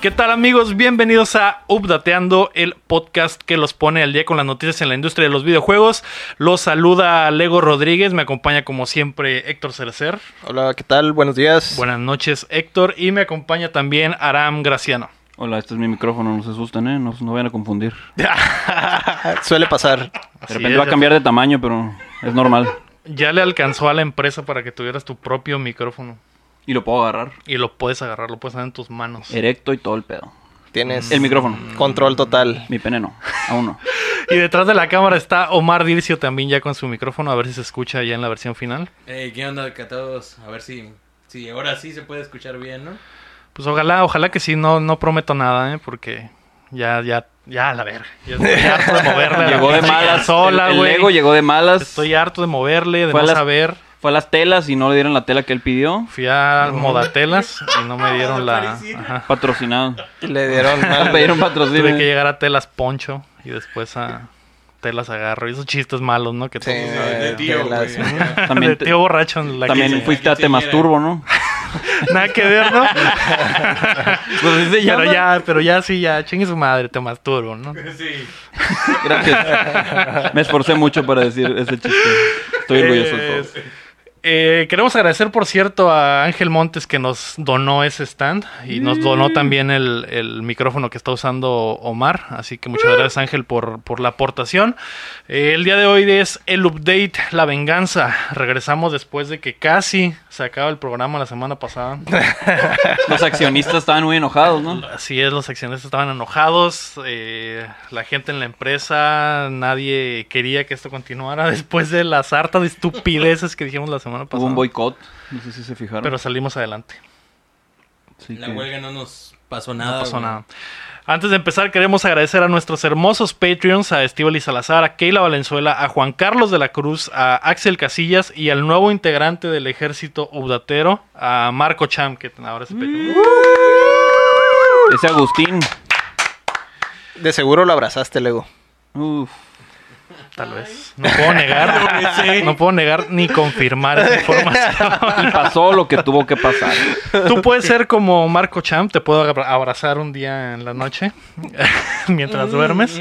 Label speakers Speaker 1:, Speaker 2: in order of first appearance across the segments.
Speaker 1: ¿Qué tal amigos? Bienvenidos a Updateando, el podcast que los pone al día con las noticias en la industria de los videojuegos. Los saluda Lego Rodríguez, me acompaña como siempre Héctor Cercer.
Speaker 2: Hola, ¿qué tal? Buenos días.
Speaker 1: Buenas noches Héctor y me acompaña también Aram Graciano.
Speaker 3: Hola, este es mi micrófono, no se asusten, ¿eh? No, no vayan a confundir.
Speaker 2: Suele pasar.
Speaker 1: Así
Speaker 3: De repente
Speaker 1: es,
Speaker 3: va a
Speaker 1: ya-
Speaker 3: cambiar de tamaño, pero es normal.
Speaker 1: Ya le alcanzó a la empresa para que tuvieras tu propio micrófono
Speaker 3: Y lo puedo agarrar
Speaker 1: y lo puedes agarrar, lo puedes tener en tus manos.
Speaker 3: erecto y todo el pedo.
Speaker 2: Tienes
Speaker 3: El micrófono.
Speaker 2: control total.
Speaker 3: Mi pene no, aún no.
Speaker 1: Y detrás de la cámara está Omar Dircio también ya con su micrófono, a ver si se escucha ya en la versión final.
Speaker 4: Ey, ¿qué onda, catados? A ver si, si ahora sí se puede escuchar bien, ¿no?
Speaker 1: Pues ojalá, ojalá que sí, no, no prometo nada, ¿eh? porque ya, ya, ya a la verga. Ya estoy harto de moverle. a la
Speaker 3: Llegó de
Speaker 1: pinche
Speaker 3: malas.
Speaker 1: consola,
Speaker 3: el, el
Speaker 1: güey.
Speaker 3: Lego llegó de malas.
Speaker 1: Estoy harto de moverle, de
Speaker 3: Fue a
Speaker 1: no
Speaker 3: las-
Speaker 1: saber.
Speaker 3: Fue a las telas y no le dieron la tela que él pidió.
Speaker 1: Fui a Modatelas y no me dieron la.
Speaker 4: Parisina.
Speaker 1: Ajá.
Speaker 3: Patrocinado.
Speaker 2: Le dieron
Speaker 3: Le
Speaker 2: mal.
Speaker 3: pidieron
Speaker 1: Tuve que
Speaker 3: patrocinio.
Speaker 1: llegar a Telas Poncho y después a Telas Agarro. Y esos chistes malos, ¿no? Que
Speaker 2: Sí,
Speaker 1: todos-
Speaker 2: Eh,
Speaker 4: de tío,
Speaker 2: de las-
Speaker 4: güey.
Speaker 1: de
Speaker 3: También, te-
Speaker 1: tío borracho en la
Speaker 3: también
Speaker 1: quince.
Speaker 3: fuiste a
Speaker 4: Aquí te
Speaker 3: Temasturbo, ¿no?
Speaker 1: Nada que ver, ¿no?
Speaker 3: Pues así se
Speaker 1: pero
Speaker 3: llama.
Speaker 1: ya, pero ya sí, ya, chingue su madre, te masturbo, ¿no?
Speaker 4: Sí.
Speaker 3: Gracias. Me esforcé mucho para decir ese chiste. Estoy orgulloso. de todo.
Speaker 1: Es- eh, queremos agradecer, por cierto, a Ángel Montes que nos donó ese stand y nos donó también el, el micrófono que está usando Omar. Así que muchas gracias, Ángel, por, por la aportación. Eh, el día de hoy es el update, la venganza. Regresamos después de que casi se acaba el programa la semana pasada.
Speaker 3: Los accionistas estaban muy enojados, ¿no?
Speaker 1: Así es, los accionistas estaban enojados, eh, la gente en la empresa, nadie quería que esto continuara después de las hartas de estupideces que dijimos la semana pasada.
Speaker 3: Hubo un boicot. No sé si se fijaron.
Speaker 1: Pero salimos adelante.
Speaker 3: Así
Speaker 4: La
Speaker 3: que-
Speaker 4: huelga no nos pasó nada.
Speaker 1: No pasó
Speaker 4: güey.
Speaker 1: nada. Antes de empezar, queremos agradecer a nuestros hermosos Patreons, a Estíbal Salazar, a Keila Valenzuela, a Juan Carlos de la Cruz, a Axel Casillas y al nuevo integrante del ejército Ubdatero, a Marco Cham, que ahora es el
Speaker 3: Mm.
Speaker 1: Patreon. Uh,
Speaker 3: Ese Agustín.
Speaker 2: De seguro lo abrazaste luego.
Speaker 3: Uf.
Speaker 1: Tal vez. No puedo negar, no puedo negar ni confirmar esa información.
Speaker 3: Y pasó lo que tuvo que pasar.
Speaker 1: Tú puedes ser como Marco Champ, te puedo abra- abrazar un día en la noche mientras duermes.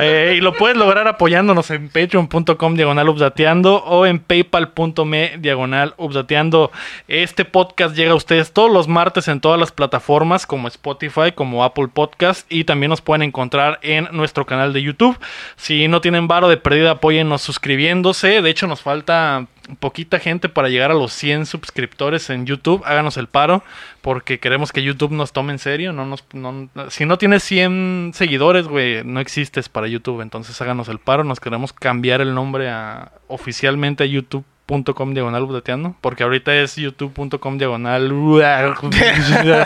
Speaker 1: Eh, y lo puedes lograr apoyándonos en patreon.com diagonal updateando o en paypal.me diagonal updateando. Este podcast llega a ustedes todos los martes en todas las plataformas como Spotify, como Apple Podcast y también nos pueden encontrar en nuestro canal de YouTube. Si no tienen varo de perdida, apóyennos suscribiéndose. De hecho, nos falta poquita gente para llegar a los 100 suscriptores en YouTube. Háganos el paro porque queremos que YouTube nos tome en serio. No nos, no- si no tienes 100 seguidores, güey, no existes para YouTube. Entonces háganos el paro. Nos queremos cambiar el nombre a oficialmente a youtube.com diagonal updateando, porque ahorita es youtube.com diagonal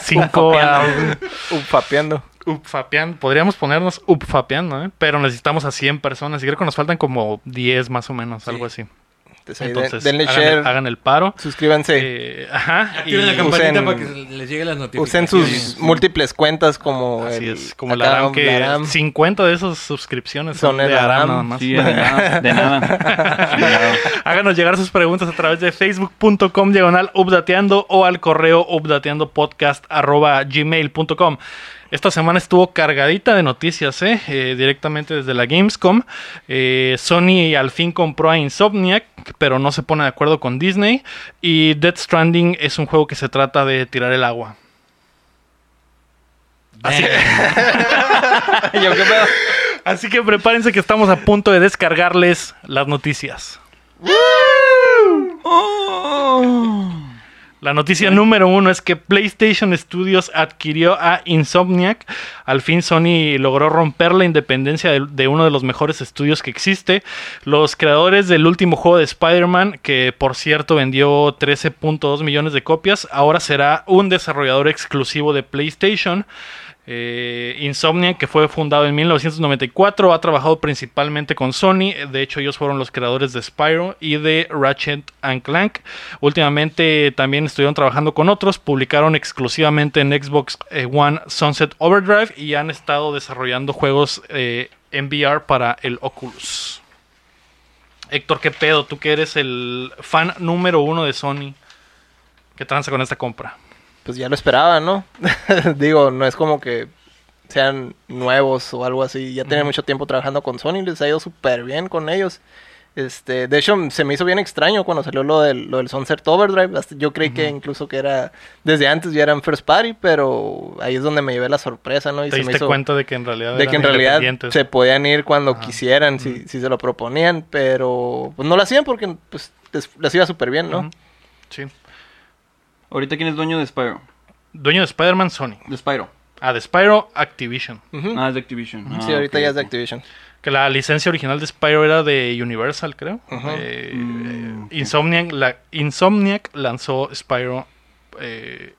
Speaker 1: 5
Speaker 2: Uh, Upapeando.
Speaker 1: Upfapeando. Podríamos ponernos upfapeando, ¿eh? Pero necesitamos a 100 personas. Y creo que nos faltan como 10 más o menos,
Speaker 4: Sí.
Speaker 1: algo así.
Speaker 2: Entonces, ahí de-
Speaker 1: Entonces,
Speaker 2: denle
Speaker 1: hagan,
Speaker 2: share,
Speaker 1: el, hagan el paro.
Speaker 2: suscríbanse.
Speaker 1: Eh, ajá.
Speaker 4: Activen Ah, la campanita
Speaker 2: usen-
Speaker 4: para que se- les lleguen las
Speaker 2: Usen
Speaker 4: notificaciones.
Speaker 2: sus múltiples cuentas como
Speaker 1: Así
Speaker 2: el-
Speaker 1: es, como el
Speaker 2: acá,
Speaker 1: Aram, que
Speaker 2: Aram.
Speaker 1: 50 de esas suscripciones son,
Speaker 2: Son el
Speaker 1: de Aram,
Speaker 2: Aram.
Speaker 1: nada más.
Speaker 3: Sí, de nada. De nada. Chingado.
Speaker 1: Háganos llegar sus preguntas a través de facebook.com diagonal updateando o al correo updateandopodcast arroba gmail.com. Esta semana estuvo cargadita de noticias, ¿eh? Eh, directamente desde la Gamescom. Eh, Sony al fin compró a Insomniac, pero no se pone de acuerdo con Disney. Y Dead Stranding es un juego que se trata de tirar el agua.
Speaker 4: Así.
Speaker 2: Yo qué pedo.
Speaker 1: Así que prepárense que estamos a punto de descargarles las noticias. La noticia número uno es que PlayStation Studios adquirió a Insomniac. Al fin Sony logró romper la independencia de, de uno de los mejores estudios que existe. Los creadores del último juego de Spider-Man, que por cierto vendió 13.2 millones de copias, ahora será un desarrollador exclusivo de PlayStation. Eh, Insomniac, que fue fundado en 1994, ha trabajado principalmente con Sony. De hecho, ellos fueron los creadores de Spyro y de Ratchet and Clank. Últimamente también estuvieron trabajando con otros. Publicaron exclusivamente en Xbox eh, One Sunset Overdrive y han estado desarrollando juegos eh, en VR para el Oculus. Héctor, qué pedo, tú que eres el fan número uno de Sony. ¿Qué tranza con esta compra?
Speaker 2: pues ya lo esperaba, ¿no? Digo, no es como que sean nuevos o algo así. Ya tienen mucho tiempo trabajando con Sony, les ha ido súper bien con ellos. Este, de hecho, se me hizo bien extraño cuando salió lo del, lo del Sunset Overdrive. Hasta yo creí que incluso que era desde antes ya eran first party, pero ahí es donde me llevé la sorpresa, ¿no? Y
Speaker 1: Te
Speaker 2: se me
Speaker 1: diste
Speaker 2: hizo
Speaker 1: cuenta de que en realidad
Speaker 2: de que en
Speaker 1: eran
Speaker 2: realidad
Speaker 1: independientes.
Speaker 2: se podían ir cuando
Speaker 1: Ajá.
Speaker 2: quisieran, si, si se lo proponían, pero pues no lo hacían porque pues, les, les iba súper bien, ¿no?
Speaker 1: Ujú. Sí.
Speaker 3: Ahorita, ¿quién es dueño de Spyro?
Speaker 1: Dueño de Spider-Man, Sony.
Speaker 3: De Spyro.
Speaker 1: Ah, de Spyro, Activision.
Speaker 2: Ujú.
Speaker 3: Ah, es de Activision.
Speaker 2: Mm. sí,
Speaker 3: Ah,
Speaker 2: ahorita
Speaker 3: ok,
Speaker 2: ya es de
Speaker 3: ok.
Speaker 2: Activision.
Speaker 1: Que la licencia original de Spyro era de Universal, creo.
Speaker 2: Ajá.
Speaker 1: Eh,
Speaker 3: Mm, ok.
Speaker 1: Insomniac, la- Insomniac lanzó Spyro eh,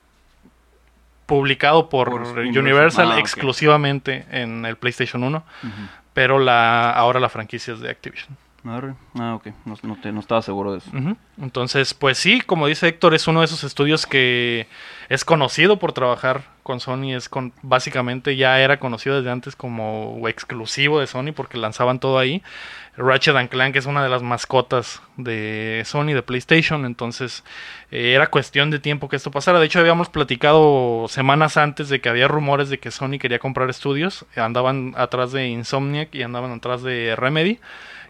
Speaker 1: publicado por,
Speaker 3: Por
Speaker 1: Universal,
Speaker 3: Universal. Ah, ok.
Speaker 1: exclusivamente en el PlayStation 1,
Speaker 3: Ujú.
Speaker 1: pero la ahora la franquicia es de Activision.
Speaker 3: Arre. Ah, ok. No, no te- no estaba seguro de eso.
Speaker 1: Ujú. Entonces, pues sí, como dice Héctor, es uno de esos estudios que es conocido por trabajar con Sony, es con básicamente ya era conocido desde antes como exclusivo de Sony porque lanzaban todo ahí. Ratchet and Clank es una de las mascotas de Sony de PlayStation, entonces eh, era cuestión de tiempo que esto pasara. De hecho, habíamos platicado semanas antes de que había rumores de que Sony quería comprar estudios, andaban atrás de Insomniac y andaban atrás de Remedy.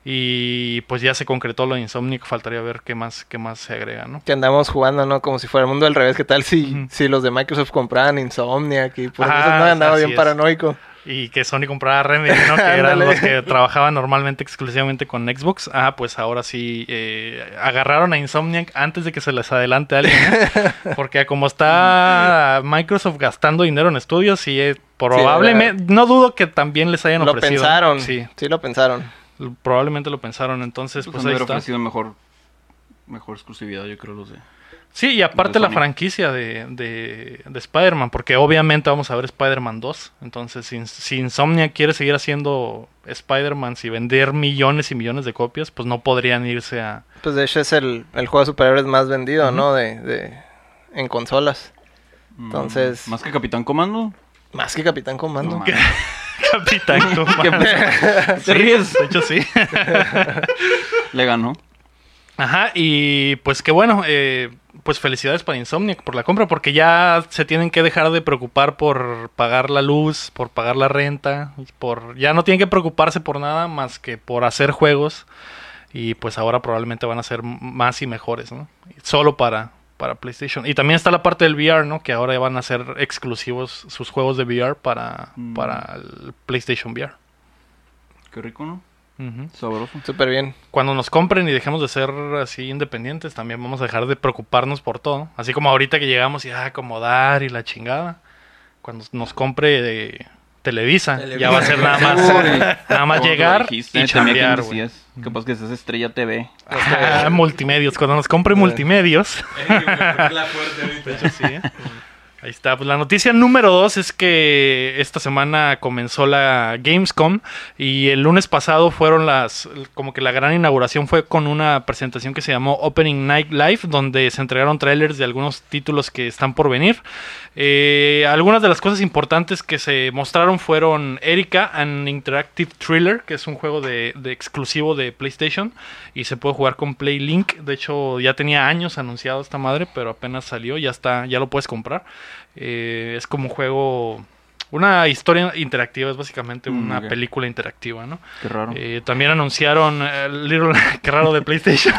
Speaker 1: Y pues ya se concretó lo de Insomniac, faltaría ver qué más, qué más se agrega, ¿no?
Speaker 2: Que andamos jugando, ¿no? Como si fuera el mundo al revés. ¿Qué tal si,
Speaker 1: Ujú.
Speaker 2: si los de Microsoft compraban Insomniac y por
Speaker 1: Ah,
Speaker 2: eso no andaba
Speaker 1: así
Speaker 2: bien
Speaker 1: es.
Speaker 2: paranoico?
Speaker 1: Y que Sony comprara Remedy, ¿no? Que eran
Speaker 2: Ándale.
Speaker 1: los que trabajaban normalmente exclusivamente con Xbox. Ah, pues ahora sí eh, agarraron a Insomniac antes de que se les adelante alguien, ¿eh? Porque como está Microsoft gastando dinero en estudios, sí, eh, probablemente, no dudo que también les hayan
Speaker 2: Lo
Speaker 1: ofrecido.
Speaker 2: pensaron.
Speaker 1: Sí,
Speaker 2: Sí. lo pensaron.
Speaker 1: probablemente lo pensaron. Entonces,
Speaker 3: Pues
Speaker 1: pues
Speaker 3: han
Speaker 1: ahí
Speaker 3: de haber
Speaker 1: está.
Speaker 3: ofrecido mejor, mejor exclusividad, yo creo, los de...
Speaker 1: Sí, y aparte
Speaker 3: De
Speaker 1: la
Speaker 3: Sony.
Speaker 1: franquicia de, de, de Spider-Man, porque obviamente vamos a ver Spider-Man 2. Entonces, si, si Insomnia quiere seguir haciendo Spider-Man y vender millones y millones de copias, pues no podrían irse a.
Speaker 2: Pues de hecho es el, el juego de superhéroes más vendido, ¿no? De, de- en consolas.
Speaker 3: Mm,
Speaker 2: Entonces-
Speaker 3: Más que Capitán Comando.
Speaker 2: Más que Capitán Comando.
Speaker 3: No,
Speaker 1: ¿Qué? Capitán
Speaker 3: ¿Qué
Speaker 1: Comando.
Speaker 3: pe- Te ríes.
Speaker 1: De hecho, sí.
Speaker 3: Le ganó.
Speaker 1: Ajá, y pues que bueno, eh, pues felicidades para Insomniac por la compra, porque ya se tienen que dejar de preocupar por pagar la luz, por pagar la renta, por ya no tienen que preocuparse por nada más que por hacer juegos y pues ahora probablemente van a ser m- más y mejores, ¿no? Solo para para PlayStation. Y también está la parte del VR, ¿no? Que ahora ya van a ser exclusivos sus juegos de VR para,
Speaker 3: Mm.
Speaker 1: para el PlayStation VR.
Speaker 3: Qué rico, ¿no?
Speaker 1: Ujú
Speaker 3: Sabroso.
Speaker 2: Súper bien.
Speaker 1: cuando nos compren y dejemos de ser así independientes, también vamos a dejar de preocuparnos por todo. Así como ahorita que llegamos y ah, acomodar y la chingada. Cuando nos compre eh, Televisa,
Speaker 4: Televisa.
Speaker 1: ya va a ser nada más,
Speaker 3: Uy.
Speaker 1: nada más
Speaker 3: Como tú
Speaker 1: llegar
Speaker 3: dijiste,
Speaker 1: y
Speaker 3: temía que
Speaker 1: chambear,
Speaker 3: me
Speaker 1: güey.
Speaker 3: decías. Capaz que seas Estrella TV.
Speaker 2: Este,
Speaker 1: Ah, multimedios, cuando nos compre
Speaker 2: Sí.
Speaker 1: multimedios.
Speaker 4: Eh, güey, me tocó la puerta ahorita.
Speaker 1: De hecho, sí, ¿eh? Ahí está. Pues la noticia número dos es que esta semana comenzó la Gamescom y el lunes pasado fueron las, como que la gran inauguración fue con una presentación que se llamó Opening Night Live, donde se entregaron trailers de algunos títulos que están por venir. Eh, algunas de las cosas importantes que se mostraron fueron Erika, an Interactive Thriller, que es un juego de, de exclusivo de PlayStation y se puede jugar con Play Link. De hecho, ya tenía años anunciado esta madre, pero apenas salió, ya está, ya lo puedes comprar. Eh, es como un juego, una historia interactiva, es básicamente
Speaker 3: Mm,
Speaker 1: una
Speaker 3: ok.
Speaker 1: película interactiva, ¿no?
Speaker 3: Qué raro.
Speaker 1: Eh, también anunciaron eh, Little, qué raro de PlayStation.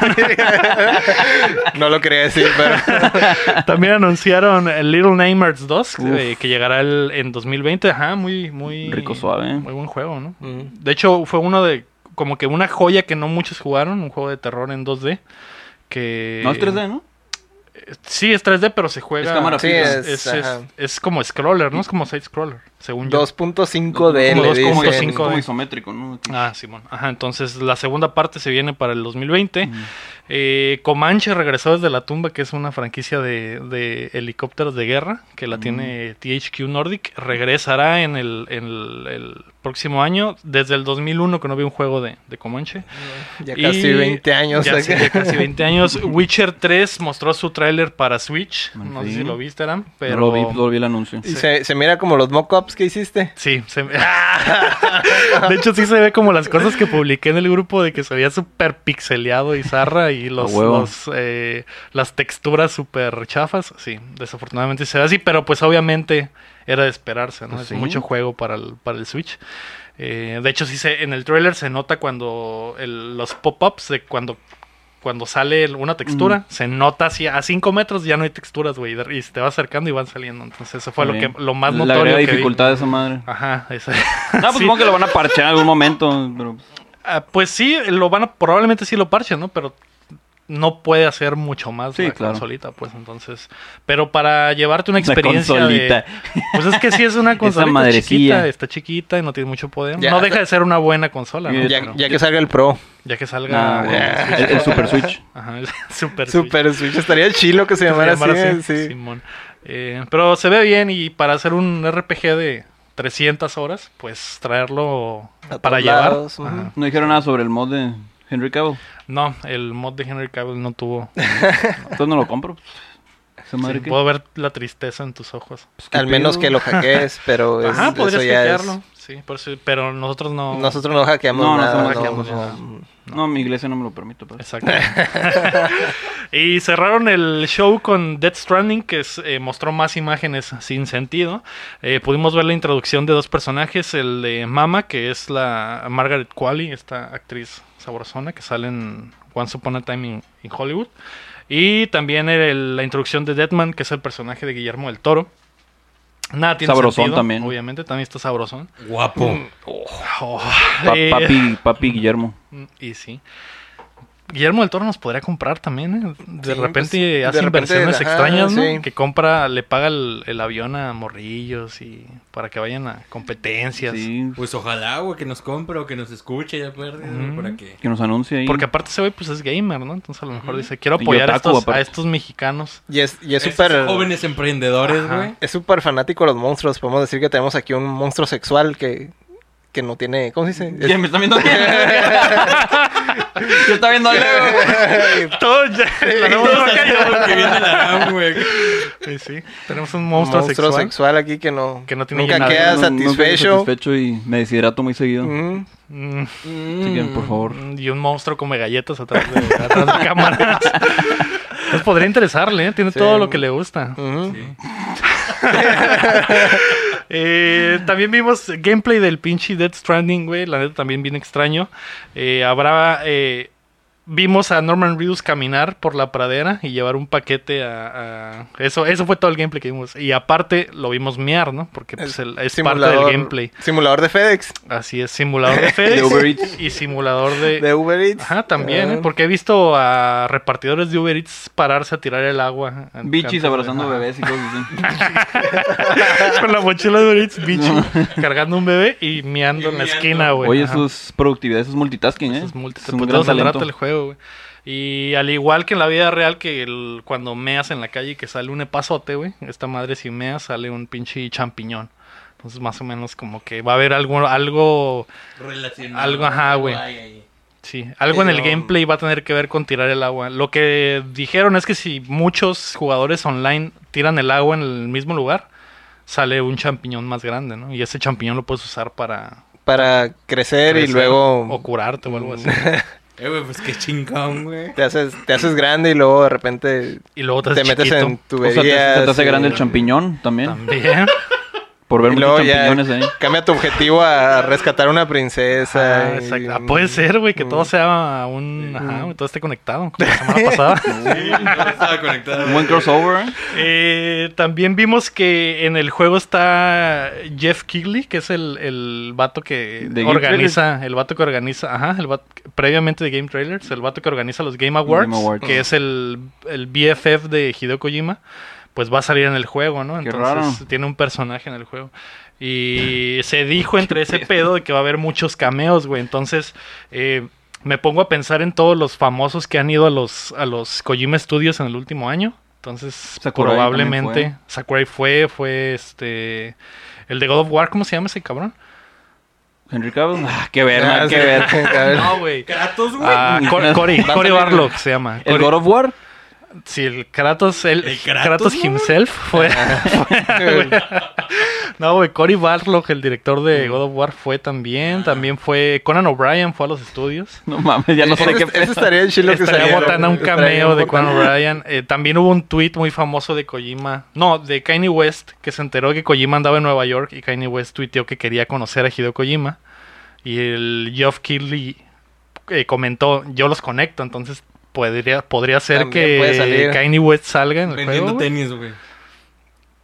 Speaker 2: No lo quería decir, pero...
Speaker 1: También anunciaron el Little Nightmares 2,
Speaker 3: Uf.
Speaker 1: eh, que llegará el- en 2020. Ajá, muy, muy...
Speaker 3: Rico suave, ¿eh?
Speaker 1: Muy buen juego, ¿no?
Speaker 2: Mm.
Speaker 1: De hecho, fue uno de... Como que una joya que no muchos jugaron, un juego de terror en 2D. Que...
Speaker 3: no es 3D, ¿no?
Speaker 1: Sí, es 3D, pero se juega...
Speaker 3: Es cámara
Speaker 2: Sí,
Speaker 3: fija.
Speaker 1: Es, es-
Speaker 2: ajá.
Speaker 1: es como scroller, ¿no? Es como side-scroller, según yo.
Speaker 2: 2.5D
Speaker 1: Como
Speaker 2: le
Speaker 1: 2.5D.
Speaker 2: dicen.
Speaker 1: cinco
Speaker 3: Como
Speaker 1: de-
Speaker 3: isométrico, ¿no?
Speaker 1: Ah, Simón. Ajá, entonces la segunda parte se viene para el 2020.
Speaker 3: Mm.
Speaker 1: Eh, Comanche regresó desde la tumba, que es una franquicia de, de helicópteros de guerra que la
Speaker 3: Mm.
Speaker 1: tiene THQ Nordic. Regresará en el, en el- el próximo año. Desde el 2001 que no vi un juego de, de Comanche.
Speaker 2: Ya
Speaker 1: Y-
Speaker 2: casi 20 años.
Speaker 1: Ya,
Speaker 2: acá.
Speaker 1: sí, ya casi 20 años. Witcher 3 mostró su tráiler para Switch.
Speaker 3: Al
Speaker 1: No sé si
Speaker 3: fin.
Speaker 1: lo viste, Aram,
Speaker 3: Pero...
Speaker 1: pero...
Speaker 3: lo vi, lo vi el anuncio.
Speaker 2: Y se, se mira como los mock-ups que hiciste.
Speaker 1: Sí, se me- de hecho sí se ve como las cosas que publiqué en el grupo de que se veía súper pixeleado y zarra y los,
Speaker 3: A huevo.
Speaker 1: los, eh, las texturas súper chafas. Sí, desafortunadamente se ve así, pero pues obviamente era de esperarse, ¿no?
Speaker 3: Pues
Speaker 1: es
Speaker 3: sí.
Speaker 1: mucho juego para el, para el Switch. Eh, de hecho, sí se, en el trailer se nota cuando el- los pop-ups de cuando, cuando sale el- una textura,
Speaker 3: Mm.
Speaker 1: se nota así a 5 metros ya no hay texturas, güey, y de- y te va acercando y van saliendo. Entonces, eso fue lo, que,
Speaker 3: Bien.
Speaker 1: lo más
Speaker 3: Le
Speaker 1: notorio.
Speaker 3: agrega
Speaker 1: que vi.
Speaker 3: dificultad a esa madre.
Speaker 1: Ajá, ese-
Speaker 3: Ah, pues
Speaker 1: Sí.
Speaker 3: supongo que lo van a parchar en algún momento. Pero
Speaker 1: Ah, pues sí, lo van a, probablemente sí lo parchen, ¿no? Pero no puede hacer mucho más
Speaker 3: Sí,
Speaker 1: la
Speaker 3: claro.
Speaker 1: consolita, pues entonces. Pero para llevarte una experiencia
Speaker 3: consolita.
Speaker 1: de- pues es que sí es una consolita
Speaker 3: madrecilla.
Speaker 1: chiquita, está chiquita y no tiene mucho poder.
Speaker 2: Ya,
Speaker 1: no
Speaker 2: hasta-
Speaker 1: deja de ser una buena consola, ¿no?
Speaker 3: Ya-
Speaker 1: Pero-
Speaker 2: Ya, ya que salga el Pro.
Speaker 1: ya que salga
Speaker 3: Nah,
Speaker 1: el
Speaker 3: güey. el, el Super Switch.
Speaker 1: Ajá, el Super Switch.
Speaker 2: Super Switch. Estaría chilo que se llamara
Speaker 1: Se llamara
Speaker 2: así.
Speaker 1: así,
Speaker 2: Sí.
Speaker 1: Simón. Eh, pero se ve bien y para hacer un RPG de 300 horas, pues traerlo
Speaker 2: A
Speaker 1: para
Speaker 2: todos
Speaker 1: llevar.
Speaker 2: lados, ujú.
Speaker 1: Ajá.
Speaker 3: No dijeron nada sobre el mod de Henry Cavill.
Speaker 1: No, el mod de Henry Cavill no tuvo.
Speaker 3: Entonces no lo compro. Esa madre
Speaker 1: Sí,
Speaker 3: que.
Speaker 1: puedo ver la tristeza en tus ojos.
Speaker 3: pues, qué
Speaker 2: Al menos
Speaker 3: pedo.
Speaker 2: que lo hackees, pero es-
Speaker 1: Ajá, podrías
Speaker 2: Pues eso ya es-
Speaker 1: hackearlo. Sí, por si- pero nosotros no.
Speaker 2: Nosotros no hackeamos
Speaker 3: No,
Speaker 2: nada.
Speaker 3: nosotros
Speaker 1: no hackeamos
Speaker 3: No, mi iglesia no me lo permite. pues. pero-
Speaker 1: Exacto. y cerraron el show con Death Stranding, que es, eh, mostró más imágenes sin sentido. Eh, pudimos ver la introducción de dos personajes: el de Mama, que es la Margaret Qualley, esta actriz sabrosona que sale en Once Upon a Time in, in Hollywood. Y también el- la introducción de Deadman, que es el personaje de Guillermo del Toro. Nada tiene
Speaker 3: Sabrosón
Speaker 1: sentido,
Speaker 3: también.
Speaker 1: Obviamente, también está sabrosón.
Speaker 4: Guapo.
Speaker 1: Oh,
Speaker 3: Pa-
Speaker 1: eh,
Speaker 3: papi, papi Guillermo.
Speaker 1: Mm, Y sí. Guillermo del Toro nos podría comprar también. ¿eh? De
Speaker 2: Sí,
Speaker 1: repente
Speaker 2: pues,
Speaker 1: hace
Speaker 2: de repente,
Speaker 1: inversiones
Speaker 2: ajá,
Speaker 1: extrañas, ¿no?
Speaker 2: sí.
Speaker 1: Que compra, le paga el, el avión a morrillos y para que vayan a competencias.
Speaker 3: Sí.
Speaker 4: Pues ojalá, güey, que nos compre o que nos escuche ya pues,
Speaker 1: Ujú.
Speaker 4: para que...
Speaker 3: Que nos anuncie ahí.
Speaker 1: Porque aparte ese güey pues es gamer, ¿no? Entonces a lo mejor dice, quiero
Speaker 3: Y
Speaker 1: apoyar a
Speaker 3: otaku,
Speaker 1: estos, a
Speaker 3: aparte.
Speaker 1: estos mexicanos.
Speaker 2: Y es y es
Speaker 4: Esos
Speaker 2: súper.
Speaker 4: Jóvenes emprendedores,
Speaker 1: Ajá.
Speaker 4: güey.
Speaker 2: Es súper fanático de los monstruos. Podemos decir que tenemos aquí un monstruo sexual que, que no tiene. ¿Cómo se dice?
Speaker 3: Ya me están viendo. Yo estaba viendo algo.
Speaker 2: Oh,
Speaker 1: Todos ya- tenemos,
Speaker 4: Todos sabemos que viene la RAM, güey.
Speaker 1: sí, sí. Tenemos un monstruo, sexual.
Speaker 2: aquí que no,
Speaker 1: Que no tiene
Speaker 2: nunca
Speaker 1: nada.
Speaker 2: queda
Speaker 3: No- no quedé
Speaker 2: satisfecho.
Speaker 3: satisfecho y me deshidrato muy seguido.
Speaker 2: Ujú.
Speaker 1: Mm,
Speaker 3: Así que, por favor.
Speaker 1: Y un monstruo come galletas atrás de, atrás de cámaras. Entonces podría interesarle, ¿eh? Tiene
Speaker 2: Sí.
Speaker 1: todo lo que le gusta.
Speaker 2: Ujú.
Speaker 4: Sí.
Speaker 1: Eh, también vimos gameplay del pinche Dead Stranding, güey. La neta también bien extraño. Eh, habrá. eh, vimos a Norman Reedus caminar por la pradera y llevar un paquete a. a- Eso, eso fue todo el gameplay que vimos. Y aparte lo vimos mear, ¿no? Porque pues, el- es parte del
Speaker 2: Simulador-
Speaker 1: gamelador. gameplay.
Speaker 2: Simulador de FedEx,
Speaker 1: Así es, simulador de
Speaker 3: De Uber
Speaker 1: FedEx
Speaker 3: Eats.
Speaker 1: y simulador de.
Speaker 2: de Uber Eats.
Speaker 1: Ajá, también, ¿eh?
Speaker 2: Ah.
Speaker 1: porque he visto a repartidores de Uber Eats pararse a tirar el agua.
Speaker 3: Bichis
Speaker 1: Antes de-
Speaker 3: abrazando
Speaker 1: Ajá.
Speaker 3: bebés y cosas así.
Speaker 1: Con la mochila de Uber Eats, bicho, cargando un bebé y meando en
Speaker 4: Y
Speaker 1: la
Speaker 4: meando.
Speaker 1: esquina, güey.
Speaker 3: Oye,
Speaker 1: Ajá.
Speaker 3: eso es productividad, eso es multitasking, ¿eh?
Speaker 1: Eso es multi-
Speaker 3: Es
Speaker 1: te
Speaker 3: un
Speaker 1: puedes
Speaker 3: gran
Speaker 1: al rato
Speaker 3: talento.
Speaker 1: el juego, güey. Y al igual que en la vida real, que el- cuando meas en la calle y que sale un epazote, güey, esta madre si meas sale un pinche champiñón. Entonces, más o menos como que va a haber algo, algo,
Speaker 4: Relacionado.
Speaker 1: Algo, ajá, güey.
Speaker 4: Ay, ay.
Speaker 1: sí, algo en el
Speaker 2: Pero-
Speaker 1: gameplay va a tener que ver con tirar el agua. Lo que dijeron es que si muchos jugadores online tiran el agua en el mismo lugar, sale un champiñón más grande, ¿no? Y ese champiñón lo puedes usar para
Speaker 2: Para crecer, y
Speaker 1: crecer
Speaker 2: luego
Speaker 1: o curarte o algo así.
Speaker 4: Eh, güey, pues qué chingón, güey.
Speaker 2: te haces, te haces grande y luego de repente
Speaker 1: Y luego te,
Speaker 2: te,
Speaker 1: haces
Speaker 2: metes
Speaker 1: chiquito.
Speaker 2: en
Speaker 3: O
Speaker 2: tuberías.
Speaker 3: sea, te, te hace
Speaker 2: y-
Speaker 3: grande el champiñón también.
Speaker 1: También.
Speaker 3: Por ver
Speaker 2: y
Speaker 3: muchos
Speaker 2: luego ya
Speaker 3: champiñones ahí.
Speaker 2: Cambia tu objetivo a rescatar una princesa.
Speaker 1: Ah,
Speaker 2: y- mm.
Speaker 1: exacto. Ah, puede ser, güey, que todo sea un. Ajá, todo esté conectado, como la semana pasada.
Speaker 4: Sí, no estaba conectado.
Speaker 3: Un buen crossover. ¿eh?
Speaker 1: Eh, también vimos que en el juego está Jeff Kigley, que es el, el vato que
Speaker 3: De Game
Speaker 1: organiza. El vato que organiza. Ajá, el vato, que- previamente de Game Trailers, el vato que organiza los Game Awards,
Speaker 3: Game Awards.
Speaker 1: que es el, el BFF de Hideo Kojima. Pues va a salir en el juego, ¿no?
Speaker 3: Qué
Speaker 1: Entonces
Speaker 3: raro.
Speaker 1: tiene un personaje en el juego. Y se dijo entre ese pedo de que va a haber muchos cameos, güey. Entonces, eh, me pongo a pensar en todos los famosos que han ido a los, a los Kojima Studios en el último año. Entonces,
Speaker 3: Sakurai
Speaker 1: probablemente.
Speaker 3: también
Speaker 1: Sakurai fue, fue este. El de God of War, ¿cómo se llama ese cabrón?
Speaker 3: Henry Cavill. Ah, qué ver,
Speaker 2: Ah,
Speaker 3: nada
Speaker 2: sí.
Speaker 3: que ver.
Speaker 2: A ver.
Speaker 1: No, güey.
Speaker 4: Kratos, güey.
Speaker 1: Ah, Cor- Cory,
Speaker 2: Va a
Speaker 1: Cory
Speaker 2: salir-
Speaker 1: Barlock se llama.
Speaker 3: El
Speaker 1: Cory-
Speaker 3: God of War.
Speaker 1: sí, el Kratos, el,
Speaker 4: ¿El
Speaker 1: Kratos,
Speaker 4: Kratos, no?
Speaker 1: himself fue. No, güey, Cory Barlog, el director de God of War, fue también. También fue. Conan O'Brien fue a los estudios.
Speaker 3: No mames, ya no sé
Speaker 2: Ese-
Speaker 3: qué
Speaker 2: ese estaría el chilo que
Speaker 1: Estaría
Speaker 2: saliera,
Speaker 1: botando un
Speaker 2: güey. Estaría
Speaker 1: cameo de Conan
Speaker 2: botando.
Speaker 1: O'Brien. Eh, también hubo un tweet muy famoso de Kojima. No, de Kanye West, que se enteró que Kojima andaba en Nueva York y Kanye West tuiteó que quería conocer a Hideo Kojima. Y el Geoff Keighley eh, comentó: Yo los conecto, entonces podría, podría ser
Speaker 2: También puede
Speaker 1: que
Speaker 2: salir.
Speaker 1: Kanye West salga en el juego.
Speaker 4: Vendiendo
Speaker 1: güey.
Speaker 4: tenis, güey.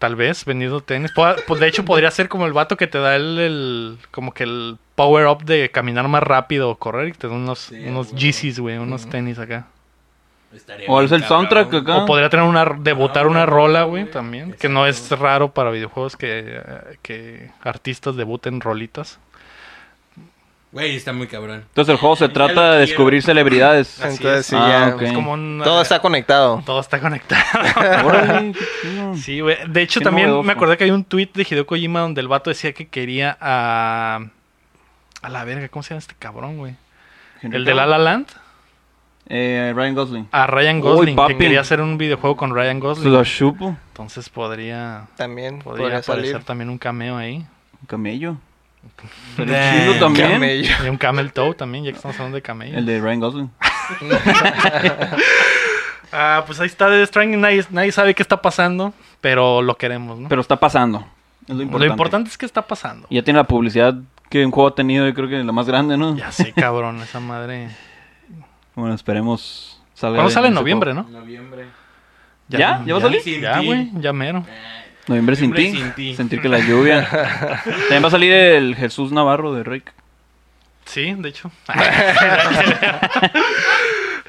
Speaker 1: Tal vez, vendiendo tenis. Poda- pues, de hecho, podría ser como el vato que te da el, el- como que el power up de caminar más rápido o correr y te da unos,
Speaker 4: Sí,
Speaker 1: unos
Speaker 4: güey.
Speaker 1: Yeezys, güey, unos tenis acá.
Speaker 4: Estaría
Speaker 3: O
Speaker 4: bien
Speaker 3: es el
Speaker 4: cabrón.
Speaker 3: soundtrack acá.
Speaker 1: O podría tener una, debutar
Speaker 4: Ah,
Speaker 1: una
Speaker 4: una
Speaker 1: rola,
Speaker 4: rola,
Speaker 1: güey,
Speaker 4: güey.
Speaker 1: también.
Speaker 4: Exacto.
Speaker 1: Que no es raro para videojuegos que, eh, que artistas debuten rolitas.
Speaker 4: Güey, está muy cabrón.
Speaker 3: Entonces el juego se
Speaker 4: Ya lo
Speaker 3: trata
Speaker 4: quiero.
Speaker 3: de descubrir celebridades.
Speaker 1: Así
Speaker 2: Entonces,
Speaker 1: es.
Speaker 2: sí,
Speaker 3: Ah,
Speaker 2: ya.
Speaker 3: ok.
Speaker 1: Es como un... eh,
Speaker 2: Todo está conectado.
Speaker 1: todo está conectado.
Speaker 3: Órale, qué chido.
Speaker 1: Sí, güey. De hecho,
Speaker 3: Qué
Speaker 1: también
Speaker 3: novedoso.
Speaker 1: me acordé que hay un tweet de Hideo Kojima donde el vato decía que quería a... A la verga, ¿cómo se llama este cabrón, güey? El de La La Land.
Speaker 3: Eh, Ryan Gosling.
Speaker 1: a Ryan
Speaker 3: Uy,
Speaker 1: Gosling, que
Speaker 3: papi.
Speaker 1: quería hacer un videojuego con Ryan
Speaker 3: Se
Speaker 1: Gosling.
Speaker 3: lo chupo.
Speaker 1: Entonces podría,
Speaker 2: También
Speaker 1: podría
Speaker 2: podría
Speaker 1: aparecer
Speaker 2: salir.
Speaker 1: también un cameo ahí.
Speaker 3: Un camello.
Speaker 4: Damn.
Speaker 3: Chilo también.
Speaker 2: Camello.
Speaker 1: Y un camel toe también, ya que estamos hablando de camello.
Speaker 3: El de Ryan Gosling.
Speaker 1: Ah, pues ahí está The Stranding. Nadie, nadie sabe qué está pasando, pero lo queremos, ¿no?
Speaker 3: Pero está pasando. Es lo
Speaker 1: lo
Speaker 3: importante.
Speaker 1: importante es que está pasando.
Speaker 3: Y Ya tiene la publicidad que un juego ha tenido, yo creo que la más grande, ¿no?
Speaker 1: Ya sé, cabrón, esa madre.
Speaker 3: Bueno, esperemos. salga
Speaker 1: Cuando
Speaker 3: bien
Speaker 1: sale en
Speaker 3: ese
Speaker 1: noviembre,
Speaker 3: juego.
Speaker 1: ¿no?
Speaker 4: Noviembre.
Speaker 3: ¿Ya? ¿Ya va a salir?
Speaker 4: Sin
Speaker 1: Ya,
Speaker 4: ti.
Speaker 1: güey, ya mero.
Speaker 3: Noviembre sin
Speaker 4: Noviembre
Speaker 3: ti.
Speaker 4: sin ti.
Speaker 3: Sentir que la lluvia. También va a salir el Jesús Navarro de Rick.
Speaker 1: Sí, de hecho.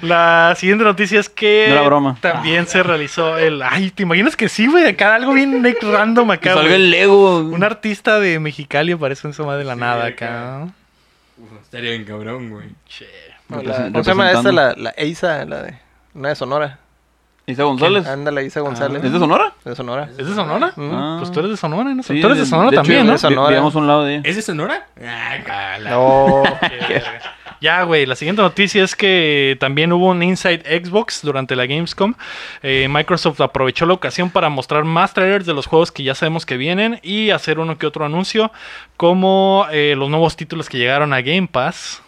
Speaker 1: la siguiente noticia es que
Speaker 3: No era broma.
Speaker 1: también se realizó el... Ay, ¿te imaginas que sí, güey? Acá algo bien random
Speaker 3: Que
Speaker 1: acá,
Speaker 3: salga
Speaker 1: güey.
Speaker 3: el Lego.
Speaker 1: Un artista de Mexicali aparece en Soma de la
Speaker 4: Sí,
Speaker 1: nada
Speaker 4: acá.
Speaker 1: acá. ¿no?
Speaker 4: Uf, estaría bien cabrón, güey.
Speaker 1: Che.
Speaker 2: No, la-
Speaker 3: Represent-
Speaker 2: ¿Cómo se llama esta?
Speaker 3: representando.
Speaker 2: La, la Eisa, la de. Una de Sonora.
Speaker 3: Isa González.
Speaker 2: Ándale, Isa González.
Speaker 3: ¿Es de Sonora?
Speaker 2: De Sonora.
Speaker 1: ¿Es de Sonora?
Speaker 2: Mm.
Speaker 3: Ah.
Speaker 1: Pues tú eres de Sonora, ¿no?
Speaker 3: Sí,
Speaker 1: tú eres de Sonora Eh,
Speaker 3: hecho,
Speaker 1: también,
Speaker 2: yo
Speaker 1: ¿no?
Speaker 2: de Sonora.
Speaker 3: vi- Vivíamos a un lado de ella.
Speaker 4: ¿Es de Sonora? Ah, cala.
Speaker 2: No.
Speaker 1: Ya, güey, la siguiente noticia es que también hubo un Inside Xbox durante la Gamescom. Eh, Microsoft aprovechó la ocasión para mostrar más trailers de los juegos que ya sabemos que vienen y hacer uno que otro anuncio, como eh, los nuevos títulos que llegaron a Game Pass.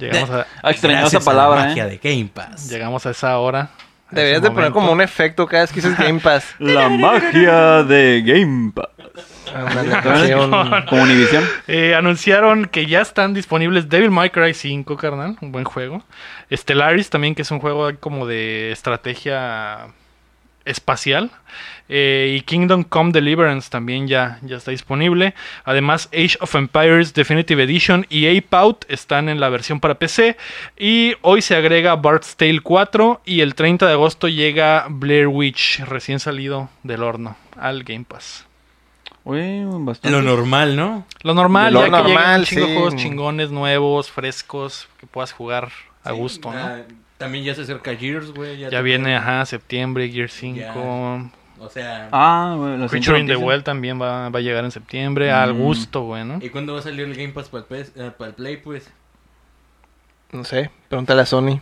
Speaker 1: Llegamos a,
Speaker 3: Ah, extrañaba esa
Speaker 4: Gracias a la
Speaker 3: palabra,
Speaker 4: magia
Speaker 3: ¿eh?
Speaker 4: de Game Pass.
Speaker 1: llegamos a esa hora. a ese
Speaker 2: Deberías de poner
Speaker 1: momento.
Speaker 2: como un efecto cada vez que dices Game Pass.
Speaker 3: La magia de Game Pass.
Speaker 2: Ándale, sí, un-
Speaker 3: Como Univision.
Speaker 1: Eh, anunciaron que ya están disponibles Devil May Cry 5, carnal, un buen juego. Stellaris también, que es un juego como de estrategia espacial. Eh, y Kingdom Come Deliverance también ya, ya está disponible. Además, Age of Empires Definitive Edition y Ape Out están en la versión para PC. Y hoy se agrega Bart's Tale 4 y el 30 de agosto llega Blair Witch, recién salido del horno, al Game Pass.
Speaker 3: Uy, bastante.
Speaker 4: Lo normal, ¿no?
Speaker 1: Lo normal,
Speaker 2: Lo
Speaker 1: ya que llegan un
Speaker 2: normal,
Speaker 1: chingo
Speaker 2: sí.
Speaker 1: juegos chingones, nuevos, frescos, que puedas jugar a
Speaker 4: Sí,
Speaker 1: gusto, ¿no?
Speaker 4: ah, También ya se acerca Gears, güey.
Speaker 1: Ya viene, ajá, septiembre, Gear 5.
Speaker 4: O sea,
Speaker 3: Ah, bueno, la siguiente
Speaker 1: Creature in the
Speaker 3: noticia.
Speaker 1: Well también va, va a llegar en septiembre, al
Speaker 3: Mm.
Speaker 1: gusto, güey, ¿no?
Speaker 4: ¿y cuándo va a salir el Game Pass para el, Play, pues?
Speaker 2: No sé, pregúntale a Sony.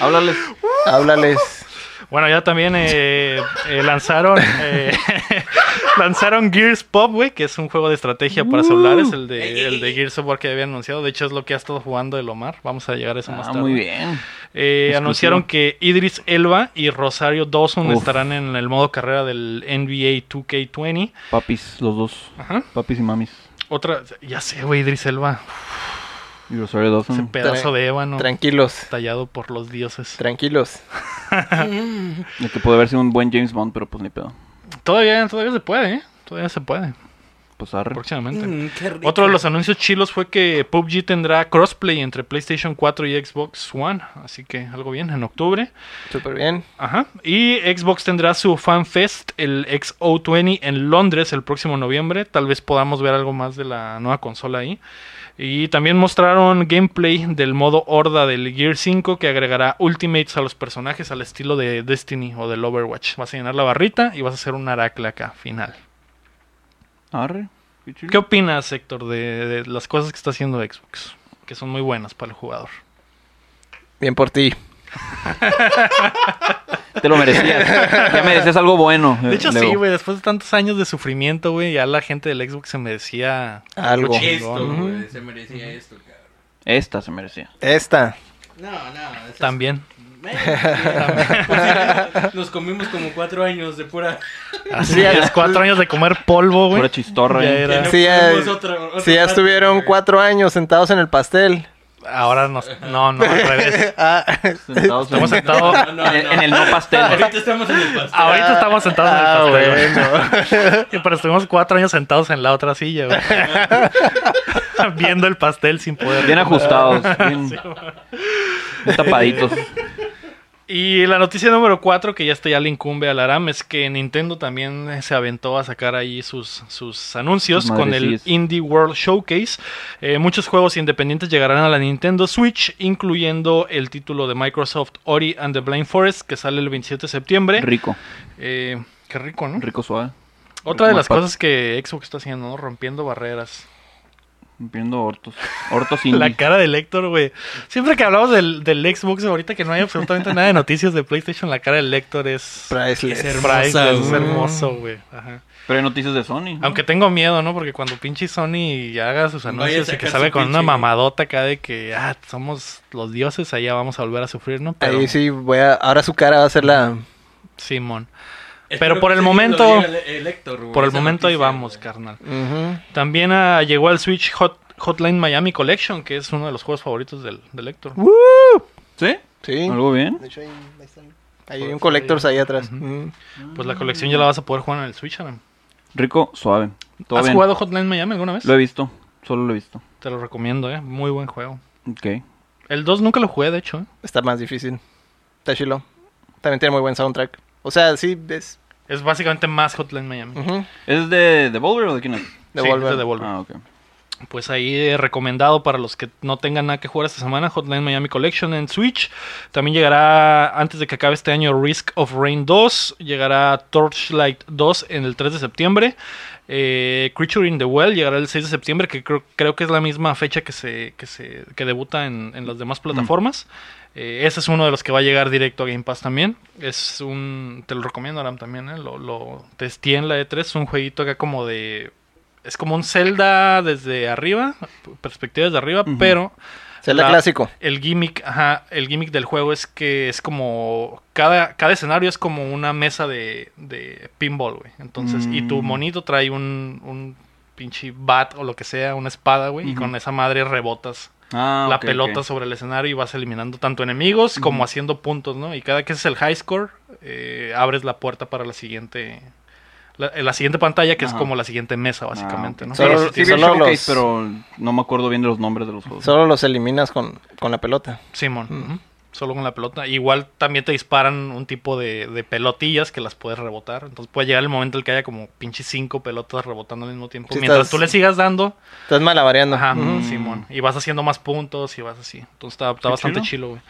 Speaker 3: Háblales.
Speaker 2: Háblales.
Speaker 1: bueno, ya también eh, eh, lanzaron eh, lanzaron Gears Pop, güey, que es un juego de estrategia para celulares, el de, el de Gears of War que habían anunciado. De hecho, es lo que ha estado jugando el Omar. Vamos a llegar a eso más
Speaker 3: Ah,
Speaker 1: tarde.
Speaker 3: muy bien.
Speaker 1: Eh,
Speaker 3: Exclusivo.
Speaker 1: anunciaron que Idris Elba y Rosario Dawson
Speaker 3: Uf.
Speaker 1: estarán en el modo carrera del NBA 2K20.
Speaker 3: Papis, los dos.
Speaker 1: Ajá.
Speaker 3: Papis y mamis.
Speaker 1: Otra, ya sé, güey, Idris Elba.
Speaker 3: Y Rosario
Speaker 1: Ese
Speaker 3: Dawson.
Speaker 1: pedazo de ébano
Speaker 2: Tranquilos.
Speaker 1: tallado por los dioses.
Speaker 2: Tranquilos.
Speaker 3: El que puede haber sido un buen James Bond, pero pues ni pedo.
Speaker 1: Todavía, todavía se puede, ¿eh? Todavía se puede,
Speaker 3: Pues arre.
Speaker 1: próximamente.
Speaker 4: Mm, qué rico.
Speaker 1: Otro de los anuncios chilos fue que PUBG tendrá crossplay entre PlayStation 4 y Xbox One. Así que algo bien, en octubre.
Speaker 2: Súper bien.
Speaker 1: Ajá. Y Xbox tendrá su Fan Fest, el XO20, en Londres el próximo noviembre. Tal vez podamos ver algo más de la nueva consola ahí. Y también mostraron gameplay del modo horda del Gear 5 que agregará ultimates a los personajes al estilo de Destiny o del Overwatch. Vas a llenar la barrita y vas a hacer un aracle acá, final.
Speaker 3: Arre. Qué chido.
Speaker 1: ¿Qué opinas, Héctor, de, de las cosas que está haciendo Xbox? Que son muy buenas para el jugador.
Speaker 2: Bien por ti.
Speaker 3: Te lo merecías. Ya merecías algo bueno. eh,
Speaker 1: De hecho,
Speaker 3: Lego.
Speaker 1: sí, güey. Después de tantos años de sufrimiento, güey, ya la gente del Xbox se merecía
Speaker 2: Algo.
Speaker 1: chingón.
Speaker 4: Esto, güey, se merecía esto, cabrón.
Speaker 3: Esta se merecía.
Speaker 2: Esta.
Speaker 4: No, no. eso es-
Speaker 1: También.
Speaker 4: Men, también. Nos comimos como cuatro años de pura...
Speaker 1: Así a los cuatro años de comer polvo, güey.
Speaker 3: Pura chistorra.
Speaker 1: Ya
Speaker 3: eh.
Speaker 1: era.
Speaker 2: Sí, ya,
Speaker 4: Tenemos otro- otro
Speaker 2: sí, ya
Speaker 4: plato,
Speaker 2: estuvieron
Speaker 4: güey.
Speaker 2: cuatro años sentados en el pastel.
Speaker 1: Ahora nos. No, no, al revés.
Speaker 2: Ah,
Speaker 3: Sentados
Speaker 1: Estamos
Speaker 3: en-
Speaker 1: sentados.
Speaker 4: No, no,
Speaker 3: en,
Speaker 4: no.
Speaker 3: en el no pastel.
Speaker 4: Ahorita estamos en el pastel.
Speaker 1: Ahorita estamos sentados
Speaker 2: ah,
Speaker 1: en el pastel, güey.
Speaker 2: bueno.
Speaker 1: Y Pero estuvimos cuatro años sentados en la otra silla, güey. Viendo el pastel sin poder.
Speaker 3: Bien ajustados. Bien, bien tapaditos.
Speaker 1: Y la noticia número 4, que ya está ya le incumbe al Aram, es que Nintendo también eh, se aventó a sacar ahí sus, sus anuncios
Speaker 3: Sus
Speaker 1: con el
Speaker 3: madrecillas.
Speaker 1: Indie World Showcase. Eh, muchos juegos independientes llegarán a la Nintendo Switch, incluyendo el título de Microsoft Ori and the Blind Forest, que sale el 27 de septiembre.
Speaker 3: Rico.
Speaker 1: Eh, qué rico, ¿no?
Speaker 3: Rico suave.
Speaker 1: Otra de las
Speaker 3: Mapato.
Speaker 1: cosas que Xbox está haciendo, ¿no? Rompiendo barreras.
Speaker 3: Viendo hortos. Hortos
Speaker 1: La
Speaker 3: indie.
Speaker 1: cara del Héctor, güey. Siempre que hablamos del, del Xbox, ahorita que no hay absolutamente nada de noticias de PlayStation, la cara del Héctor es...
Speaker 2: Priceless.
Speaker 1: Es
Speaker 4: hermosa,
Speaker 1: priceless, es
Speaker 4: güey.
Speaker 1: hermoso, güey. Ajá.
Speaker 3: Pero hay noticias de Sony. ¿no?
Speaker 1: Aunque tengo miedo, ¿no? Porque cuando pinche Sony ya haga sus
Speaker 4: Vaya a
Speaker 1: anuncios y
Speaker 4: sacar
Speaker 1: que
Speaker 4: su
Speaker 1: sale con una
Speaker 4: pinche-
Speaker 1: mamadota acá de que ah, somos los dioses, allá vamos a volver a sufrir, ¿no? Pero,
Speaker 2: Ahí sí voy a. Ahora su cara va a ser la.
Speaker 1: Simón.
Speaker 4: Espero
Speaker 1: Pero por
Speaker 4: que
Speaker 1: el
Speaker 4: ese
Speaker 1: momento-
Speaker 4: día lo diga el- el Héctor, güey,
Speaker 1: Por el
Speaker 4: esa
Speaker 1: momento ahí
Speaker 4: noticia,
Speaker 1: vamos,
Speaker 4: güey.
Speaker 1: carnal.
Speaker 2: Ujú.
Speaker 1: También ah, llegó al Switch Hot- Hotline Miami Collection, que es uno de los juegos favoritos del, del Héctor.
Speaker 3: ¿Sí?
Speaker 2: Sí.
Speaker 3: ¿Algo bien?
Speaker 2: De hecho, ahí, ahí están. Ahí hay un collectors ahí atrás. Mm. Ujú.
Speaker 1: Pues la colección ya la vas a poder jugar en el Switch, Aram.
Speaker 3: Rico suave. Todo
Speaker 1: ¿Has
Speaker 3: bien.
Speaker 1: jugado Hotline Miami alguna vez?
Speaker 3: Lo he visto. Solo lo he visto.
Speaker 1: Te lo recomiendo, ¿eh? Muy buen juego.
Speaker 3: Ok.
Speaker 1: El 2 nunca lo jugué, de hecho. ¿eh?
Speaker 2: Está más difícil. Está chilo. También tiene muy buen soundtrack. O sea, sí, es.
Speaker 1: Es básicamente más Hotline Miami.
Speaker 3: Mm.
Speaker 2: ujú,
Speaker 3: ¿Es de Devolver o de quién es?
Speaker 1: Sí, es de
Speaker 2: Devolver.
Speaker 1: Devolver.
Speaker 3: Ah, ok.
Speaker 1: Pues ahí eh, recomendado para los que no tengan nada que jugar esta semana, Hotline Miami Collection en Switch. También llegará antes de que acabe este año Risk of Rain 2. Llegará Torchlight 2 en el 3 de septiembre. Eh, Creature in the Well llegará el 6 de septiembre, que creo, creo que es la misma fecha que se, que se que debuta en, en las demás plataformas. Eh, ese es uno de los que va a llegar directo a Game Pass también. Es un. Te lo recomiendo, Aram, también. ¿eh? Lo, lo testé en la E3. Es un jueguito acá como de. Es como un Zelda desde arriba, perspectiva desde arriba,
Speaker 3: Ujú.
Speaker 1: pero
Speaker 2: Zelda
Speaker 1: La-
Speaker 2: clásico.
Speaker 1: el gimmick, ajá, el gimmick del juego es que es como cada, cada escenario es como una mesa de, de pinball, güey. Entonces, y tu
Speaker 3: Mm.
Speaker 1: monito trae un, un pinche bat o lo que sea, una espada, güey, y
Speaker 3: Ujú.
Speaker 1: con esa madre rebotas
Speaker 3: Ah,
Speaker 1: la
Speaker 3: ok, ok.
Speaker 1: pelota sobre el escenario y vas eliminando tanto enemigos como haciendo puntos, ¿no? Y cada que haces el high score, eh, abres la puerta para la siguiente la, eh, la siguiente pantalla que es
Speaker 3: Ajá.
Speaker 1: como la siguiente mesa básicamente,
Speaker 3: Ah, ok.
Speaker 1: ¿no?
Speaker 2: Solo-
Speaker 1: Pero sí
Speaker 3: Sí, vi
Speaker 1: tiene-
Speaker 3: el
Speaker 2: solo
Speaker 3: showcase,
Speaker 2: los-
Speaker 3: pero no me acuerdo bien de los nombres de los juegos.
Speaker 2: Pues Solo los eliminas con, con la pelota.
Speaker 1: Simón,
Speaker 2: Mm.
Speaker 1: ujú, solo con la pelota. Igual también te disparan un tipo de, de pelotillas que las puedes rebotar. Entonces puede llegar el momento en el que haya como pinche cinco pelotas rebotando al mismo tiempo.
Speaker 2: Sí,
Speaker 1: Mientras
Speaker 2: estás-
Speaker 1: tú le sigas dando,
Speaker 2: Estás malabareando.
Speaker 1: Ajá,
Speaker 2: Ujú.
Speaker 3: Mm.
Speaker 1: Simón. Y vas haciendo más puntos y vas así. Entonces está, está
Speaker 3: Qué
Speaker 1: bastante
Speaker 3: chido.
Speaker 1: chilo, güey.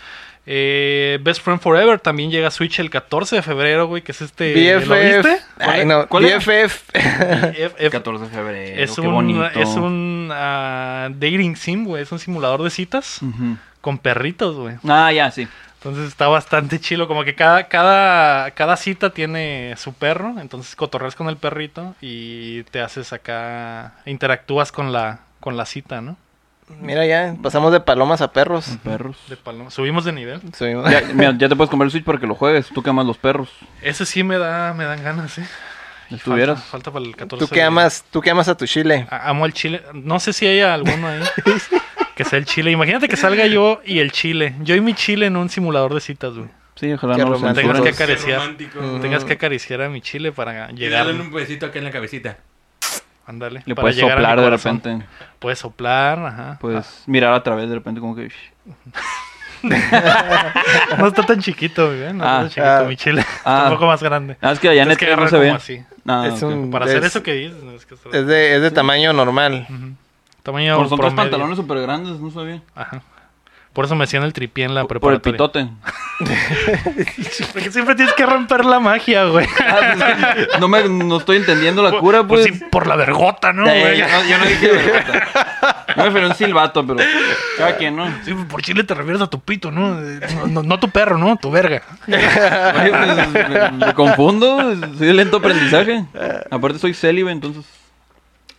Speaker 1: Eh, Best Friend Forever también llega a Switch el 14 de febrero, güey, que es este... ¿Lo viste?
Speaker 2: BFF. Ay, no.
Speaker 3: ¿Cuál era?
Speaker 2: BFF.
Speaker 1: F- F-
Speaker 3: 14 de febrero.
Speaker 1: es
Speaker 3: qué
Speaker 1: un,
Speaker 3: bonito.
Speaker 1: es un ah, dating sim, güey. Es un simulador de citas
Speaker 3: Ujú.
Speaker 1: con perritos, güey.
Speaker 3: Ah, ya, sí.
Speaker 1: Entonces está bastante chilo. Como que cada, cada, cada cita tiene su perro. Entonces cotorreas con el perrito y te haces acá... Interactúas con la, con la cita, ¿no?
Speaker 2: Mira ya, pasamos de palomas a perros.
Speaker 3: Perros.
Speaker 1: De paloma. Subimos de nivel.
Speaker 2: Subimos.
Speaker 3: Ya, mira, ya te puedes comprar el Switch para que lo juegues. Tú que amas los perros.
Speaker 1: Ese sí me da, me dan ganas, eh.
Speaker 3: Estuvieras.
Speaker 1: Falta, falta para el 14.
Speaker 2: ¿Tú que
Speaker 1: de-
Speaker 2: amas, tú que amas a tu chile.
Speaker 1: A- amo el chile. No sé si hay alguno ahí que sea el chile. Imagínate que salga yo y el chile. Yo y mi chile en un simulador de citas, güey.
Speaker 3: Sí, ojalá
Speaker 2: Qué
Speaker 3: no lo
Speaker 2: romántico.
Speaker 1: Tengas que
Speaker 3: censuras.
Speaker 4: Qué
Speaker 1: acariciar.
Speaker 4: romántico,
Speaker 2: Mm.
Speaker 4: güey.
Speaker 1: Tengas que acariciar a mi chile para
Speaker 4: Y
Speaker 1: llegar.
Speaker 4: darle un besito acá en la cabecita.
Speaker 1: Ándale.
Speaker 3: Le
Speaker 1: para
Speaker 3: puedes
Speaker 1: llegar a mi
Speaker 3: soplar de
Speaker 1: corazón.
Speaker 3: repente. Pues-
Speaker 1: Puedes soplar, ajá.
Speaker 3: Puedes mirar a través de repente como que...
Speaker 1: Ah, no está tan chiquito, güey. ¿eh? No
Speaker 3: Ah,
Speaker 1: está tan chiquito
Speaker 2: ah,
Speaker 1: mi chile.
Speaker 3: ah.
Speaker 1: está un poco más grande.
Speaker 3: Ah, es que allá en
Speaker 1: Tienes que
Speaker 3: E3 no
Speaker 1: agarrar
Speaker 3: se
Speaker 1: como
Speaker 3: ve.
Speaker 1: así.
Speaker 3: Ah,
Speaker 2: Es
Speaker 3: ok.
Speaker 2: un-
Speaker 1: Para
Speaker 2: Es-
Speaker 1: hacer eso que dices, no, es que está-
Speaker 2: Es de, es de tamaño normal.
Speaker 1: Ah, Ujú. Tamaño
Speaker 3: Como son tres
Speaker 1: promedio.
Speaker 3: pantalones súper grandes, no sabía.
Speaker 1: Ajá. Por eso me hacían el tripié en la
Speaker 3: Por el
Speaker 1: preparatoria.
Speaker 3: pitote.
Speaker 1: Porque siempre tienes que romper la magia, güey.
Speaker 3: Ah, pues es que no, me, no estoy entendiendo la cura, pues.
Speaker 1: sí, por la vergota, ¿no,
Speaker 3: Eh,
Speaker 1: güey?
Speaker 3: yo, no- yo no dije vergota. Yo me referí a un silbato, pero cada quien, ¿no?
Speaker 1: Sí, por Chile te refieres a tu pito, ¿no? Eh, No, no- no tu perro, ¿no? Tu verga.
Speaker 3: Oye, pues, me, me confundo, soy de lento aprendizaje. Aparte soy célibe, entonces...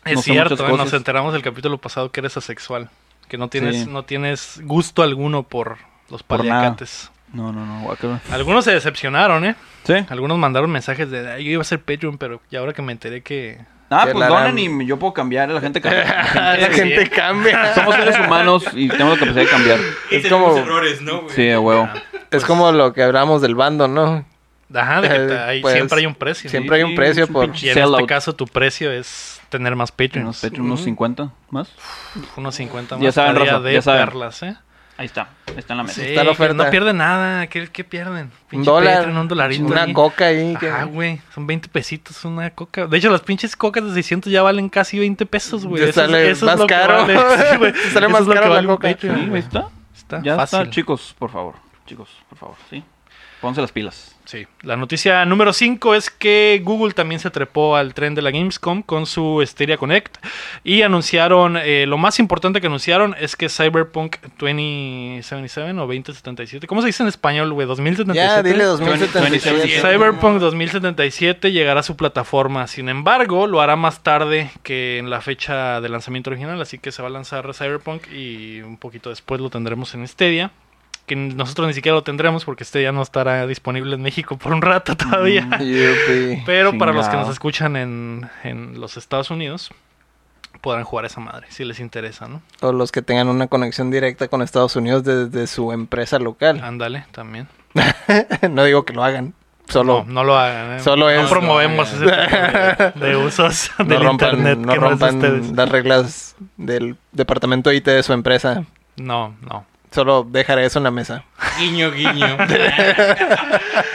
Speaker 1: Es
Speaker 3: No sé
Speaker 1: cierto,
Speaker 3: muchas
Speaker 1: eh, nos
Speaker 3: cosas.
Speaker 1: enteramos del capítulo pasado que eres asexual. Que no tienes,
Speaker 3: Sí.
Speaker 1: no tienes gusto alguno por los
Speaker 3: Por nada.
Speaker 1: paliacates.
Speaker 3: No, no, no, guácala.
Speaker 1: Algunos se decepcionaron, ¿eh?
Speaker 3: ¿Sí?
Speaker 1: Algunos mandaron mensajes de, "Ay, yo iba a ser Patreon, pero ya ahora que me enteré que...
Speaker 3: Ah,
Speaker 2: Que
Speaker 3: pues
Speaker 2: la
Speaker 3: donen
Speaker 2: harán.
Speaker 3: y yo puedo cambiar, la gente cambia.
Speaker 2: Ah, La
Speaker 1: Sí.
Speaker 2: gente cambia.
Speaker 3: Somos seres humanos y tenemos la capacidad de cambiar.
Speaker 4: Y
Speaker 2: Es
Speaker 4: tenemos
Speaker 2: como-
Speaker 4: errores, ¿no, güey?
Speaker 3: Sí, a huevo.
Speaker 1: pues,
Speaker 2: Es como lo que hablamos del bando, ¿no?
Speaker 1: Ajá, de que
Speaker 2: Eh,
Speaker 1: te- hay-
Speaker 2: pues,
Speaker 1: siempre hay un precio.
Speaker 2: siempre- hay un
Speaker 3: Sí,
Speaker 2: precio
Speaker 3: es un
Speaker 2: por-
Speaker 3: pinche
Speaker 1: Y en
Speaker 3: sellout.
Speaker 1: este caso tu precio es tener más
Speaker 3: Unos,
Speaker 1: Patreons.
Speaker 3: pecho, unos 50 más.
Speaker 1: Unos 50 más
Speaker 3: Ya saben,
Speaker 1: cada día
Speaker 3: raza,
Speaker 1: de
Speaker 3: ya saben.
Speaker 1: perlas, ¿eh?
Speaker 3: Ahí está, ahí está en la mesa.
Speaker 1: Sí,
Speaker 2: está
Speaker 1: que
Speaker 2: la oferta.
Speaker 1: no pierden nada. ¿Qué, qué pierden?
Speaker 2: Un
Speaker 1: Pinche
Speaker 2: dólar.
Speaker 1: Patreon, un dolarito.
Speaker 2: Una
Speaker 1: ahí.
Speaker 2: coca ahí. que-
Speaker 1: Ajá, güey. Son 20 pesitos una coca. De hecho, las pinches cocas de 600 ya valen casi 20 pesos, güey.
Speaker 2: Ya
Speaker 1: Eso es- eso
Speaker 2: sale
Speaker 1: es
Speaker 2: más
Speaker 1: lo que
Speaker 2: caro.
Speaker 1: vale. Sí, güey.
Speaker 2: Sale
Speaker 1: Eso
Speaker 2: más
Speaker 1: es lo que
Speaker 2: cara la
Speaker 1: vale un
Speaker 2: coca.
Speaker 3: Sí,
Speaker 1: Patreon,
Speaker 3: ahí
Speaker 1: güey.
Speaker 3: está.
Speaker 1: Está
Speaker 3: Ya
Speaker 1: fácil.
Speaker 3: está, chicos, por favor. Chicos, por favor, sí. Pónganse las pilas.
Speaker 1: Sí. La noticia número 5 es que Google también se trepó al tren de la Gamescom con su Stadia Connect y anunciaron, eh, lo más importante que anunciaron es que Cyberpunk 2077 o 2077, ¿cómo se dice en español, güey? 2077.
Speaker 2: Ya, dile
Speaker 4: Sí,
Speaker 2: 2077.
Speaker 1: Cyberpunk 2077 llegará a su plataforma, sin embargo, lo hará más tarde que en la fecha de lanzamiento original, así que se va a lanzar Cyberpunk y un poquito después lo tendremos en Stadia, que nosotros ni siquiera lo tendremos porque Stadia no estará disponible en México por un rato todavía.
Speaker 2: Mm, Yupi.
Speaker 1: Pero para los que
Speaker 3: Chingado.
Speaker 1: nos escuchan en, en los Estados Unidos, podrán jugar esa madre, si les interesa, ¿no?
Speaker 2: O los que tengan una conexión directa con Estados Unidos desde su empresa local.
Speaker 1: Ándale, también.
Speaker 2: no digo que lo hagan.
Speaker 1: No,
Speaker 2: Solo
Speaker 1: no lo hagan. ¿eh?
Speaker 2: Solo
Speaker 1: no
Speaker 2: es-
Speaker 1: promovemos ese tipo de, de usos
Speaker 2: no
Speaker 1: del
Speaker 2: rompan,
Speaker 1: internet
Speaker 2: no
Speaker 1: que no es de
Speaker 2: rompan
Speaker 1: ustedes.
Speaker 2: las reglas del departamento IT de su empresa.
Speaker 1: Ah. No, no.
Speaker 2: Solo dejaré eso en la mesa.
Speaker 4: Guiño, guiño.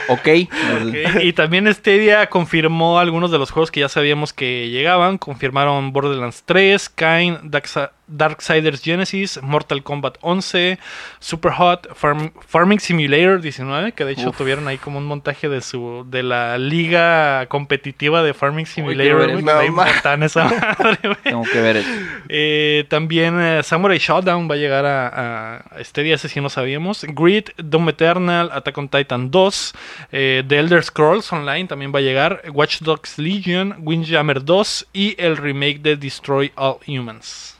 Speaker 3: Ok. Pues,
Speaker 1: Ok, Y también Stadia confirmó algunos de los juegos que ya sabíamos que llegaban. Confirmaron Borderlands 3, Kain, Darksa- Darksiders Genesis, Mortal Kombat 11, Superhot, Farm- Farming Simulator 19, que de hecho
Speaker 3: Uf.
Speaker 1: tuvieron ahí como un montaje de su de la liga competitiva de Farming
Speaker 3: quiero
Speaker 1: Simulator.
Speaker 3: ver
Speaker 1: güey, que
Speaker 2: eso.
Speaker 1: está
Speaker 2: No,
Speaker 1: bien
Speaker 2: ma-
Speaker 1: botana esa madre, güey.
Speaker 3: Tengo que ver eso.
Speaker 1: Eh, también eh, Samurai Showdown va a llegar a, a este día, ese sí no sabíamos. Grid, Doom Eternal, Attack on Titan 2, eh, The Elder Scrolls Online también va a llegar, Watch Dogs Legion, Windjammer 2 y el remake de Destroy All Humans.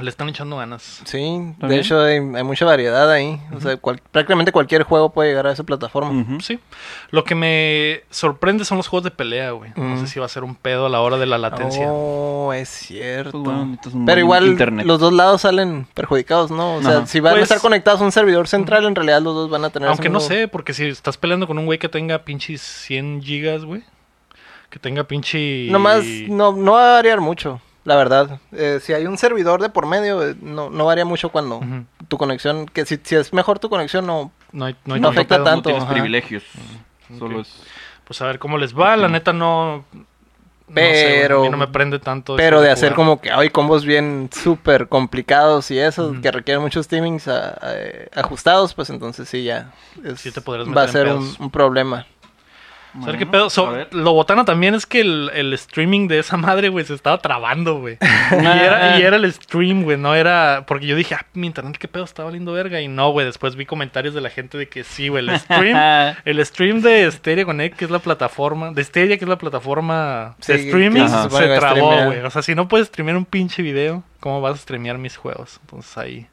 Speaker 1: Le están echando ganas.
Speaker 2: Sí,
Speaker 3: ¿Está
Speaker 2: de
Speaker 3: bien?
Speaker 2: hecho hay, hay mucha variedad ahí. O sea, cual- prácticamente cualquier juego puede llegar a esa plataforma.
Speaker 3: Ujú.
Speaker 1: Sí. Lo que me sorprende son los juegos de pelea, güey. No
Speaker 2: Mm.
Speaker 1: sé si va a ser un pedo a la hora de la latencia.
Speaker 2: Oh, es cierto.
Speaker 3: Pues bueno, necesitas un
Speaker 2: Pero
Speaker 3: buen
Speaker 2: igual
Speaker 3: internet.
Speaker 2: los dos lados salen perjudicados, ¿no? O sea,
Speaker 3: Ajá.
Speaker 2: si van
Speaker 1: Pues-
Speaker 2: a estar conectados a un servidor central, en realidad los dos van a tener...
Speaker 1: Aunque
Speaker 2: ese
Speaker 1: no
Speaker 2: mismo-
Speaker 1: sé, porque si estás peleando con un güey que tenga pinches 100 gigas, güey. Que tenga pinche...
Speaker 2: Nomás no, no va a variar mucho, la verdad. Eh, si hay un servidor de por medio, eh, no, no varía mucho cuando
Speaker 1: Ujú.
Speaker 2: tu conexión, que si, si es mejor tu conexión, no...
Speaker 1: No, hay, no, hay
Speaker 2: No
Speaker 1: tanto
Speaker 2: afecta
Speaker 1: pedo.
Speaker 2: tanto.
Speaker 3: Pues, no tienes
Speaker 2: ajá.
Speaker 3: privilegios. Solo es...
Speaker 1: Pues a ver cómo les va. La neta no. no sé,
Speaker 2: Pero-
Speaker 1: güey, a mí no me prende tanto. eso
Speaker 2: Pero de hacer
Speaker 1: jugar.
Speaker 2: como que hay combos bien súper complicados y eso,
Speaker 1: Ujú.
Speaker 2: que requieren muchos timings a- a- eh, ajustados, pues entonces sí, ya. es-
Speaker 1: Sí te podrías
Speaker 2: va a
Speaker 1: meter en
Speaker 2: ser un,
Speaker 1: pedos.
Speaker 2: un problema.
Speaker 1: ¿Sabes
Speaker 3: Bueno,
Speaker 1: qué pedo? So-
Speaker 3: a ver.
Speaker 1: lo botana también es que el, el streaming de esa madre, güey, se estaba trabando, güey. Y era, y
Speaker 2: Ah.
Speaker 1: era el stream, güey, no era. Porque yo dije, ah, mi internet, qué pedo, está valiendo verga. Y no, güey, después vi comentarios de la gente de que sí, güey, el stream. El stream de Stereo Connect, que es la plataforma, de Stadia, que es la plataforma de
Speaker 2: Sí,
Speaker 1: streaming,
Speaker 3: que se
Speaker 1: se
Speaker 2: supone que va a
Speaker 1: trabó,
Speaker 2: streamear.
Speaker 1: güey. O sea, si no puedes streamear un pinche video, ¿cómo vas a streamear mis juegos? Entonces ahí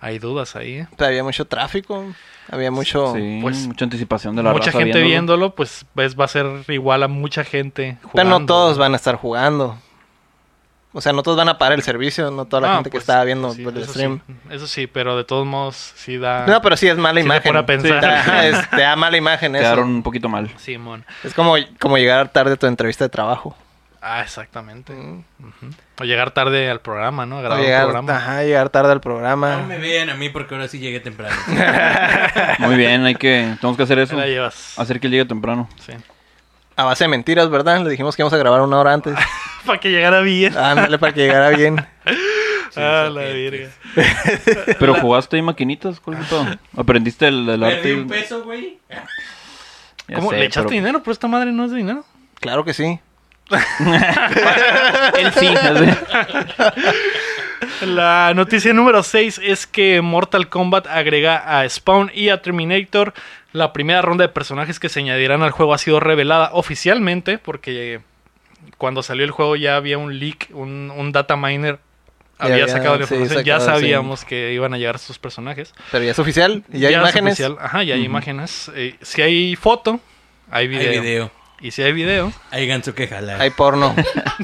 Speaker 1: hay dudas ahí, ¿eh?
Speaker 2: O sea, había mucho tráfico, había mucho...
Speaker 3: Sí,
Speaker 1: pues,
Speaker 3: mucha anticipación de la
Speaker 1: Mucha
Speaker 3: raza
Speaker 1: gente
Speaker 3: viéndolo.
Speaker 1: viéndolo, pues ves, va a ser igual a mucha gente jugando.
Speaker 2: Pero no todos van a estar jugando. O sea, no todos van a parar el servicio, no toda la
Speaker 1: Ah,
Speaker 2: gente
Speaker 1: pues,
Speaker 2: que estaba viendo
Speaker 1: sí,
Speaker 2: el
Speaker 1: eso
Speaker 2: stream. Ah,
Speaker 1: sí, eso sí, pero de todos modos sí da...
Speaker 2: No, pero sí es mala
Speaker 1: sí
Speaker 2: imagen.
Speaker 1: Me pone a pensar.
Speaker 2: Te da- es- te da mala imagen eso.
Speaker 3: Quedaron un poquito mal.
Speaker 1: Simón.
Speaker 2: Es como, como llegar tarde a tu entrevista de trabajo.
Speaker 1: Ah, exactamente. Ujú. O llegar tarde al programa, ¿no? A
Speaker 2: Mm. O
Speaker 1: grabar un
Speaker 2: llegar,
Speaker 1: programa.
Speaker 2: ajá, llegar tarde al programa.
Speaker 4: No me vean a mí porque ahora sí llegué temprano.
Speaker 3: Muy bien, hay que... Tenemos que hacer eso.
Speaker 1: Ahí la llevas.
Speaker 3: Hacer que llegue temprano.
Speaker 1: Sí.
Speaker 2: A base de mentiras, ¿verdad? Le dijimos que íbamos a grabar una hora antes.
Speaker 1: Para que llegara bien.
Speaker 2: Ándale para que llegara bien.
Speaker 1: Ah, la virga.
Speaker 3: Pero jugaste ahí maquinitas, ¿cuál fue todo? Aprendiste el, el arte.
Speaker 4: Perdí un peso, güey.
Speaker 3: Ya
Speaker 1: ¿Cómo?
Speaker 3: sé,
Speaker 1: ¿Le echaste
Speaker 3: pero-
Speaker 1: dinero? Pero esta madre no es de dinero.
Speaker 2: Claro que sí.
Speaker 3: Él sí. así.
Speaker 1: La noticia número 6 es que Mortal Kombat agrega a Spawn y a Terminator. La primera ronda de personajes que se añadirán al juego ha sido revelada oficialmente porque eh, cuando salió el juego ya había un leak, un, un data miner
Speaker 2: Ya
Speaker 1: había
Speaker 2: había-
Speaker 1: sacado la
Speaker 2: sí,
Speaker 1: información. ya
Speaker 2: sacado, sí.
Speaker 1: sabíamos que iban a llegar sus personajes.
Speaker 2: Pero ya es oficial. Y ya hay
Speaker 1: es
Speaker 2: imágenes.
Speaker 1: oficial. Ajá, ya hay
Speaker 3: Ujú.
Speaker 1: imágenes. Eh, si hay foto, hay video.
Speaker 4: Hay video.
Speaker 1: Y si hay video,
Speaker 4: Hay ganso que jalar.
Speaker 2: Hay porno.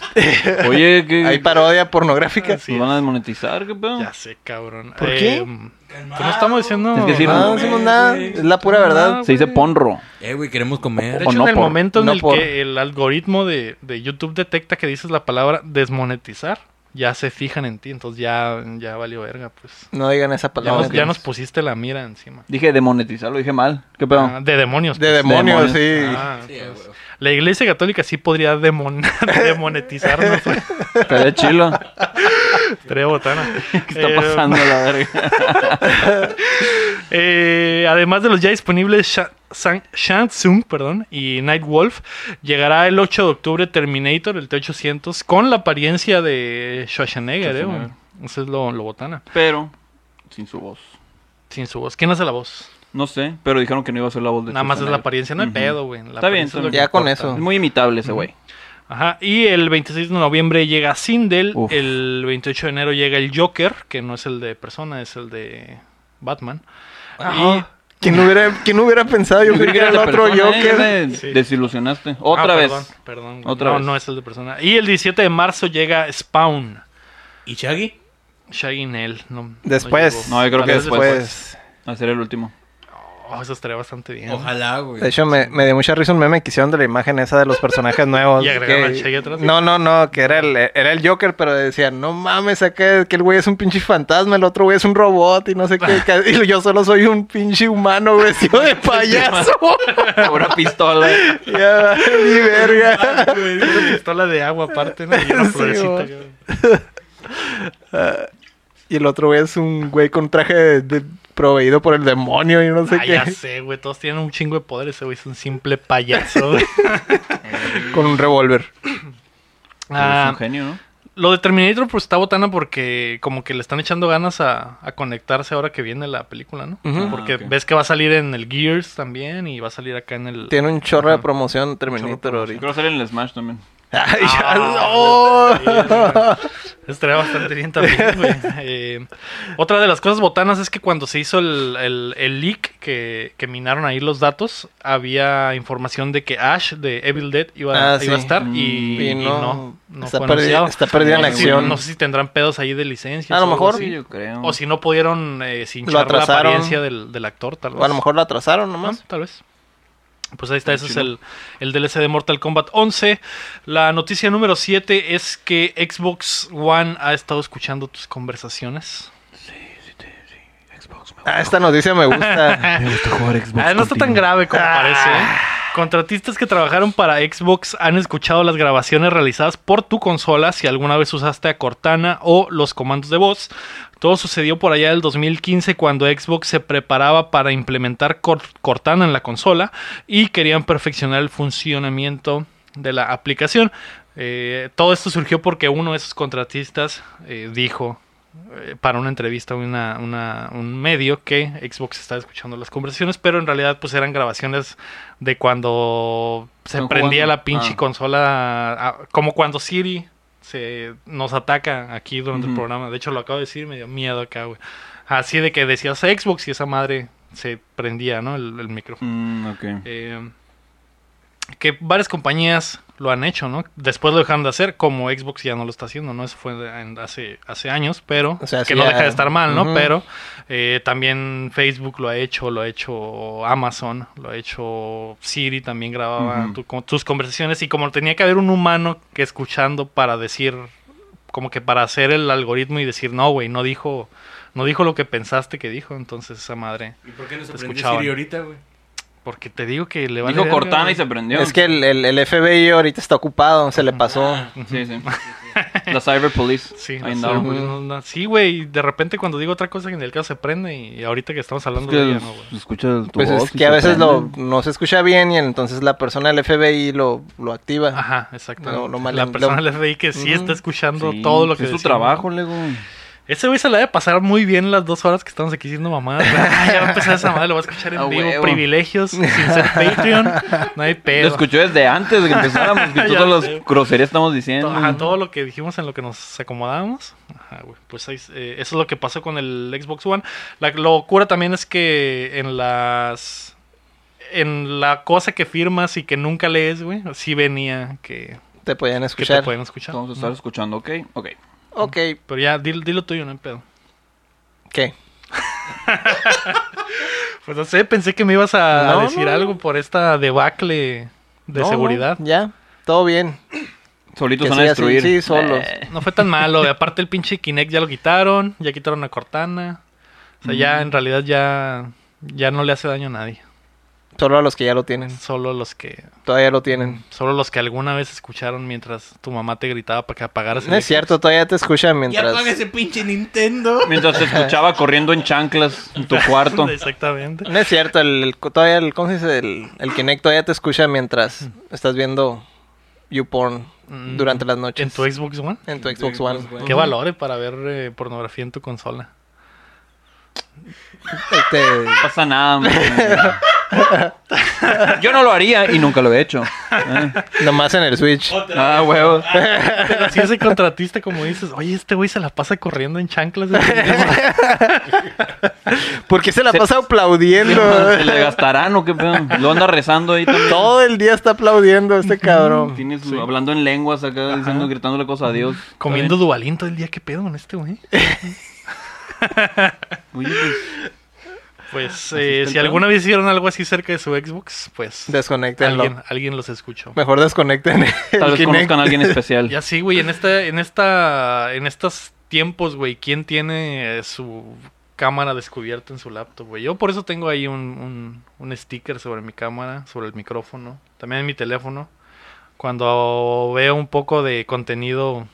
Speaker 3: Oye, ¿qué?
Speaker 2: hay parodia pornográfica.
Speaker 1: sí.
Speaker 3: ¿Nos van a desmonetizar? ¿Qué pedo?
Speaker 1: ya sé, cabrón. Em,
Speaker 2: Ah. ¿Por qué?
Speaker 1: Que no Pues estamos diciendo...
Speaker 3: Es que sí,
Speaker 2: No, no hacemos nada. Es la pura verdad.
Speaker 3: Se dice ponro.
Speaker 4: Eh, güey, queremos
Speaker 1: De
Speaker 4: comer.
Speaker 3: O
Speaker 1: hecho,
Speaker 3: no
Speaker 1: en el
Speaker 3: por-
Speaker 1: momento en
Speaker 2: no
Speaker 1: el
Speaker 2: por-
Speaker 1: que el algoritmo de, de YouTube detecta que dices la palabra desmonetizar, ya se fijan en ti, entonces ya, ya valió verga, pues.
Speaker 2: No digan esa
Speaker 1: Ya,
Speaker 2: palabra.
Speaker 1: nos,
Speaker 3: pues.
Speaker 1: ya nos pusiste la mira encima.
Speaker 3: Dije demonetizar, lo dije mal. ¿Qué pedo?
Speaker 1: Ah, de demonios.
Speaker 2: De
Speaker 1: pues.
Speaker 2: demonios,
Speaker 3: demonios.
Speaker 2: sí.
Speaker 1: Ah,
Speaker 4: Sí,
Speaker 1: entonces,
Speaker 4: güey.
Speaker 1: la iglesia católica sí podría demon- demonetizarnos. güey.
Speaker 3: Estaría chilo.
Speaker 1: Estaría botana.
Speaker 3: ¿Qué está
Speaker 1: Eh,
Speaker 3: pasando la verga?
Speaker 1: Eh, además de los ya disponibles Sha- San- Shang Tsung perdón, y Nightwolf, llegará el 8 de octubre Terminator, el T-800, con la apariencia de Schwarzenegger. eh,
Speaker 3: Schwarzenegger.
Speaker 1: Eso es lo, lo botana.
Speaker 3: Pero, sin su voz.
Speaker 1: Sin su voz. ¿Quién hace la voz?
Speaker 3: No sé, pero dijeron que no iba a ser la voz de
Speaker 1: Nada más es la
Speaker 3: Schwarzenegger.
Speaker 1: apariencia, no hay
Speaker 3: Ujú.
Speaker 1: pedo, güey. La
Speaker 3: Está bien,
Speaker 1: apariencia es lo que
Speaker 2: ya con
Speaker 1: importa.
Speaker 2: eso.
Speaker 3: Es muy imitable ese güey.
Speaker 1: Ajá, y el 26 de noviembre llega Sindel,
Speaker 3: Uf.
Speaker 1: el 28 de enero llega el Joker, que no es el de persona, es el de Batman.
Speaker 2: Ah, ¿Quién hubiera, quién hubiera pensado? Yo creo que era el otro
Speaker 3: Joker.
Speaker 2: Joker.
Speaker 1: Sí.
Speaker 3: eh, Desilusionaste. Otra
Speaker 1: Ah,
Speaker 3: vez.
Speaker 1: Perdón, perdón, güey.
Speaker 3: Otra
Speaker 1: no,
Speaker 3: vez.
Speaker 1: no es el de persona. Y el 17 de marzo llega Spawn.
Speaker 4: ¿Y Shaggy?
Speaker 1: Shaggy Nell. No, no
Speaker 2: Después.
Speaker 1: llegó.
Speaker 3: No, yo creo
Speaker 1: Tal
Speaker 3: que
Speaker 1: vez
Speaker 2: después. pues.
Speaker 3: A ser Ah, el último.
Speaker 1: Oh, eso estaría bastante bien.
Speaker 4: Ojalá, güey.
Speaker 1: Pues,
Speaker 2: De hecho, me, me dio mucha risa un meme que hicieron de la imagen esa de los personajes nuevos.
Speaker 1: Y agregaron
Speaker 2: que-
Speaker 1: al Shaggy atrás.
Speaker 2: No, no, no, que era el, era el Joker, pero decían, no mames, acá que el güey es un pinche fantasma, el otro güey es un robot y no sé qué. que- y yo solo soy un pinche humano vestido de payaso.
Speaker 3: Una pistola.
Speaker 2: ya, mi verga.
Speaker 1: Una pistola de agua aparte, ¿no? Y una
Speaker 2: Sí,
Speaker 1: florecita,
Speaker 2: güey.
Speaker 1: cabrón.
Speaker 2: Y el otro güey es un güey con traje de- de- proveído por el demonio y no sé
Speaker 1: Ah,
Speaker 2: qué.
Speaker 1: ya sé, güey. Todos tienen un chingo de poder. Ese güey es un simple payaso. güey.
Speaker 2: Con un revólver.
Speaker 3: Es
Speaker 1: Ah,
Speaker 3: un genio, ¿no?
Speaker 1: lo de Terminator, pues está botana porque como que le están echando ganas a, a conectarse ahora que viene la película, ¿no?
Speaker 2: Ujú.
Speaker 1: Porque
Speaker 3: Ah, ok.
Speaker 1: ves que va a salir en el Gears también y va a salir acá en el...
Speaker 2: Tiene un chorro de promoción Terminator
Speaker 3: Creo
Speaker 2: ahorita.
Speaker 3: que va a ser en el Smash también.
Speaker 2: Ay, ya,
Speaker 1: Ah,
Speaker 2: no.
Speaker 1: sí, güey. Estaría bastante bien también, güey. Eh, otra de las cosas botanas es que cuando se hizo el, el- el leak que, que minaron ahí los datos, había información de que Ash de Evil Dead iba,
Speaker 2: Ah, sí.
Speaker 1: iba a estar
Speaker 3: Mm.
Speaker 1: y,
Speaker 2: Y
Speaker 1: y
Speaker 2: no,
Speaker 1: no, no,
Speaker 2: está,
Speaker 1: fue
Speaker 2: perdida,
Speaker 1: anunciado.
Speaker 2: está perdida en
Speaker 1: No
Speaker 2: la
Speaker 1: sé si-
Speaker 2: acción.
Speaker 1: no sé si tendrán pedos ahí de licencia.
Speaker 2: A lo mejor.
Speaker 3: Sí, yo creo.
Speaker 1: O si no pudieron eh, cinchar la
Speaker 2: atrasaron.
Speaker 1: apariencia del, del actor, tal vez.
Speaker 2: O a lo mejor la atrasaron
Speaker 1: Ah,
Speaker 2: nomás.
Speaker 1: tal vez. Pues ahí está,
Speaker 3: Muy
Speaker 1: ese es
Speaker 3: chido.
Speaker 1: el, el DLC de Mortal Kombat 11. La noticia número 7 es que Xbox One ha estado escuchando tus conversaciones.
Speaker 2: Ah, esta noticia me gusta.
Speaker 3: Me gusta jugar Xbox.
Speaker 1: Ah, no está tan grave como parece. ¿eh? Contratistas que trabajaron para Xbox han escuchado las grabaciones realizadas por tu consola si alguna vez usaste a Cortana o los comandos de voz. Todo sucedió por allá del 2015 cuando Xbox se preparaba para implementar Cor- Cortana en la consola y querían perfeccionar el funcionamiento de la aplicación. Eh, todo esto surgió porque uno de esos contratistas eh, dijo eh, para una entrevista a una, una- un medio que Xbox estaba escuchando las conversaciones, pero en realidad pues eran grabaciones de cuando se
Speaker 3: Están
Speaker 1: prendía
Speaker 3: jugando.
Speaker 1: la pinche
Speaker 3: Ah.
Speaker 1: consola, ah, como cuando Siri se nos ataca aquí durante el
Speaker 3: Ujú.
Speaker 1: programa. De hecho lo acabo de decir, y me dio miedo acá, güey. Así de que decías Xbox y esa madre se prendía, ¿no? El, el micrófono.
Speaker 3: Mm, ok.
Speaker 1: Eh, que varias compañías lo han hecho, ¿no? Después lo dejaron de hacer, como Xbox ya no lo está haciendo, ¿no? Eso fue de- en- hace, hace años, pero
Speaker 2: O sea,
Speaker 1: que
Speaker 2: sí
Speaker 1: no
Speaker 2: ya-
Speaker 1: deja de estar mal, ¿no?
Speaker 2: Ujú.
Speaker 1: Pero eh, también Facebook lo ha hecho, lo ha hecho Amazon, lo ha hecho Siri, también grababa
Speaker 3: Ujú.
Speaker 1: tu- con- tus conversaciones y como tenía que haber un humano que escuchando para decir, como que para hacer el algoritmo y decir, no, güey, no dijo, no dijo lo que pensaste que dijo, entonces esa madre,
Speaker 4: ¿Y por qué no se
Speaker 1: Te
Speaker 4: prendió
Speaker 1: escuchaban.
Speaker 4: Siri ahorita, güey?
Speaker 1: porque te digo que le va
Speaker 3: Dijo Cortana y se prendió.
Speaker 1: Ah,
Speaker 2: es que el, el- el FBI ahorita está ocupado, se le pasó.
Speaker 3: Sí, sí. La Cyber Police.
Speaker 1: Sí,
Speaker 3: I
Speaker 1: no sé,
Speaker 3: know.
Speaker 1: güey, no, no. Sí, güey, de repente cuando digo otra cosa que en el caso se prende y ahorita que estamos
Speaker 3: Es
Speaker 1: hablando
Speaker 3: que
Speaker 1: de ella,
Speaker 3: es-
Speaker 1: no, güey.
Speaker 3: escucha tu
Speaker 2: Pues
Speaker 3: voz
Speaker 2: es
Speaker 3: y
Speaker 2: que a
Speaker 3: se
Speaker 2: veces lo,
Speaker 3: prende.
Speaker 2: no se escucha bien y entonces la persona del FBI lo, lo activa.
Speaker 1: Ajá, exacto.
Speaker 2: No, no mal-
Speaker 1: la persona
Speaker 2: no-
Speaker 1: del FBI que sí
Speaker 2: Ujú.
Speaker 1: está escuchando
Speaker 3: Sí,
Speaker 1: todo lo que
Speaker 3: Es su
Speaker 1: decimos.
Speaker 3: trabajo, Lego.
Speaker 1: Ese güey se la debe pasar muy bien las dos horas que estamos aquí diciendo mamá. ya va a empezar esa madre, lo va a escuchar en
Speaker 3: A
Speaker 1: vivo.
Speaker 3: huevo.
Speaker 1: Privilegios, sin ser Patreon. No hay
Speaker 3: Lo
Speaker 1: pedo.
Speaker 3: escuchó desde antes de que empezáramos. Que
Speaker 1: Ya
Speaker 3: todas
Speaker 1: sé.
Speaker 3: las groserías estamos diciendo.
Speaker 1: Ajá, todo lo que dijimos en lo que nos acomodábamos. Ajá, güey. Pues ahí es- eh, eso es lo que pasó con el Xbox One. La locura también es que en las. En la cosa que firmas y que nunca lees, güey, sí venía que,
Speaker 2: Te podían
Speaker 1: que te
Speaker 2: escuchar.
Speaker 1: pueden escuchar.
Speaker 3: Vamos a estar escuchando, ok. Ok.
Speaker 2: Ok,
Speaker 1: Pero ya, dilo, dilo tuyo, no hay pedo.
Speaker 2: ¿qué?
Speaker 1: Pues no sé, pensé que me ibas a
Speaker 2: No,
Speaker 1: decir
Speaker 2: no, no.
Speaker 1: algo por esta debacle de
Speaker 2: No, no,
Speaker 1: seguridad. No.
Speaker 2: Ya, todo bien.
Speaker 3: Solitos
Speaker 2: Que
Speaker 3: van a
Speaker 2: siga así,
Speaker 3: destruir.
Speaker 2: sí, solos.
Speaker 3: Eh,
Speaker 1: fue tan malo. Aparte el pinche Kinect ya lo quitaron, ya quitaron a Cortana. O sea,
Speaker 2: Mm.
Speaker 1: ya en realidad ya, ya no le hace daño a nadie.
Speaker 2: Solo a los que ya lo tienen.
Speaker 1: Solo los que,
Speaker 2: Todavía lo tienen.
Speaker 1: solo los que alguna vez escucharon mientras tu mamá te gritaba para que apagaras el
Speaker 2: No es cierto, todavía te escuchan
Speaker 4: Ya
Speaker 2: mientras.
Speaker 4: paga ese pinche Nintendo.
Speaker 3: Mientras te escuchaba corriendo en chanclas en tu cuarto.
Speaker 1: Exactamente.
Speaker 2: No es cierto, el, el- todavía el, ¿cómo se dice? El, el Kinect todavía te escucha mientras estás viendo YouPorn
Speaker 1: Mm.
Speaker 2: durante las noches.
Speaker 1: En tu Xbox One.
Speaker 2: En tu
Speaker 4: En tu
Speaker 2: Xbox
Speaker 4: Xbox
Speaker 2: One.
Speaker 4: One.
Speaker 1: Qué valores para ver eh, pornografía en tu consola.
Speaker 2: Este,
Speaker 3: No pasa nada. man. Yo no lo haría y nunca lo he hecho. Eh,
Speaker 2: nomás en el Switch.
Speaker 4: Otra.
Speaker 3: Ah, huevo.
Speaker 1: Pero si ese contratista, como dices, oye, este güey se la pasa corriendo en chanclas. de-
Speaker 2: Porque se la pasa aplaudiendo.
Speaker 3: ¿Se le gastarán o qué pedo? Lo anda rezando ahí también.
Speaker 2: Todo el día está aplaudiendo este cabrón.
Speaker 3: Tiene su- hablando en lenguas acá, diciendo, gritándole cosas a Dios.
Speaker 1: Comiendo dubalín todo el día, qué pedo con este güey.
Speaker 3: Oye, pues,
Speaker 1: Pues
Speaker 3: está
Speaker 1: eh,
Speaker 3: el
Speaker 1: si
Speaker 3: pedo.
Speaker 1: alguna vez hicieron algo así cerca de su Xbox, pues
Speaker 2: Desconéctenlo.
Speaker 1: alguien, alguien los escuchó.
Speaker 2: Mejor desconecten. el
Speaker 3: tal vez
Speaker 2: Kinect.
Speaker 3: conozcan a alguien especial.
Speaker 1: Ya sí, güey, en esta, en esta, en estos tiempos, güey, ¿quién tiene eh, su cámara descubierta en su laptop, güey? Yo por eso tengo ahí un, un, un sticker sobre mi cámara, sobre el micrófono, también en mi teléfono. Cuando veo un poco de contenido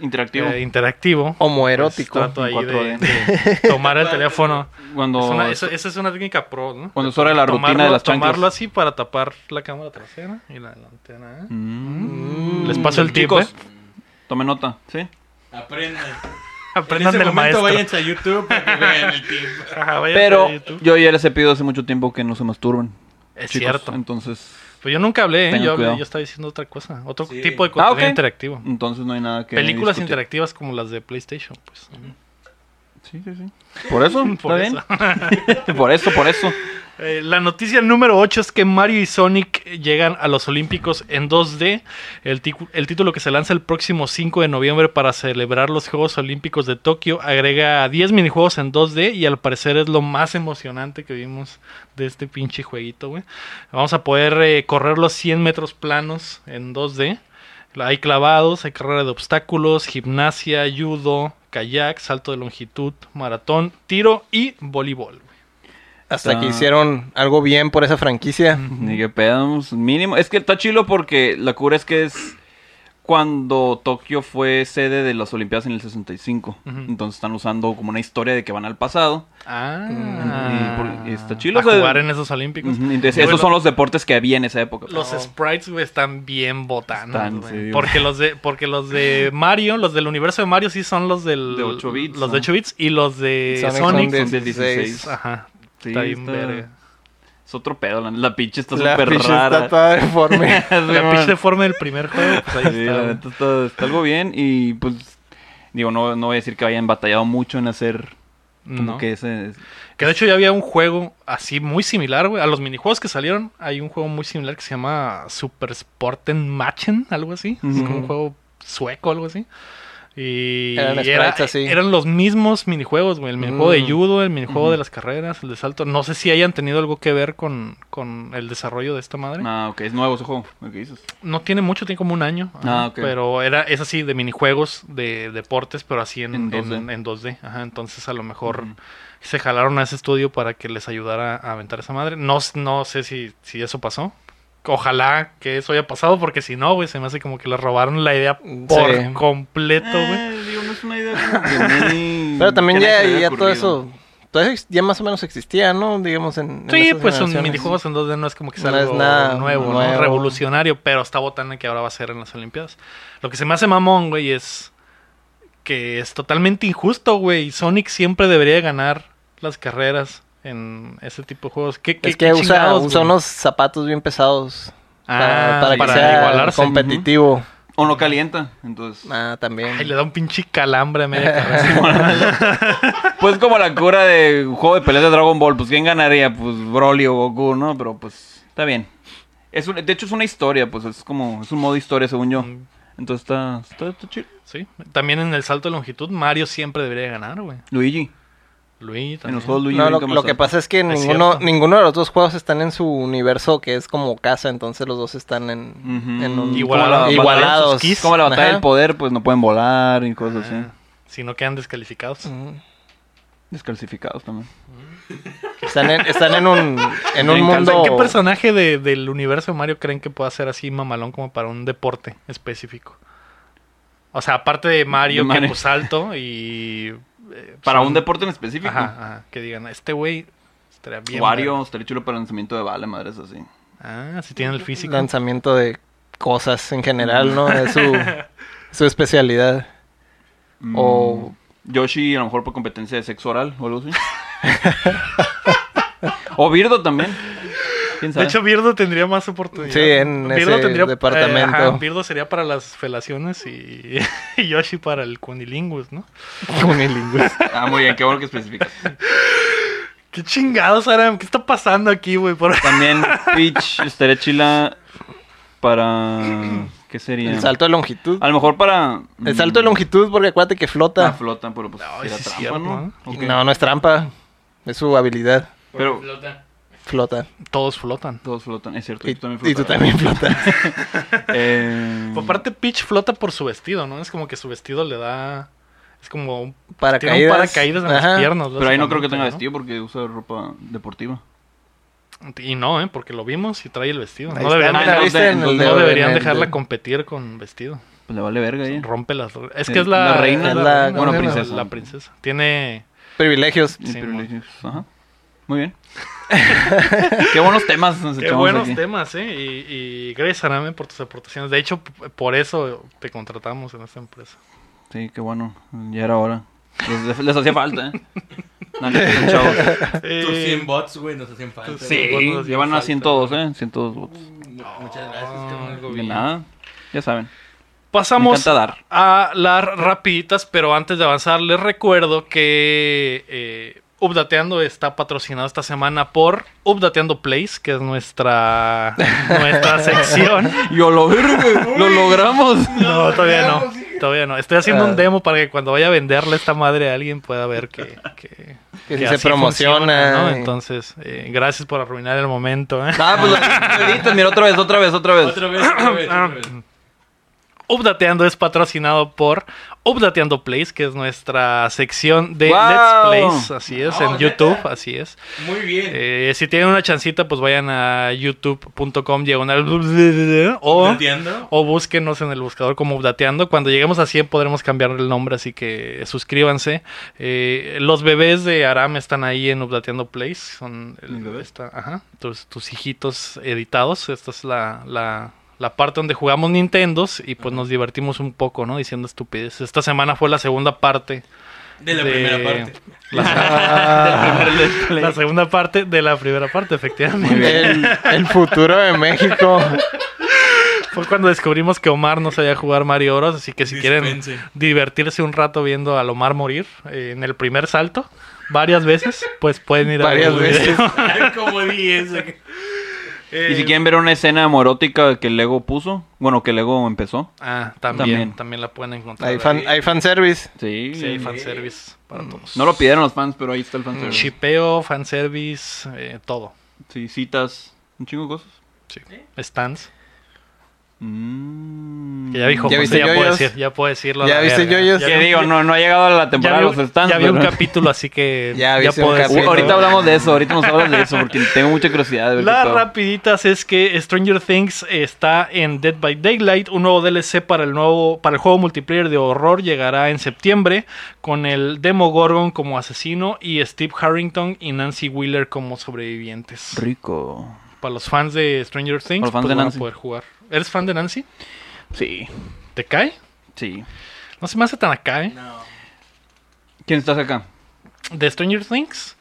Speaker 3: Interactivo.
Speaker 1: eh, interactivo,
Speaker 2: Homoerótico.
Speaker 1: Trato ahí
Speaker 3: En 4D.
Speaker 1: de tomar el teléfono.
Speaker 3: Cuando,
Speaker 1: Es una- esa, esa es una técnica pro, ¿no?
Speaker 3: cuando es hora de la rutina
Speaker 1: Tomarlo-
Speaker 3: de las chanclas.
Speaker 1: Tomarlo así para tapar la cámara trasera y la delantera. ¿eh?
Speaker 3: Mm.
Speaker 1: Les paso el tip,
Speaker 3: Chicos,
Speaker 1: ¿eh?
Speaker 3: Tome nota, ¿sí?
Speaker 4: Aprendan.
Speaker 1: Aprendan
Speaker 3: este
Speaker 4: en ese
Speaker 1: del
Speaker 4: momento
Speaker 1: maestro.
Speaker 4: váyanse a YouTube para que vean el tiempo.
Speaker 1: Ajá, váyanse
Speaker 3: Pero
Speaker 1: a YouTube.
Speaker 3: yo ya les he pedido hace mucho tiempo que no se masturben.
Speaker 1: eh, es
Speaker 3: chicos.
Speaker 1: cierto.
Speaker 3: Entonces,
Speaker 1: Pues yo nunca hablé, ¿eh?
Speaker 3: Tengan
Speaker 1: yo, hablé-
Speaker 3: cuidado.
Speaker 1: yo estaba diciendo otra cosa. Otro
Speaker 4: Sí.
Speaker 1: tipo de
Speaker 4: Ah,
Speaker 1: contenido
Speaker 3: ok.
Speaker 1: interactivo.
Speaker 3: entonces no hay nada que
Speaker 1: Películas
Speaker 3: discutir.
Speaker 1: interactivas como las de PlayStation, pues.
Speaker 3: Sí, sí, sí. Por eso,
Speaker 1: Por
Speaker 3: está
Speaker 1: eso.
Speaker 3: bien. por eso, por eso.
Speaker 1: Eh, la noticia número 8 es que Mario y Sonic llegan a los Olímpicos en 2D. El, ticu- el título que se lanza el próximo 5 de noviembre para celebrar los Juegos Olímpicos de Tokio agrega 10 minijuegos en 2D y al parecer es lo más emocionante que vimos de este pinche jueguito, güey. Vamos a poder eh, correr los 100 metros planos en 2D. Hay clavados, hay carrera de obstáculos, gimnasia, judo, kayak, salto de longitud, maratón, tiro y voleibol. güey.
Speaker 2: Hasta que
Speaker 3: Está- Mm.
Speaker 2: hicieron algo bien por esa franquicia.
Speaker 3: Ni que pedamos mínimo. Es que está chilo porque la cura es que es cuando Tokio fue sede de las Olimpiadas en el 65.
Speaker 1: Ujú.
Speaker 3: Entonces están usando como una historia de que van al pasado.
Speaker 1: Ah,
Speaker 3: Mm, Y por- está chilo,
Speaker 1: A
Speaker 3: o sea,
Speaker 1: jugar en esos olímpicos.
Speaker 3: Ujú, Entonces,
Speaker 1: pues, Bueno,
Speaker 3: esos son los deportes que había en esa época.
Speaker 1: los sprites güey, están bien botanos,
Speaker 3: Están,
Speaker 1: güey.
Speaker 3: sí, güey.
Speaker 1: porque los de porque los de Mario, los del universo de Mario sí son los del
Speaker 3: De 8 bits,
Speaker 1: los de
Speaker 3: ¿no?
Speaker 1: 8 bits y los de
Speaker 2: Sonic
Speaker 1: Sonic.
Speaker 2: son
Speaker 3: son
Speaker 2: de
Speaker 3: del 16.
Speaker 1: Ajá.
Speaker 3: Sí,
Speaker 1: está bien
Speaker 3: está-
Speaker 1: verga.
Speaker 3: Es otro pedo. La, la pitch está
Speaker 2: La
Speaker 3: súper
Speaker 2: pitch
Speaker 3: rara.
Speaker 2: está toda deforme.
Speaker 1: La pitch deforme del primer juego, pues ahí
Speaker 3: Sí,
Speaker 1: está.
Speaker 3: la neta está, está algo bien y pues digo, no, no voy a decir que hayan batallado mucho en hacer como
Speaker 1: No.
Speaker 3: que ese...
Speaker 1: Que de hecho ya había un juego así muy similar, güey. A los minijuegos que salieron, hay un juego muy similar que se llama Super Sporten Machen, algo así. Es como un
Speaker 2: Ujú.
Speaker 1: juego sueco, algo así. Y
Speaker 2: Eran
Speaker 1: y
Speaker 2: sprites así.
Speaker 1: eran los mismos minijuegos, güey. El minijuego de
Speaker 2: Mm.
Speaker 1: judo, el minijuego de las carreras, el de salto. No sé si hayan tenido algo que ver con, con el desarrollo de esta madre.
Speaker 3: Ah, ok, es nuevo ese juego, lo que dices.
Speaker 1: No tiene mucho, tiene como un año.
Speaker 3: Ah,
Speaker 1: ajá,
Speaker 3: ok.
Speaker 1: Pero era, es así de minijuegos, de deportes, pero así en, en
Speaker 3: En
Speaker 1: 2D.
Speaker 3: 2D.
Speaker 1: En, 2D. Ajá, entonces a lo mejor
Speaker 3: Ujú.
Speaker 1: se jalaron a ese estudio para que les ayudara a aventar esa madre. No, s- no sé si, si eso pasó. Ojalá que eso haya pasado, porque si no, güey, se me hace como que le robaron la idea por
Speaker 2: Sí.
Speaker 1: completo, güey.
Speaker 3: Eh, digo, no es una idea como que muy-
Speaker 2: Pero también
Speaker 3: que
Speaker 2: ya,
Speaker 3: nadie se le
Speaker 2: ya
Speaker 3: haya
Speaker 2: todo
Speaker 3: ocurrido.
Speaker 2: eso. Todo eso ya más o menos existía, ¿no? Digamos en. en
Speaker 1: Sí,
Speaker 2: esas
Speaker 1: pues son
Speaker 2: generaciones.
Speaker 1: minijuegos en 2D no es como que sea
Speaker 2: No es
Speaker 1: algo
Speaker 2: nada
Speaker 1: nuevo, ¿no?
Speaker 2: nuevo.
Speaker 1: revolucionario, pero está botana que ahora va a ser en las Olimpiadas. Lo que se me hace mamón, güey, es que es totalmente injusto, güey. Sonic siempre debería ganar las carreras en ese tipo de juegos. ¿Qué, qué-
Speaker 2: Es
Speaker 1: qué
Speaker 2: que usa,
Speaker 1: chingados,
Speaker 2: usa
Speaker 1: güey?
Speaker 2: unos zapatos bien pesados. Para,
Speaker 1: Ah,
Speaker 2: para que
Speaker 1: para
Speaker 2: sea
Speaker 1: igualarse.
Speaker 2: competitivo.
Speaker 3: O no calienta, entonces.
Speaker 2: Ah, también.
Speaker 1: Ay, le da un pinche calambre a media cabeza.
Speaker 2: Ah.
Speaker 3: Pues como la cura de un juego de peleas de Dragon Ball, pues ¿quién ganaría? Pues Broly o Goku, ¿no? Pero pues está bien. Es un- de hecho es una historia, pues es como, es un modo historia según yo.
Speaker 2: Mm.
Speaker 3: Entonces está, está, está chido.
Speaker 1: sí. También en el salto de longitud, Mario siempre debería ganar, güey.
Speaker 3: Luigi,
Speaker 1: Luigi
Speaker 3: en
Speaker 1: también.
Speaker 3: los juegos Luigi.
Speaker 2: No, lo,
Speaker 3: brinca más
Speaker 2: lo que
Speaker 3: alto.
Speaker 2: pasa es que ninguno,
Speaker 1: cierto.
Speaker 2: ninguno de los dos juegos están en su universo que es como casa, entonces los dos están en,
Speaker 3: Ujú.
Speaker 2: en un-
Speaker 1: Igual-
Speaker 3: Como la-
Speaker 2: igualados.
Speaker 1: sus keys.
Speaker 3: Como la batalla
Speaker 2: Ajá.
Speaker 3: del poder, pues no pueden volar y cosas así.
Speaker 1: Ah, Si no quedan descalificados.
Speaker 2: Ujú.
Speaker 3: Descalcificados también.
Speaker 2: Están en, están en un, en un
Speaker 3: Me encanta.
Speaker 2: mundo...
Speaker 1: ¿Qué personaje de- del universo de Mario creen que pueda ser así mamalón como para un deporte específico? O sea, aparte de Mario,
Speaker 3: De Mario.
Speaker 1: que pues salto y... eh,
Speaker 3: Para
Speaker 1: son-
Speaker 3: un deporte en específico.
Speaker 1: Ajá, ajá, que digan, este güey estaría bien.
Speaker 3: Wario,
Speaker 1: verga".
Speaker 3: estaría chulo para lanzamiento de bala, madres así.
Speaker 1: Ah, si tiene el físico.
Speaker 2: lanzamiento de cosas en general, ¿no? Es su, su especialidad. O,
Speaker 3: Mm, Yoshi, a lo mejor por competencia de sexo oral o algo así. o Birdo también. ¿Quién
Speaker 1: De
Speaker 3: sabe?
Speaker 1: hecho, Birdo tendría más oportunidad.
Speaker 2: Sí, en ese departamento.
Speaker 1: eh, ajá, Birdo sería para las felaciones y, y Yoshi para el cunilingus, ¿no?
Speaker 2: unilingües.
Speaker 3: Ah, muy bien, qué bueno que especificas.
Speaker 1: Qué chingados, Aram. ¿Qué está pasando aquí, güey? Por-
Speaker 3: También Peach estaría chila para... ¿Qué sería?
Speaker 2: El salto de longitud.
Speaker 3: A lo mejor para...
Speaker 2: El salto de longitud, porque acuérdate que
Speaker 3: Ah,
Speaker 2: flota.
Speaker 3: flota, pero pues
Speaker 1: Ay,
Speaker 3: era
Speaker 1: sí es
Speaker 3: trampa,
Speaker 1: cierto,
Speaker 3: ¿no? Ok.
Speaker 2: No, no es trampa. Es su habilidad.
Speaker 3: Pero
Speaker 4: Flota.
Speaker 2: Flota.
Speaker 1: Todos flotan.
Speaker 3: todos flotan, es cierto.
Speaker 2: Y,
Speaker 3: yo también
Speaker 2: y tú
Speaker 3: flotaba.
Speaker 2: también flotas.
Speaker 3: Eh,
Speaker 1: Por parte, Pues Peach flota por su vestido, ¿no? Es como que su vestido le da. Es como. un-
Speaker 2: Paracaídas.
Speaker 1: Tiene un paracaídas en
Speaker 2: Ajá.
Speaker 1: las piernas.
Speaker 3: Pero ahí no creo que tenga
Speaker 1: básicamente,
Speaker 3: vestido porque usa ropa deportiva.
Speaker 1: ¿no? Y no, ¿eh? Porque lo vimos y trae el vestido.
Speaker 2: Ahí
Speaker 1: No
Speaker 2: está,
Speaker 1: deberían,
Speaker 2: ¿la
Speaker 3: mira,
Speaker 1: dejar-
Speaker 3: ahí
Speaker 2: viste en el
Speaker 1: no
Speaker 2: de-
Speaker 1: deberían
Speaker 2: en el
Speaker 1: dejarla
Speaker 2: de-
Speaker 1: competir con vestido.
Speaker 3: Pues le vale verga, ¿eh?
Speaker 1: Rompe las. Es
Speaker 3: Sí,
Speaker 1: que es la,
Speaker 3: la reina,
Speaker 1: es
Speaker 2: la-
Speaker 1: reina,
Speaker 2: bueno,
Speaker 1: la-
Speaker 3: princesa.
Speaker 1: La princesa. Tiene.
Speaker 2: Privilegios.
Speaker 3: Ni
Speaker 1: Sí,
Speaker 3: privilegios. Ajá. Muy bien. Qué buenos temas nos
Speaker 1: Qué
Speaker 3: echamos
Speaker 1: buenos
Speaker 3: aquí.
Speaker 1: temas, ¿eh? Y, y gracias, Arame, por tus aportaciones. De hecho, p- por eso te contratamos en esta empresa.
Speaker 3: Sí, qué bueno. Ya era hora. Les, les hacía falta, ¿eh? No, no, no, chavos.
Speaker 4: Tus
Speaker 1: Eh,
Speaker 4: 100 bots, güey, nos hacían falta.
Speaker 1: Tus
Speaker 4: güey.
Speaker 1: cien
Speaker 3: Sí,
Speaker 1: votos
Speaker 3: llevan a
Speaker 1: falta.
Speaker 3: 102, ¿eh? 102 votos.
Speaker 4: Mu- Muchas gracias, carnal.
Speaker 3: De nada. Ya saben. Me
Speaker 1: Pasamos
Speaker 3: encanta dar.
Speaker 1: a las rapiditas, pero antes de avanzar les recuerdo que eh, Updateando está patrocinado esta semana por Updateando Place, que es nuestra, nuestra sección.
Speaker 3: Yo lo verga, lo logramos.
Speaker 1: No, todavía no. Todavía no. Estoy haciendo un
Speaker 2: Ah.
Speaker 1: demo para que cuando vaya a venderle esta madre a alguien pueda ver que... que
Speaker 2: Que
Speaker 1: que
Speaker 2: si se
Speaker 1: así
Speaker 2: promociona.
Speaker 1: funciona, ¿no?
Speaker 2: y-
Speaker 1: Entonces, eh, gracias por arruinar el momento. ¿eh?
Speaker 3: Ah, pues lo editas. Mira, otra vez, otra vez, otra vez.
Speaker 4: Otra
Speaker 1: pues.
Speaker 4: vez, otra vez,
Speaker 1: Ah.
Speaker 4: otra vez.
Speaker 1: Updateando es patrocinado por Updateando Plays, que es nuestra sección de
Speaker 3: ¡Wow!
Speaker 1: Let's Plays, así es,
Speaker 4: Wow,
Speaker 1: en YouTube,
Speaker 4: neta.
Speaker 1: así es.
Speaker 4: Muy bien.
Speaker 1: Eh, si tienen una chancita, pues vayan a youtube.com diagonal o,
Speaker 4: Entiendo.
Speaker 1: o búsquenos en el buscador como Updateando. Cuando lleguemos a 100 podremos cambiar el nombre, así que suscríbanse. Eh, los bebés de Aram están ahí en Updateando Plays, son el-
Speaker 3: ¿Mis bebés?
Speaker 1: está- ajá, tus, tus hijitos editados. Esta es la... la la parte donde jugamos Nintendos y pues nos divertimos un poco, ¿no? Diciendo estupidez. Esta semana fue la segunda parte
Speaker 4: De la
Speaker 1: de-
Speaker 4: primera parte.
Speaker 1: la segunda parte de la primera parte, efectivamente.
Speaker 2: El, el futuro de México.
Speaker 1: Fue cuando descubrimos que Omar no sabía jugar Mario Bros. Así que si quieren
Speaker 4: Dispense.
Speaker 1: divertirse un rato viendo al Omar morir eh, en el primer salto, varias veces, pues pueden ir a
Speaker 2: Varias
Speaker 1: ver el video.
Speaker 2: veces.
Speaker 4: Como 10. acá.
Speaker 3: Y si quieren ver una escena morótica que Lego puso, bueno, que Lego empezó.
Speaker 1: Ah, también,
Speaker 3: También.
Speaker 1: también. la pueden encontrar.
Speaker 2: Hay, fan, Mm. hay fanservice.
Speaker 3: Sí.
Speaker 1: Sí, hay fanservice para todos.
Speaker 3: No lo pidieron los fans, pero ahí está el fanservice.
Speaker 1: Chipeo, fanservice, eh, todo.
Speaker 3: Sí, citas, un chingo de cosas.
Speaker 1: Sí. Stands.
Speaker 3: Mm.
Speaker 1: Que ya dijo
Speaker 2: ¿Ya
Speaker 1: José,
Speaker 2: viste
Speaker 1: ya puedo
Speaker 2: Yoyos?
Speaker 1: decir, ya puedo decirlo. a
Speaker 2: ¿Ya
Speaker 1: la
Speaker 2: viste
Speaker 1: verga.
Speaker 2: Yoyos?
Speaker 1: Ya
Speaker 3: Que
Speaker 1: vi-
Speaker 3: digo, no, no ha llegado a la
Speaker 1: Ya
Speaker 3: temporada
Speaker 1: vi,
Speaker 3: de
Speaker 1: un,
Speaker 3: los stands.
Speaker 1: ya vi un
Speaker 3: pero-
Speaker 1: capítulo, así que
Speaker 2: Ya
Speaker 1: ya,
Speaker 2: viste un
Speaker 1: puedo
Speaker 3: Uh,
Speaker 1: decirlo.
Speaker 3: ahorita hablamos de eso, ahorita nos hablas de eso porque tengo mucha curiosidad de ver
Speaker 1: Las
Speaker 3: qué pedo.
Speaker 1: rapiditas es que Stranger Things está en Dead by Daylight, un nuevo DLC para el nuevo para el juego multiplayer de horror llegará en septiembre con el Demogorgon como asesino y Steve Harrington y Nancy Wheeler como sobrevivientes.
Speaker 3: Rico.
Speaker 1: Para los fans de Stranger Things
Speaker 3: Para los fans
Speaker 1: pues,
Speaker 3: de
Speaker 1: van a
Speaker 3: Nancy.
Speaker 1: poder jugar. ¿Eres fan de Nancy?
Speaker 3: Sí,
Speaker 1: ¿Te cae?
Speaker 3: sí.
Speaker 1: No se me hace tan acá, ¿eh?
Speaker 4: No.
Speaker 3: ¿Quién estás acá?
Speaker 1: De Stranger Things.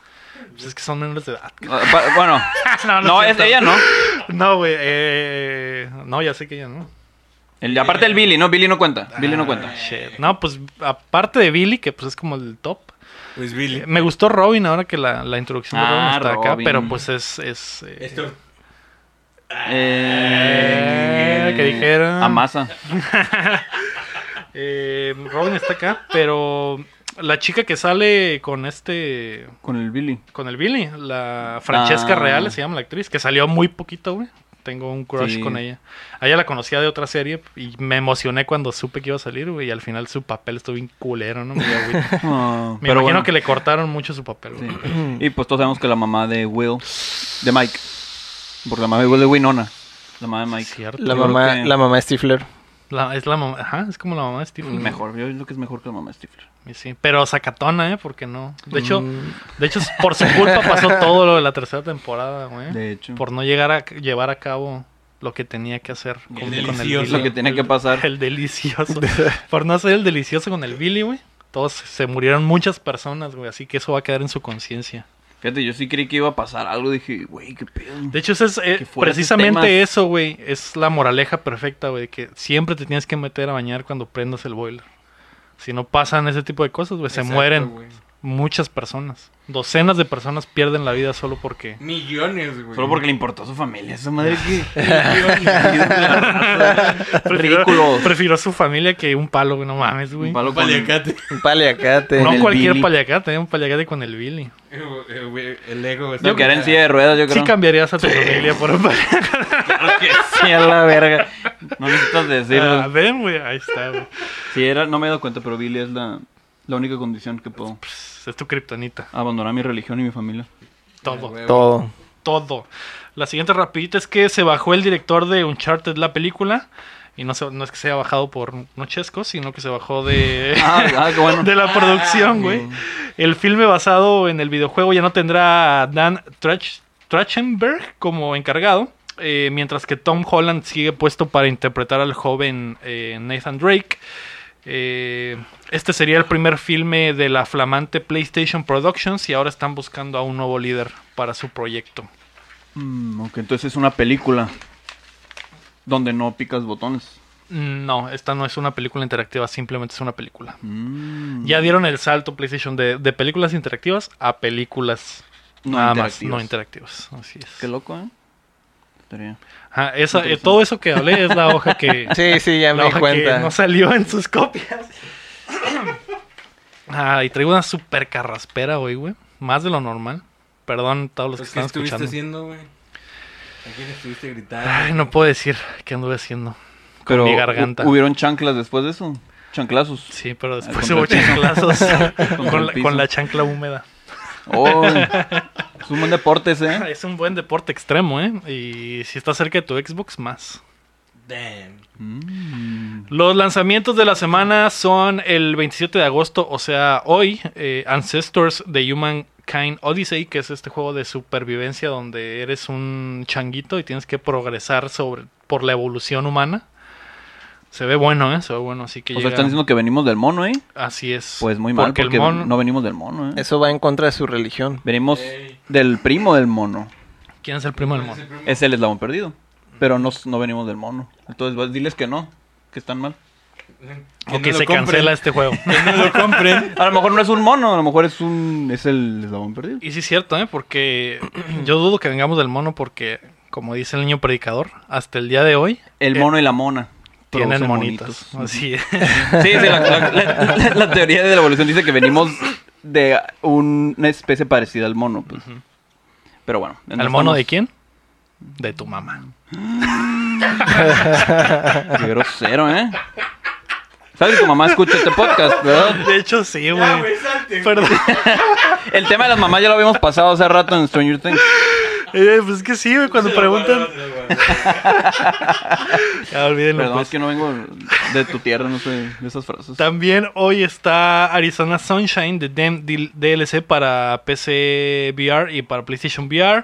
Speaker 1: Pues es que son menores de edad.
Speaker 3: Ah, pa- bueno,
Speaker 1: no,
Speaker 3: no, es
Speaker 1: cierto.
Speaker 3: ella, ¿no?
Speaker 1: No, güey. eh, no, ya sé que ella no.
Speaker 3: El- aparte el Billy, ¿no? Billy no cuenta. Billy no cuenta.
Speaker 1: Ah, shit. No, pues aparte de Billy, que pues es como el top.
Speaker 4: Pues Billy.
Speaker 1: Eh, Me gustó Robin ahora que la, la introducción de Robin
Speaker 3: Ah,
Speaker 1: está acá,
Speaker 3: Robin.
Speaker 1: pero pues es... es eh,
Speaker 4: Esto.
Speaker 1: Eh, que dijera.
Speaker 3: Amasa.
Speaker 1: eh, Robin está acá, pero la chica que sale con este...
Speaker 3: Con el Billy.
Speaker 1: Con el Billy, la Francesca
Speaker 3: Ah.
Speaker 1: Real se llama la actriz, que salió muy poquito, güey. Tengo un crush
Speaker 3: Sí.
Speaker 1: con ella. A ella la conocía de otra serie y me emocioné cuando supe que iba a salir, güey. Y al final su papel estuvo bien culero, ¿no? Me, dio agüita.
Speaker 3: Ah,
Speaker 1: Me
Speaker 3: pero
Speaker 1: imagino
Speaker 3: bueno.
Speaker 1: que le cortaron mucho su papel, güey.
Speaker 3: Sí. Y pues todos sabemos que la mamá de Will, de Mike. Porque la mamá de Will de Winona. La mamá de Mike.
Speaker 1: Cierto.
Speaker 2: La
Speaker 3: Yo
Speaker 2: mamá,
Speaker 3: creo que-
Speaker 2: la mamá Stifler.
Speaker 1: La- es la mamá, ajá, es como la mamá de Steve.
Speaker 3: Mejor, yo creo que es mejor que la mamá de Stifler.
Speaker 1: Y Sí, pero Zacatona, ¿eh? Porque no. De hecho,
Speaker 2: Mm.
Speaker 1: de hecho por su culpa pasó todo lo de la tercera temporada, güey.
Speaker 3: De hecho.
Speaker 1: ¿Eh? Por no llegar a llevar a cabo lo que tenía que hacer
Speaker 4: El delicioso.
Speaker 1: Billy.
Speaker 3: Lo que tenía que pasar.
Speaker 1: El delicioso. por no hacer el delicioso con el Billy, güey. Todos se murieron muchas personas, güey. Así que eso va a quedar en su conciencia.
Speaker 3: Fíjate, yo sí creí que iba a pasar algo. Dije, güey, qué pedo.
Speaker 1: De hecho, ese es, eh,
Speaker 3: Que fuera esos temas.
Speaker 1: precisamente eso, güey. Es la moraleja perfecta, güey. de Que siempre te tienes que meter a bañar cuando prendas el boiler. Si no pasan ese tipo de cosas, güey, se
Speaker 4: Exacto,
Speaker 1: mueren
Speaker 4: güey.
Speaker 1: muchas personas. Docenas de personas pierden la vida solo porque...
Speaker 4: Millones, güey.
Speaker 3: Solo porque le importó a su familia. Esa madre que.
Speaker 4: Millones.
Speaker 3: Ridículo.
Speaker 1: Prefiero a su familia que un palo, güey. No mames, güey.
Speaker 3: Un palo
Speaker 4: Un
Speaker 3: con-
Speaker 4: Paliacate.
Speaker 2: Un paliacate.
Speaker 1: No
Speaker 3: el
Speaker 1: cualquier
Speaker 3: Billy.
Speaker 1: paliacate, un paliacate con el Billy.
Speaker 4: Eh, güey, El ego.
Speaker 3: No, que era en
Speaker 4: sí
Speaker 3: silla de ruedas, yo creo.
Speaker 1: Sí cambiarías a tu familia por un paliacate.
Speaker 3: Claro que sí, a la verga. No necesitas
Speaker 1: Ah,
Speaker 3: decirlo.
Speaker 1: ven, güey. Ahí está, güey.
Speaker 3: Si era, no me he dado cuenta, pero Billy es la, la única condición que puedo
Speaker 1: Pss, Es tu kriptonita.
Speaker 3: abandonar mi religión y mi familia.
Speaker 1: Todo.
Speaker 2: Todo.
Speaker 1: todo. La siguiente rapidita es que se bajó el director de Uncharted la película. Y no, se- no es que se haya bajado por Nochesco, sino que se bajó de,
Speaker 3: Ah, ah, qué bueno.
Speaker 1: de la producción, güey. El filme basado en el videojuego ya no tendrá a Dan Trach- Trachtenberg como encargado. eh, mientras que Tom Holland sigue puesto para interpretar al joven eh, Nathan Drake. Eh, este sería el primer filme de la flamante PlayStation Productions y ahora están buscando a un nuevo líder para su proyecto.
Speaker 3: Mm, ok, entonces es una película donde no picas botones.
Speaker 1: No, esta no es una película interactiva, simplemente es una película.
Speaker 3: Mm,
Speaker 1: Ya dieron el salto PlayStation de, de películas interactivas a películas
Speaker 3: No
Speaker 1: nada más,
Speaker 3: interactivas.
Speaker 1: no interactivas. Así es.
Speaker 3: Qué loco, ¿eh? Estaría-
Speaker 1: Ajá, esa- eh,
Speaker 3: Interesante.
Speaker 1: todo eso que hablé es la hoja que,
Speaker 2: Sí, sí,
Speaker 1: la
Speaker 2: ya me di
Speaker 1: hoja que
Speaker 2: cuenta.
Speaker 1: no salió en sus copias. Ah, y traigo una super carraspera hoy, güey. Más de lo normal. Perdón, todos los
Speaker 4: Pues,
Speaker 1: que
Speaker 4: ¿Qué
Speaker 1: están
Speaker 4: estuviste
Speaker 1: escuchando.
Speaker 4: haciendo, güey? ¿A quién estuviste gritando?
Speaker 1: Ay, no puedo decir qué anduve haciendo.
Speaker 3: Pero
Speaker 1: mi garganta.
Speaker 3: hu- hubieron chanclas después de eso. Chanclazos.
Speaker 1: Sí, pero después
Speaker 3: contra
Speaker 1: hubo
Speaker 3: el piso.
Speaker 1: chanclazos con,
Speaker 3: el
Speaker 1: la,
Speaker 3: piso.
Speaker 1: con la chancla húmeda.
Speaker 3: Oh, es un buen deporte ese, ¿eh?
Speaker 1: Es un buen deporte extremo, ¿eh? Y si estás cerca de tu Xbox, más.
Speaker 4: Damn.
Speaker 3: Mm.
Speaker 1: Los lanzamientos de la semana son el 27 de agosto, o sea, hoy, eh, Ancestors de Humankind Odyssey, que es este juego de supervivencia donde eres un changuito y tienes que progresar sobre, por la evolución humana. Se ve bueno, ¿eh? Se ve bueno, así que
Speaker 3: O sea,
Speaker 1: llega-
Speaker 3: están diciendo que venimos del mono, ¿eh?
Speaker 1: Así es.
Speaker 3: Pues muy mal, porque,
Speaker 1: el mono...
Speaker 3: no venimos del mono, ¿eh?
Speaker 2: Eso va en contra de su religión.
Speaker 3: Venimos
Speaker 4: Ey.
Speaker 3: del primo del mono.
Speaker 1: ¿Quién es el primo del mono?
Speaker 3: Es el eslabón perdido. Pero no, no venimos del mono. Entonces, vas- diles que no, que están mal.
Speaker 1: O
Speaker 4: no
Speaker 1: que
Speaker 4: lo
Speaker 1: se
Speaker 4: compren.
Speaker 1: cancela este juego.
Speaker 4: Que no lo compren.
Speaker 3: A lo mejor no es un mono, a lo mejor es un... es el eslabón perdido.
Speaker 1: Y sí es cierto, ¿eh? Porque yo dudo que vengamos del mono porque, como dice el niño predicador, hasta el día de hoy
Speaker 3: El mono y la mona.
Speaker 1: Eh, tienen
Speaker 3: producen
Speaker 1: monitos. Así es.
Speaker 3: Sí, sí, la, la- la- la- la teoría de la evolución dice que venimos de una especie parecida al mono, pues. Pero bueno.
Speaker 1: ¿Al mono de
Speaker 3: quién?
Speaker 1: quién? De tu mamá.
Speaker 3: Qué grosero, ¿eh? ¿Sabes que tu mamá escucha este podcast, verdad?
Speaker 1: De hecho, sí,
Speaker 4: Ya,
Speaker 1: güey.
Speaker 4: güey, salte.
Speaker 1: Perdón.
Speaker 3: El tema de las mamás ya lo habíamos pasado hace rato en Stranger Things.
Speaker 1: Eh, pues es que sí, güey, cuando
Speaker 4: Se lo guardo,
Speaker 1: preguntan.
Speaker 4: se lo guardo.
Speaker 1: Ya olvídenlo,
Speaker 3: Perdón,
Speaker 1: pues.
Speaker 3: es que no vengo de tu tierra, no sé, de esas frases.
Speaker 1: También hoy está Arizona Sunshine de Dem- D- DLC para PC VR y para PlayStation VR.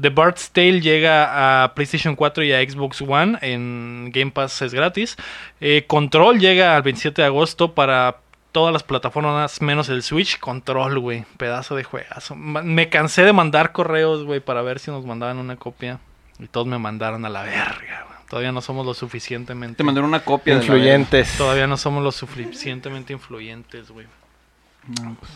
Speaker 1: The Bard's Tale llega a PlayStation 4 y a Xbox One. En Game Pass es gratis. Eh, Control llega al 27 de agosto para todas las plataformas menos el Switch. Control, güey. Pedazo de juegazo. Ma- Me cansé de mandar correos, güey, para ver si nos mandaban una copia. Y todos me mandaron a la verga, güey. Todavía no somos lo suficientemente.
Speaker 3: Te mandaron una copia de la
Speaker 2: Influyentes.
Speaker 1: Todavía no somos lo suficientemente influyentes, güey.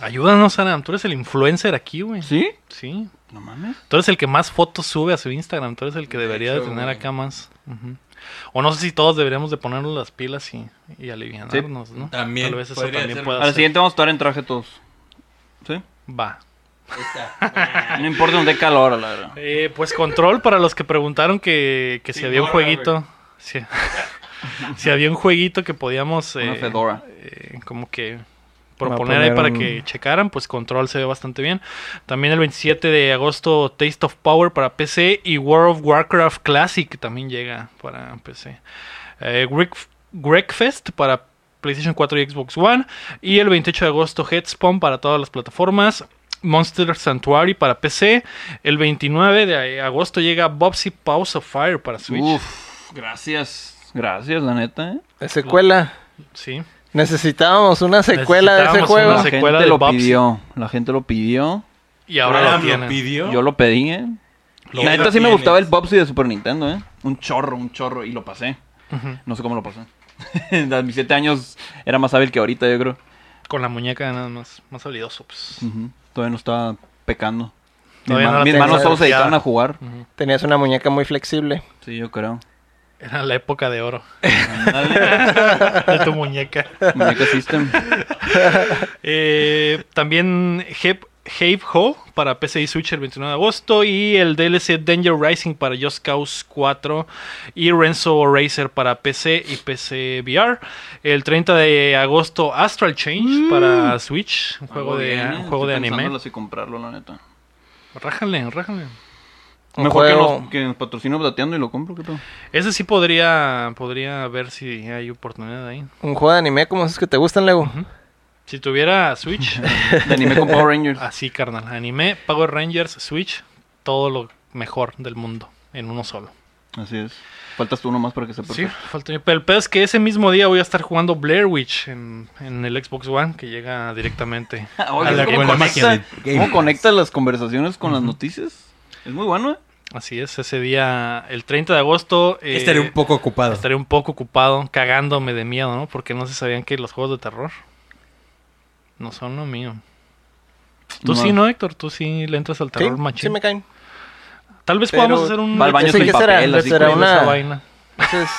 Speaker 1: Ayúdanos, Aram. Tú eres el influencer aquí, güey.
Speaker 3: pues, ¿Sí?
Speaker 1: Sí.
Speaker 3: No mames.
Speaker 1: Tú eres el que más fotos sube a su Instagram. Tú eres el que
Speaker 4: De
Speaker 1: debería
Speaker 4: hecho,
Speaker 1: de tener
Speaker 4: güey.
Speaker 1: acá más. Ujú. O no sé si todos deberíamos de ponernos las pilas y, y alivianarnos, ¿no?
Speaker 4: También
Speaker 1: Tal vez eso
Speaker 4: podría
Speaker 1: también
Speaker 4: ser.
Speaker 1: pueda
Speaker 3: A la
Speaker 1: ser.
Speaker 3: siguiente vamos a estar en traje todos. ¿Sí?
Speaker 1: Va.
Speaker 4: Ahí está.
Speaker 3: No importa donde dé calor, la verdad.
Speaker 1: Eh, pues control para los que preguntaron que, que si
Speaker 4: Sí,
Speaker 1: había un
Speaker 4: morra,
Speaker 1: jueguito. Si, si había un jueguito que podíamos...
Speaker 3: Una
Speaker 1: eh,
Speaker 3: fedora.
Speaker 1: eh, como que
Speaker 2: Voy a
Speaker 1: proponer ahí
Speaker 2: poner
Speaker 1: para
Speaker 2: un-
Speaker 1: que checaran, pues Control se ve bastante bien. También el 27 de agosto Taste of Power para PC y World of Warcraft Classic también llega para PC. Eh, Greg, Gregfest para PlayStation 4 y Xbox One y el 28 de agosto Headspawn para todas las plataformas. Monster Sanctuary para PC. El 29 de agosto llega Bobsy Pause of Fire para Switch.
Speaker 3: Uf, gracias. Gracias, la neta, ¿eh?
Speaker 2: Secuela.
Speaker 1: Sí.
Speaker 2: Necesitábamos una secuela de ese
Speaker 1: Necesitábamos una
Speaker 2: juego.
Speaker 3: La
Speaker 1: secuela
Speaker 3: gente
Speaker 1: de
Speaker 3: lo
Speaker 1: Bubsy.
Speaker 3: pidió. La gente lo pidió.
Speaker 1: Y ahora
Speaker 4: Abraham
Speaker 1: lo tienen.
Speaker 4: pidió.
Speaker 3: Yo lo pedí, ¿eh?
Speaker 4: Lo-
Speaker 3: la neta
Speaker 4: lo
Speaker 3: sí me
Speaker 4: tienes.
Speaker 3: gustaba el Popsy de Super Nintendo, ¿eh? Un chorro, un chorro. Y lo pasé.
Speaker 1: Ujú.
Speaker 3: No sé cómo lo pasé. a mis siete años era más hábil que ahorita, yo creo.
Speaker 1: Con la muñeca nada más, más habilidoso, pues.
Speaker 3: Ujú. Todavía no estaba pecando. Mis,
Speaker 1: Todavía
Speaker 3: ma-
Speaker 1: no la
Speaker 3: mis
Speaker 2: tenía
Speaker 3: manos solo se
Speaker 1: desarrollada.
Speaker 3: dedicaban a jugar.
Speaker 2: Tenías una muñeca muy flexible.
Speaker 3: Sí, yo creo.
Speaker 1: Era la época de oro
Speaker 3: Ándale.
Speaker 1: de tu muñeca.
Speaker 3: Muñeca System.
Speaker 1: Eh, también Hep- Have Ho para PC y Switch el 29 de agosto. Y el DLC Danger Rising para Just Cause 4. Y Renzo Racer para PC y PC VR. El 30 de agosto Astral Change para Switch. Un juego de,
Speaker 3: Mm. Bien, eh.
Speaker 1: un juego de
Speaker 3: estoy
Speaker 1: anime.
Speaker 3: pensándolo si comprarlo, la neta.
Speaker 1: Rájale, rájale.
Speaker 2: Un
Speaker 3: Mejor que
Speaker 2: juego-
Speaker 3: nos, que nos patrocine dateando y lo compro, ¿qué pedo?
Speaker 1: Ese sí podría, podría ver si hay oportunidad ahí.
Speaker 2: Un juego de anime como esos que te gustan, Lego.
Speaker 1: Si tuviera Switch,
Speaker 3: De anime con Power Rangers.
Speaker 1: Así, carnal. Anime, Power Rangers, Switch, todo lo mejor del mundo en uno solo.
Speaker 3: Así es. Faltas tú nomás para que se
Speaker 1: Sí,
Speaker 3: perfecto.
Speaker 1: falta yo. Pero el pedo es que ese mismo día voy a estar jugando Blair Witch en, en el Xbox One, que llega directamente
Speaker 3: Oye,
Speaker 1: a la
Speaker 3: ¿cómo,
Speaker 4: con la
Speaker 1: consola.
Speaker 4: magia
Speaker 3: conecta,
Speaker 4: del game.
Speaker 3: cómo conecta las conversaciones con las noticias? Es muy bueno, ¿eh?
Speaker 1: Así es, ese día, el 30 de agosto. eh,
Speaker 4: Estaré un poco ocupado.
Speaker 1: estaré un poco ocupado, cagándome de miedo, ¿no? Porque no se sabían que los juegos de terror no son lo mío. Tú
Speaker 3: No.
Speaker 1: sí, ¿no, Héctor? Tú sí le entras al
Speaker 2: Sí,
Speaker 1: terror
Speaker 2: sí
Speaker 1: machín.
Speaker 2: me caen.
Speaker 1: Tal vez
Speaker 2: Pero
Speaker 1: podamos hacer un...
Speaker 3: va al baño
Speaker 2: Ese,
Speaker 3: sin
Speaker 2: ¿qué
Speaker 3: papel,
Speaker 2: será?
Speaker 3: así
Speaker 2: ¿Será
Speaker 1: de
Speaker 3: con
Speaker 1: esa
Speaker 2: una-
Speaker 1: vaina.
Speaker 2: ese es,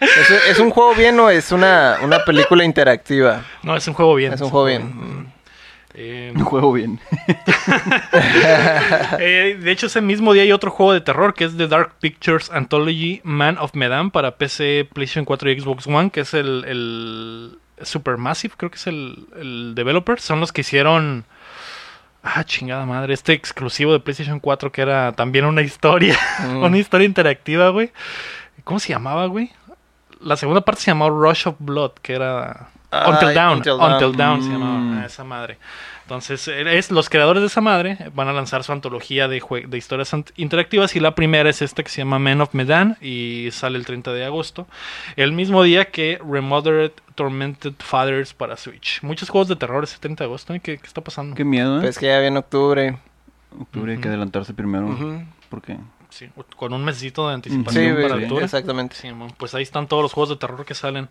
Speaker 2: ese- ¿Es un juego bien o es una, una película interactiva?
Speaker 1: No, es un juego bien. Mm.
Speaker 2: Es un juego bien.
Speaker 1: Eh,
Speaker 3: Juego bien.
Speaker 1: eh, de hecho, ese mismo día hay otro juego de terror que es The Dark Pictures Anthology Man of Medan para PC, PlayStation 4 y Xbox One, que es el, el Supermassive, creo que es el, el developer. Son los que hicieron... Ah, chingada madre, este exclusivo de PlayStation 4 que era también una historia,
Speaker 2: Mm.
Speaker 1: una historia interactiva, güey. ¿Cómo se llamaba, güey? La segunda parte se llamaba Rush of Blood, que era...
Speaker 2: Ah,
Speaker 1: Until Down. Until Down,
Speaker 2: Until Dawn.
Speaker 1: se
Speaker 3: Mm.
Speaker 1: llamaba ah, esa madre. Entonces, eh, es, los creadores de esa madre van a lanzar su antología de, jue- de historias ant- interactivas y la primera es esta que se llama Men of Medan y sale el 30 de agosto. El mismo día que Remothered Tormented Fathers para Switch. Muchos juegos de terror ese 30 de agosto. ¿eh? ¿Qué, qué está pasando?
Speaker 3: Qué miedo, ¿eh?
Speaker 2: Pues que ya viene octubre.
Speaker 3: Octubre hay que adelantarse primero.
Speaker 2: Ujú.
Speaker 3: Porque
Speaker 1: Sí, con un mesito de
Speaker 2: Sí,
Speaker 1: anticipación
Speaker 3: Pasión
Speaker 2: güey,
Speaker 1: para
Speaker 3: sí,
Speaker 1: octubre.
Speaker 2: exactamente.
Speaker 1: Sí, mon, pues ahí están todos los juegos de terror que salen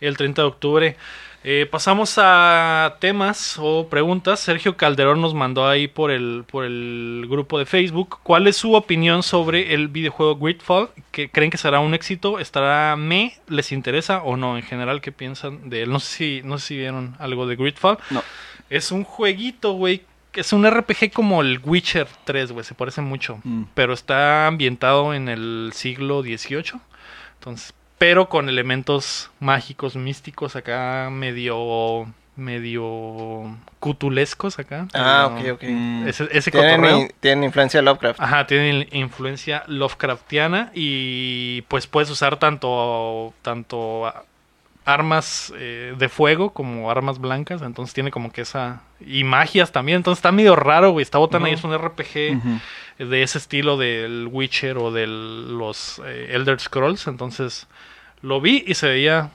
Speaker 1: el 30 de octubre. Eh, pasamos a temas o preguntas. Sergio Calderón nos mandó ahí por el, por el grupo de Facebook. ¿Cuál es su opinión sobre el videojuego Gridfall? ¿Que ¿Creen que será un éxito? ¿Estará me? ¿Les interesa o no? En general, ¿qué piensan de él? No sé si, no sé si vieron algo de Gridfall.
Speaker 3: No.
Speaker 1: Es un jueguito, güey, es un RPG como el Witcher 3, güey, se parece mucho,
Speaker 3: Mm.
Speaker 1: pero está ambientado en el siglo XVIII, entonces, pero con elementos mágicos, místicos, acá medio, medio cutulescos acá.
Speaker 2: Ah,
Speaker 1: medio-
Speaker 2: ok, ok.
Speaker 3: Mm.
Speaker 1: Ese, ese cotorreo.
Speaker 2: Tienen, tienen influencia de Lovecraft.
Speaker 1: Ajá, tiene in- influencia Lovecraftiana y pues puedes usar tanto, tanto a- armas eh, de fuego como armas blancas, entonces tiene como que esa... Y magias también, entonces está medio raro, güey, está botana ahí, es un RPG
Speaker 3: Ujú.
Speaker 1: de ese estilo del Witcher o de los eh, Elder Scrolls, entonces lo vi y se veía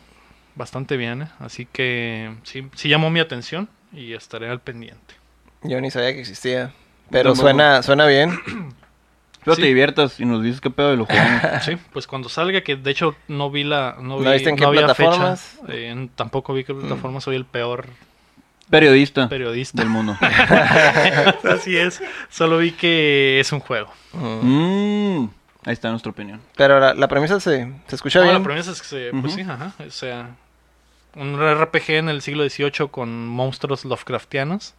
Speaker 1: bastante bien, ¿eh? así que sí, sí llamó mi atención y estaré al pendiente.
Speaker 2: Yo ni sabía que existía. Pero
Speaker 3: Tampoco.
Speaker 2: suena, suena bien.
Speaker 3: Pero
Speaker 1: Sí.
Speaker 3: te diviertas y nos dices qué pedo de lo jugamos.
Speaker 1: Sí, pues cuando salga, que de hecho no vi la. ¿No,
Speaker 2: ¿No
Speaker 1: vi,
Speaker 2: viste en qué
Speaker 1: había
Speaker 2: plataformas? Mm.
Speaker 1: fecha. Eh, en- tampoco vi qué plataforma, soy el peor
Speaker 2: Ah.
Speaker 3: Periodista
Speaker 1: periodista.
Speaker 3: del mundo.
Speaker 1: Así es, solo vi que es un juego.
Speaker 2: Mm.
Speaker 3: Mm. Ahí está nuestra opinión.
Speaker 2: Pero la, la premisa se, se escucha
Speaker 1: No,
Speaker 2: bien.
Speaker 1: la premisa es que se- pues
Speaker 3: Ujú.
Speaker 1: sí, ajá, o sea, un RPG en el siglo XVIII con monstruos Lovecraftianos.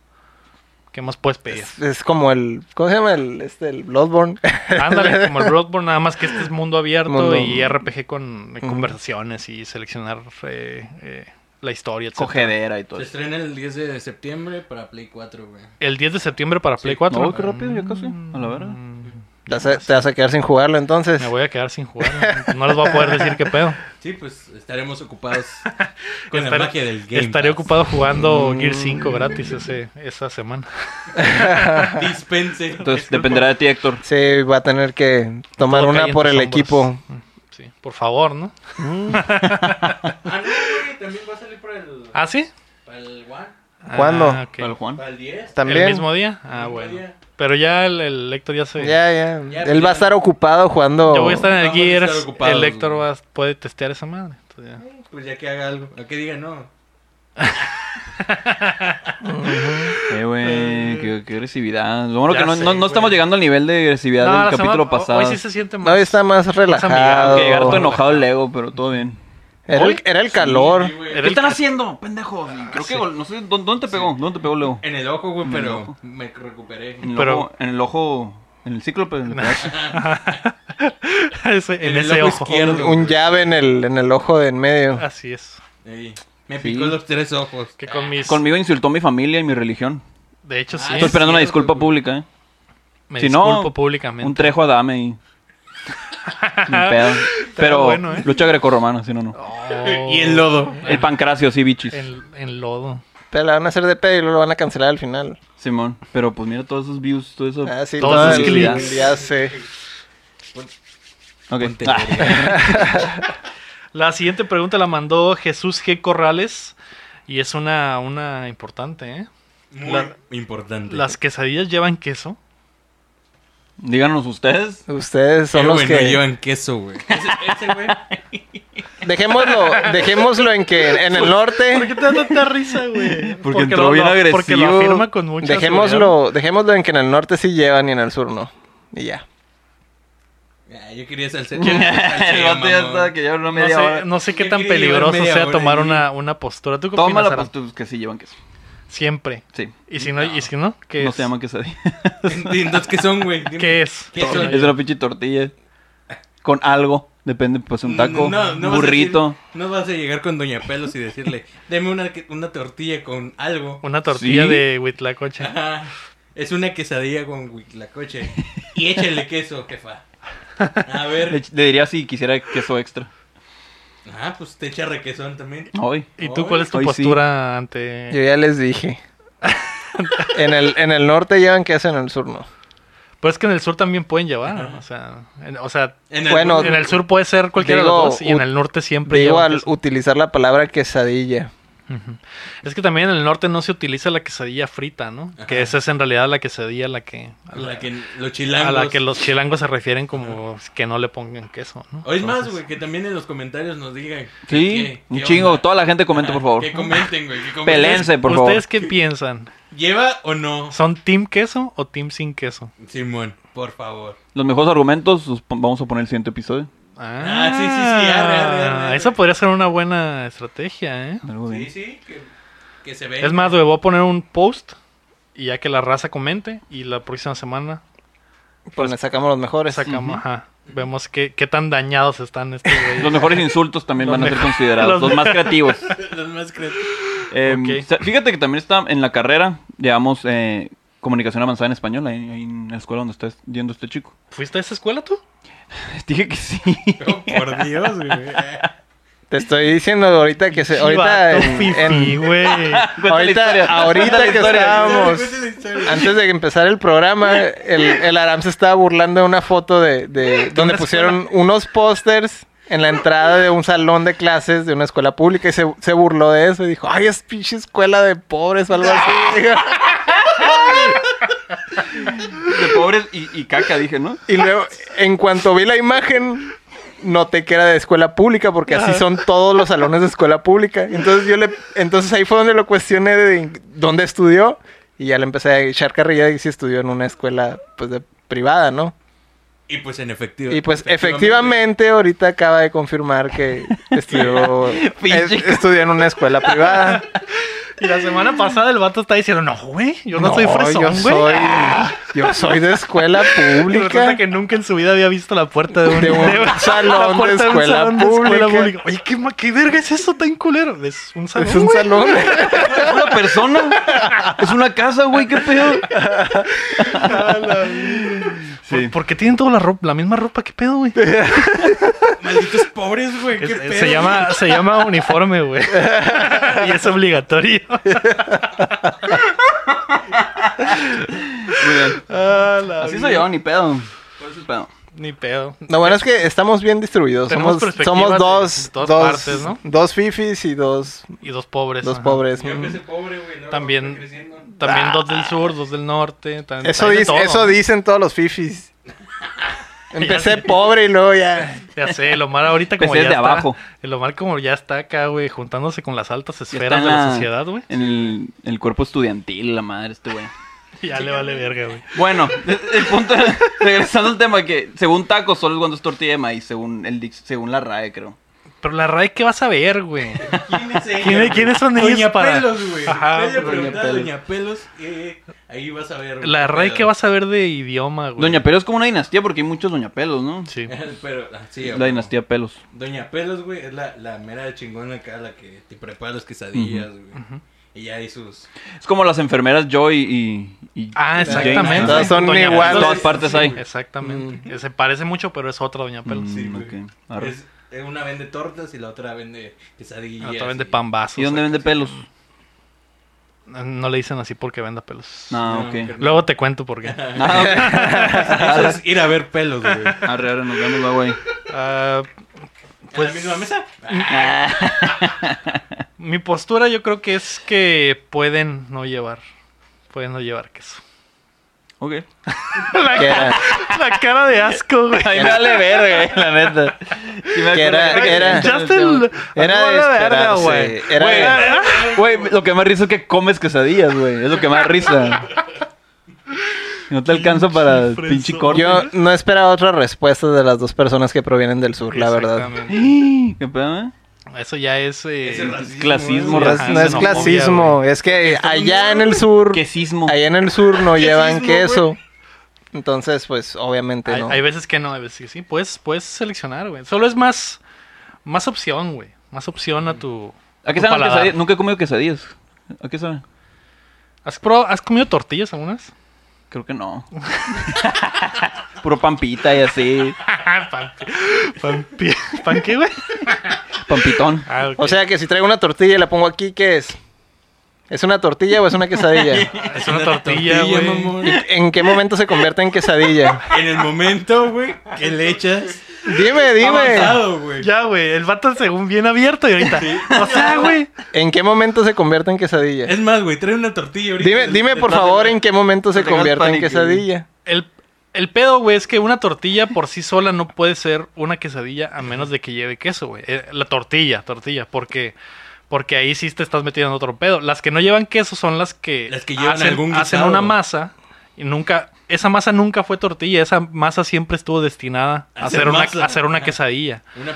Speaker 1: ¿Qué más puedes pedir?
Speaker 2: es, es como el. ¿Cómo se llama el, este, el Bloodborne?
Speaker 1: Ándale, como el Bloodborne, nada más que este es mundo abierto
Speaker 2: Mundo-
Speaker 1: y RPG con eh,
Speaker 2: Ujú.
Speaker 1: conversaciones y seleccionar eh, eh, la historia, etc.
Speaker 3: Cogedera y todo
Speaker 4: Se
Speaker 3: eso.
Speaker 4: estrena el 10 de septiembre para Play 4, güey.
Speaker 1: El 10 de septiembre para Play
Speaker 4: Sí.
Speaker 1: 4.
Speaker 3: No, qué rápido, ya casi. A la verga.
Speaker 1: Mm.
Speaker 2: Te vas, a, te vas a quedar sin jugarlo entonces.
Speaker 1: Me voy a quedar sin jugar. ¿no? No les voy a poder decir qué pedo.
Speaker 4: Sí, pues estaremos ocupados con
Speaker 1: Estaré-
Speaker 4: la magia del game.
Speaker 1: Estaré
Speaker 4: Pass.
Speaker 1: ocupado jugando Gear
Speaker 2: Mm.
Speaker 1: 5 gratis ese, esa semana.
Speaker 4: Dispense.
Speaker 3: Entonces dependerá de ti, Héctor.
Speaker 2: Sí, va a tener que tomar
Speaker 1: Todo cae
Speaker 2: una
Speaker 1: en
Speaker 2: por
Speaker 1: tus
Speaker 2: el
Speaker 1: hombros.
Speaker 2: equipo.
Speaker 1: Sí, por favor, ¿no?
Speaker 4: Ah, no, güey, también va a salir para el,
Speaker 1: ¿Ah, sí?
Speaker 4: para el One,
Speaker 2: ¿Cuándo?
Speaker 1: Ah, ok.
Speaker 3: Para el Juan.
Speaker 4: para el 10.
Speaker 1: ¿El
Speaker 2: También.
Speaker 1: mismo día? Ah,
Speaker 4: El mismo
Speaker 1: bueno.
Speaker 4: día.
Speaker 1: Pero ya el, el Héctor ya se...
Speaker 2: Ya, ya.
Speaker 4: Ya,
Speaker 2: Él va a
Speaker 4: ya.
Speaker 2: estar ocupado jugando.
Speaker 1: Yo voy a estar en el
Speaker 4: Vamos a
Speaker 1: Gears.
Speaker 4: estar ocupados,
Speaker 1: el Héctor
Speaker 4: güey.
Speaker 1: va, a- puede testear esa madre. entonces ya.
Speaker 4: Pues ya que haga algo. A que diga no.
Speaker 3: Eh, güey, qué, qué agresividad. Lo bueno
Speaker 1: Ya
Speaker 3: que no,
Speaker 1: sé,
Speaker 3: no- no
Speaker 1: güey.
Speaker 3: estamos llegando al nivel de agresividad
Speaker 1: No, la
Speaker 3: del capítulo
Speaker 1: semana-
Speaker 3: pasado.
Speaker 1: Hoy sí se siente más.
Speaker 2: No, está más relajado.
Speaker 1: amigable,
Speaker 3: Que llegar todo enojado el Lego, pero todo bien.
Speaker 2: Era el, era el calor.
Speaker 4: Sí, güey.
Speaker 1: Era el ca-
Speaker 3: haciendo, pendejos?
Speaker 1: Ah,
Speaker 3: Creo que gol- no sé dó- dónde te pegó, dónde te pegó Lego.
Speaker 4: En el ojo, güey, pero me recuperé.
Speaker 3: En el
Speaker 1: Pero-
Speaker 3: ojo, en el ojo, en el cíclope, en el pedazo.
Speaker 1: Ese- en,
Speaker 4: En el
Speaker 1: ese
Speaker 4: ojo
Speaker 1: ojo.
Speaker 4: izquierdo.
Speaker 2: un, un llave en el, en el ojo de en medio.
Speaker 1: Así es.
Speaker 4: Ey, me
Speaker 3: Sí.
Speaker 4: picó los tres ojos.
Speaker 1: Que con mis...
Speaker 3: Conmigo insultó mi familia y mi religión.
Speaker 1: De hecho, sí.
Speaker 4: Ah,
Speaker 3: Estoy
Speaker 4: es
Speaker 3: esperando una
Speaker 4: cierto,
Speaker 3: disculpa
Speaker 4: güey.
Speaker 3: pública, eh.
Speaker 1: Me
Speaker 3: Si no,
Speaker 1: disculpo públicamente.
Speaker 3: Un trejo a dame y. Ni pedo. Pero
Speaker 1: bueno, eh.
Speaker 3: lucha grecorromana, si no, no.
Speaker 4: Y el lodo.
Speaker 3: El pancracio, sí, bichis.
Speaker 1: En, en lodo.
Speaker 2: Pero la van a hacer de pedo y luego lo van a cancelar al final.
Speaker 3: Simón. Pero pues mira todos esos views, todo eso.
Speaker 2: Ah, sí,
Speaker 1: Todos
Speaker 2: todo
Speaker 1: los
Speaker 2: el-
Speaker 1: clics.
Speaker 2: Ya sé.
Speaker 3: Ok.
Speaker 4: Ponte
Speaker 3: Ah,
Speaker 1: La siguiente pregunta la mandó Jesús G. Corrales. Y es una, una importante, ¿eh?
Speaker 4: Muy
Speaker 1: La-
Speaker 4: importante.
Speaker 1: ¿Las quesadillas llevan queso?
Speaker 3: díganos ustedes.
Speaker 2: Ustedes son
Speaker 4: Eh,
Speaker 2: los
Speaker 4: güey,
Speaker 2: que.
Speaker 4: no llevan queso, güey. Ese, ese güey.
Speaker 2: Dejémoslo, dejémoslo en que en el
Speaker 1: ¿Por
Speaker 2: norte.
Speaker 1: qué te da tanta risa, güey?
Speaker 3: Porque entró bien
Speaker 1: Porque lo
Speaker 3: agresivo.
Speaker 1: afirma con mucha seguridad.
Speaker 2: Dejémoslo, dejémoslo en que en el norte sí llevan y en el sur no. Y ya.
Speaker 4: Ah, yo quería salsa.
Speaker 3: El vato ya está, que ya habló
Speaker 1: No
Speaker 3: media
Speaker 1: sé,
Speaker 3: hora.
Speaker 1: no sé qué
Speaker 4: Yo
Speaker 1: tan
Speaker 4: quería llevar
Speaker 1: peligroso
Speaker 4: media
Speaker 1: sea
Speaker 4: hora
Speaker 1: tomar
Speaker 4: y-
Speaker 1: una, una postura. ¿Tú qué
Speaker 3: Toma
Speaker 1: opinas,
Speaker 3: la
Speaker 1: Ara?
Speaker 3: postura pues, que sí llevan queso.
Speaker 1: Siempre.
Speaker 3: Sí.
Speaker 1: ¿Y si no? ¿Y si no? ¿Qué
Speaker 3: No
Speaker 1: es?
Speaker 3: se llaman quesadilla.
Speaker 4: Entonces, ¿qué son, güey? Dime.
Speaker 1: ¿Qué es?
Speaker 4: ¿Qué son?
Speaker 3: es una pinche tortilla. Con algo. Depende, pues un taco,
Speaker 4: vas a
Speaker 3: burrito.
Speaker 4: decir- no vas a llegar con Doña Pelos y decirle, deme una, que- una tortilla con algo.
Speaker 1: Una tortilla
Speaker 3: Sí.
Speaker 1: de huitlacoche.
Speaker 4: Ajá. Es una quesadilla con huitlacoche. Y échale queso, jefa. A
Speaker 3: Le,
Speaker 4: ver.
Speaker 3: le diría si quisiera queso extra.
Speaker 4: Ah, pues te echa requesón también.
Speaker 3: Hoy.
Speaker 1: ¿Y tú cuál es tu
Speaker 3: Hoy sí.
Speaker 1: postura ante...?
Speaker 2: Yo ya les dije. En el, en el norte llevan queso, en el sur no.
Speaker 1: Pues es que en el sur también pueden llevar, ¿no? o sea, en- o sea,
Speaker 4: En el-
Speaker 2: Bueno,
Speaker 1: en el sur puede ser cualquiera de
Speaker 2: Digo,
Speaker 1: los dos y en
Speaker 2: ut-
Speaker 1: el norte siempre
Speaker 2: Digo
Speaker 1: llevan
Speaker 2: al
Speaker 1: queso.
Speaker 2: utilizar la palabra quesadilla.
Speaker 1: Es que también en el norte no se utiliza la quesadilla frita, ¿no? Que
Speaker 4: Ajá.
Speaker 1: esa es en realidad la quesadilla a la que a
Speaker 4: a
Speaker 1: la,
Speaker 4: la que los
Speaker 1: eh, a
Speaker 4: chilangos.
Speaker 1: la que los chilangos se refieren como que no le pongan queso, ¿no?
Speaker 4: O es más,
Speaker 1: Entonces,
Speaker 4: güey, que también en los comentarios nos digan.
Speaker 3: Sí,
Speaker 4: qué-
Speaker 3: un
Speaker 4: qué
Speaker 3: chingo.
Speaker 4: onda. Ah,
Speaker 3: Toda la gente comente, por favor.
Speaker 4: Que comenten, güey. que comenten.
Speaker 3: Pelense, por favor.
Speaker 1: ¿Ustedes qué piensan?
Speaker 4: ¿Lleva o no?
Speaker 1: ¿Son team queso o team sin queso?
Speaker 4: Simón, por favor.
Speaker 3: Los mejores argumentos los pon- vamos a poner en el siguiente episodio.
Speaker 4: Ah, sí, sí, sí, arre, arre, arre, arre.
Speaker 1: Eso podría ser una buena estrategia, ¿eh?
Speaker 3: Algo
Speaker 4: Sí,
Speaker 3: bien.
Speaker 4: sí, que, que se ve.
Speaker 1: Es más, güey, voy a poner un post Y ya que la raza comente y la próxima semana
Speaker 2: Pues le sacamos los mejores.
Speaker 1: sacamos, ajá, vemos qué, qué tan dañados están este estos güeyes.
Speaker 3: Los mejores insultos también
Speaker 1: Los
Speaker 3: van a ser
Speaker 1: mejor-
Speaker 3: considerados,
Speaker 1: los
Speaker 3: los más
Speaker 1: mejor-
Speaker 3: creativos.
Speaker 4: Los más creativos.
Speaker 3: Eh,
Speaker 1: Ok.
Speaker 3: sa- Fíjate que también está en la carrera, llevamos eh, comunicación avanzada en español, ahí, ahí en la escuela donde está yendo este chico.
Speaker 1: ¿Fuiste a esa escuela tú?
Speaker 3: Dije que sí.
Speaker 4: Oh, por Dios, güey.
Speaker 2: Te estoy diciendo ahorita que se, ahorita
Speaker 1: Chivato,
Speaker 2: en- en-
Speaker 1: fifí, güey.
Speaker 3: Cuenta la historia.
Speaker 2: ahorita, ahorita que estábamos
Speaker 4: Cuenta la historia.
Speaker 2: antes de empezar el programa, el, el Aram se estaba burlando de una foto de, de- donde pusieron unos pósters en la entrada de un salón de clases de una escuela pública y se, se burló de eso y dijo, ay, es pinche escuela de pobres o algo así.
Speaker 3: De pobres y, y caca, dije, ¿no?
Speaker 2: Y luego, en cuanto vi la imagen, noté que era de escuela pública, porque así son todos los salones de escuela pública. Entonces yo le, entonces ahí fue donde lo cuestioné de dónde estudió, y ya le empecé a echar carrilla y si estudió en una escuela pues de privada, ¿no?
Speaker 4: Y pues en efectivo.
Speaker 2: Y pues efectivamente ahorita acaba de confirmar que estudió, es- estudió en una escuela privada.
Speaker 1: Y la semana pasada el vato está diciendo, no, güey, yo no, soy
Speaker 2: yo
Speaker 1: fresón,
Speaker 2: soy,
Speaker 1: güey.
Speaker 2: yo soy de escuela
Speaker 1: Y resulta
Speaker 2: pública.
Speaker 1: que nunca en su vida había visto la puerta de un,
Speaker 2: De un salón
Speaker 1: la
Speaker 2: de
Speaker 1: puerta un
Speaker 2: escuela
Speaker 1: salón de
Speaker 2: pública.
Speaker 1: Oye, ¿qué, ma- ¿qué verga es eso tan culero? Es un salón,
Speaker 2: Es un
Speaker 1: güey.
Speaker 2: salón.
Speaker 3: Es una persona. Es una casa, güey, qué pedo.
Speaker 1: ¿Por-
Speaker 3: Sí.
Speaker 1: ¿Por, qué tienen toda la, ropa, la misma ropa? ¿Qué pedo, güey?
Speaker 4: Malditos pobres, güey.
Speaker 1: Es-
Speaker 4: ¿Qué
Speaker 1: es-
Speaker 4: pedo?
Speaker 1: se, llama, se llama uniforme, güey. y es obligatorio.
Speaker 3: Muy bien.
Speaker 1: Ah, la
Speaker 3: Así
Speaker 1: vida.
Speaker 3: soy yo, ni pedo. ¿Cuál es el pedo?
Speaker 1: Ni pedo.
Speaker 2: Lo bueno es que estamos bien distribuidos.
Speaker 1: Tenemos
Speaker 2: Somos,
Speaker 1: perspectivas
Speaker 2: somos
Speaker 1: de-
Speaker 2: dos,
Speaker 1: en todas
Speaker 2: dos,
Speaker 1: partes, ¿no?
Speaker 2: dos fifis y dos,
Speaker 1: Y dos pobres.
Speaker 2: dos
Speaker 1: ajá.
Speaker 2: pobres.
Speaker 4: Yo
Speaker 2: Mm.
Speaker 4: empecé pobre, güey. luego
Speaker 1: También,
Speaker 4: fue creciendo.
Speaker 1: también dos
Speaker 3: Ah.
Speaker 1: del sur, dos del norte. tan-
Speaker 2: Mm. Eso,
Speaker 1: hay de
Speaker 2: dice-
Speaker 1: todo.
Speaker 2: eso dicen todos los fifis.
Speaker 1: Ya
Speaker 2: Empecé
Speaker 1: sé.
Speaker 2: pobre y luego ya.
Speaker 1: Ya sé, el Omar ahorita como
Speaker 3: Empecé
Speaker 1: ya
Speaker 3: desde
Speaker 1: está,
Speaker 3: Pues abajo.
Speaker 1: El Omar como ya está acá, güey, juntándose con las altas
Speaker 3: Ya está
Speaker 1: esferas
Speaker 3: en
Speaker 1: de la
Speaker 3: la-
Speaker 1: sociedad, güey.
Speaker 3: En el, en el cuerpo estudiantil, la madre, este güey.
Speaker 1: Ya le vale verga, güey.
Speaker 3: Bueno, el punto regresando al tema que según tacos solo es cuando es tortilla de maíz, según el dic- según la RAE, creo.
Speaker 1: Pero la RAE, ¿qué vas a ver, güey?
Speaker 4: ¿Quién es ella,
Speaker 1: ¿Quién-
Speaker 4: güey?
Speaker 1: quiénes son ellos
Speaker 4: Doña
Speaker 1: para-
Speaker 4: Pelos, güey.
Speaker 1: Ajá,
Speaker 4: Vete a
Speaker 1: Doña
Speaker 4: preguntar a
Speaker 3: Pelos.
Speaker 4: Doña Pelos. eh, ahí vas a ver. güey,
Speaker 1: La
Speaker 4: qué
Speaker 1: RAE,
Speaker 4: pedo.
Speaker 1: ¿qué vas a ver de idioma, güey?
Speaker 3: Doña Pelo es como una dinastía porque hay muchos Doña Pelos, ¿no?
Speaker 1: Sí.
Speaker 4: Pero, ah, sí,
Speaker 3: La
Speaker 4: güey.
Speaker 3: dinastía Pelos.
Speaker 4: Doña Pelos, güey, es la, la mera chingona acá, la que te prepara las quesadillas, güey. Y ya hay sus...
Speaker 3: Es como las enfermeras Joy y, y-
Speaker 1: Ah,
Speaker 3: y
Speaker 1: exactamente.
Speaker 3: James, ¿no?
Speaker 2: Todas son
Speaker 1: Doña
Speaker 2: iguales.
Speaker 3: En todas
Speaker 1: Pelos.
Speaker 3: partes hay.
Speaker 1: Exactamente. Se parece mucho, pero es otra Doña Pelos.
Speaker 3: Mm,
Speaker 4: Sí,
Speaker 3: ok.
Speaker 4: güey.
Speaker 3: Arre.
Speaker 4: Es, eh, una vende tortas y la otra vende quesadillas.
Speaker 1: La otra vende
Speaker 4: y-
Speaker 1: pambazos.
Speaker 3: Mm, ¿Y dónde vende pelos?
Speaker 1: No le dicen así porque venda pelos.
Speaker 3: Ah,
Speaker 4: No,
Speaker 3: ok.
Speaker 4: que-
Speaker 1: Luego te cuento por qué.
Speaker 3: Ah, ok.
Speaker 4: Eso es ir a ver pelos, güey. ¿En
Speaker 3: Arre, arre, nos vemos luego ahí.
Speaker 1: Ah,
Speaker 4: la misma mesa?
Speaker 1: mi postura yo creo que es que pueden no llevar. Pueden no llevar queso.
Speaker 3: Ok.
Speaker 1: La,
Speaker 2: Que era,
Speaker 1: la cara de asco, güey.
Speaker 3: Ahí me vale verga, la neta. Sí me
Speaker 2: eh, Que
Speaker 3: acuerdo
Speaker 2: era-
Speaker 3: que-
Speaker 2: era-
Speaker 1: Justin
Speaker 2: era de esperarse, era
Speaker 1: Güey,
Speaker 2: de-
Speaker 1: era-
Speaker 3: Güey, lo que más risa es que comes quesadillas, güey. Es lo que más risa. No te alcanza para
Speaker 1: fresón.
Speaker 3: pinche corte.
Speaker 2: yo no esperaba otra respuesta de las dos personas que provienen del sur, la verdad.
Speaker 1: Exactamente.
Speaker 3: ¿Qué pedo, eh?
Speaker 1: Eso ya es. eh,
Speaker 4: Ese racismo,
Speaker 3: clasismo,
Speaker 2: No
Speaker 1: güey.
Speaker 2: es,
Speaker 1: Ajá,
Speaker 2: no es
Speaker 1: xenofobia,
Speaker 2: clasismo, es que allá en el sur,
Speaker 3: ¿Qué sismo?
Speaker 2: allá en el sur no llevan
Speaker 4: Quesismo, güey.
Speaker 2: queso. Entonces, pues obviamente
Speaker 1: hay,
Speaker 2: no.
Speaker 1: hay veces que no, hay veces que sí. Puedes, puedes seleccionar, güey. Solo es más, más opción, güey. Más opción a tu.
Speaker 3: ¿A qué
Speaker 1: tu
Speaker 3: saben las
Speaker 1: paladar.
Speaker 3: quesadillas? Nunca he comido quesadillas. ¿A qué saben?
Speaker 1: ¿Has, probado- ¿Has comido tortillas algunas?
Speaker 3: Creo que no. Puro pampita y así.
Speaker 1: pan, pan, pan qué, güey.
Speaker 3: Pampitón.
Speaker 1: Ah, ok.
Speaker 2: O sea que si traigo una tortilla y la pongo aquí, ¿qué es? ¿Es una tortilla o es una quesadilla?
Speaker 1: es una tortilla, güey.
Speaker 4: mamón.
Speaker 2: ¿En qué momento se convierte en quesadilla?
Speaker 4: En el momento, güey, que le echas...
Speaker 2: Dime, dime.
Speaker 4: Avanzado, güey.
Speaker 1: Ya, güey. El vato según bien abierto y ahorita. O sea, güey.
Speaker 2: ¿En qué momento se convierte en quesadilla?
Speaker 4: Es más, güey, trae una tortilla ahorita.
Speaker 2: Dime, dime por
Speaker 4: No,
Speaker 2: favor en qué momento se
Speaker 3: no tengas
Speaker 2: convierte en
Speaker 3: pánico.
Speaker 2: quesadilla.
Speaker 1: El, el pedo, güey, es que una tortilla por sí sola no puede ser una quesadilla a menos de que lleve queso, güey. Eh, la tortilla, tortilla, porque porque ahí sí te estás metiendo en otro pedo. Las que no llevan queso son las que,
Speaker 4: Las que llevan
Speaker 1: hacen,
Speaker 4: algún
Speaker 1: hacen
Speaker 4: guisado.
Speaker 1: una masa y nunca esa masa nunca fue tortilla, esa masa siempre estuvo destinada a,
Speaker 4: A ser
Speaker 1: ser una
Speaker 4: masa.
Speaker 1: a ser una
Speaker 4: Ajá.
Speaker 1: quesadilla.
Speaker 4: Una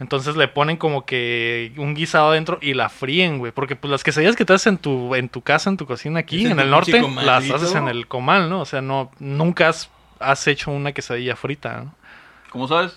Speaker 1: Entonces le ponen como que un guisado adentro y la fríen, güey. Porque pues las quesadillas que te haces en tu, en tu casa, en tu cocina aquí,
Speaker 4: Es en
Speaker 1: en
Speaker 4: tu
Speaker 1: el norte,
Speaker 4: pinche comalito.
Speaker 1: las haces en el comal, ¿no? O sea, no, nunca has, has hecho una quesadilla frita, ¿no?
Speaker 3: ¿Cómo sabes?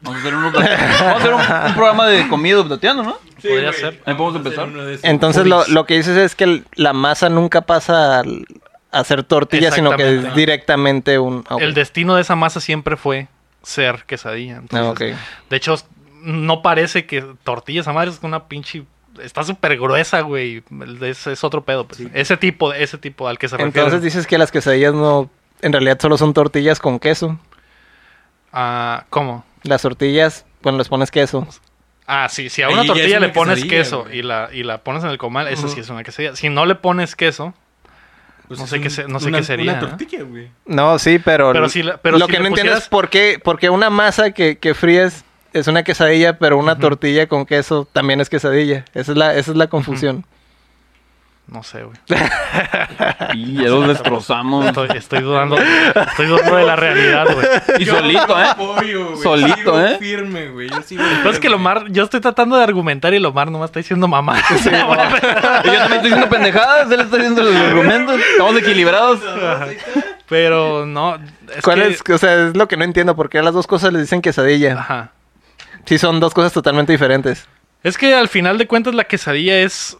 Speaker 3: Vamos a hacer, un, vamos a hacer un, un programa de comida dubdateando, ¿no?
Speaker 1: Podría
Speaker 4: güey.
Speaker 1: ser.
Speaker 3: Ahí podemos
Speaker 4: Vamos a hacer
Speaker 3: empezar.
Speaker 4: uno de esos.
Speaker 2: Entonces lo, lo que dices es que el- la masa nunca pasa al- a hacer tortilla, sino que es
Speaker 1: Exactamente.
Speaker 2: directamente un... ah, ok.
Speaker 1: El destino de esa masa siempre fue ser quesadilla. Entonces,
Speaker 2: Ah, ok.
Speaker 1: De hecho, no parece que tortillas a madre es una pinche. Está súper gruesa, güey. Es, es otro pedo. pues. Ese tipo, ese tipo al que se refiere.
Speaker 2: Entonces dices que las quesadillas no... En realidad solo son tortillas con queso.
Speaker 1: Ah, ¿Cómo?
Speaker 2: Las tortillas, bueno, les pones queso.
Speaker 1: Ah, sí, si a
Speaker 4: Ahí
Speaker 1: una
Speaker 4: ya es
Speaker 1: tortilla
Speaker 4: una
Speaker 1: le pones
Speaker 4: quesadilla,
Speaker 1: queso
Speaker 4: güey.
Speaker 1: y la, y la pones en el comal, esa sí es una quesadilla. Si no le pones queso,
Speaker 4: Pues
Speaker 1: no
Speaker 4: es
Speaker 1: sé qué
Speaker 4: un-
Speaker 1: se- no sé
Speaker 4: una-
Speaker 1: qué sería,
Speaker 4: Una
Speaker 1: ¿no?
Speaker 4: tortilla, güey.
Speaker 2: No, sí, pero...
Speaker 1: Pero si la- pero
Speaker 2: lo
Speaker 1: si
Speaker 2: que
Speaker 1: le
Speaker 2: no entiendo
Speaker 1: pusieras-
Speaker 2: es por qué, por qué una masa que, que fríes es una quesadilla, pero una tortilla con queso también es quesadilla. Esa es la, esa es la confusión.
Speaker 1: no sé, güey.
Speaker 3: Y ya los destrozamos.
Speaker 1: Estoy, estoy dudando, estoy dudando de la realidad, güey.
Speaker 3: Y
Speaker 4: Yo
Speaker 3: solito,
Speaker 4: lo
Speaker 3: ¿eh?
Speaker 4: apoyo, güey.
Speaker 3: Solito,
Speaker 4: Sigo
Speaker 3: ¿eh?
Speaker 4: firme, güey. Yo sigo
Speaker 1: Pero es que
Speaker 4: firme.
Speaker 1: Lomar, yo estoy tratando de argumentar y Lomar nomás está diciendo mamá.
Speaker 3: Y yo también estoy diciendo pendejadas, él está diciendo los argumentos. Estamos equilibrados.
Speaker 1: Pero no. Es
Speaker 2: ¿Cuál
Speaker 1: que- Ah.
Speaker 2: es? O sea, es lo que no entiendo. ¿Por qué a las dos cosas les dicen quesadilla?
Speaker 1: Ajá.
Speaker 2: Sí, son dos cosas totalmente diferentes.
Speaker 1: Es que al final de cuentas la quesadilla es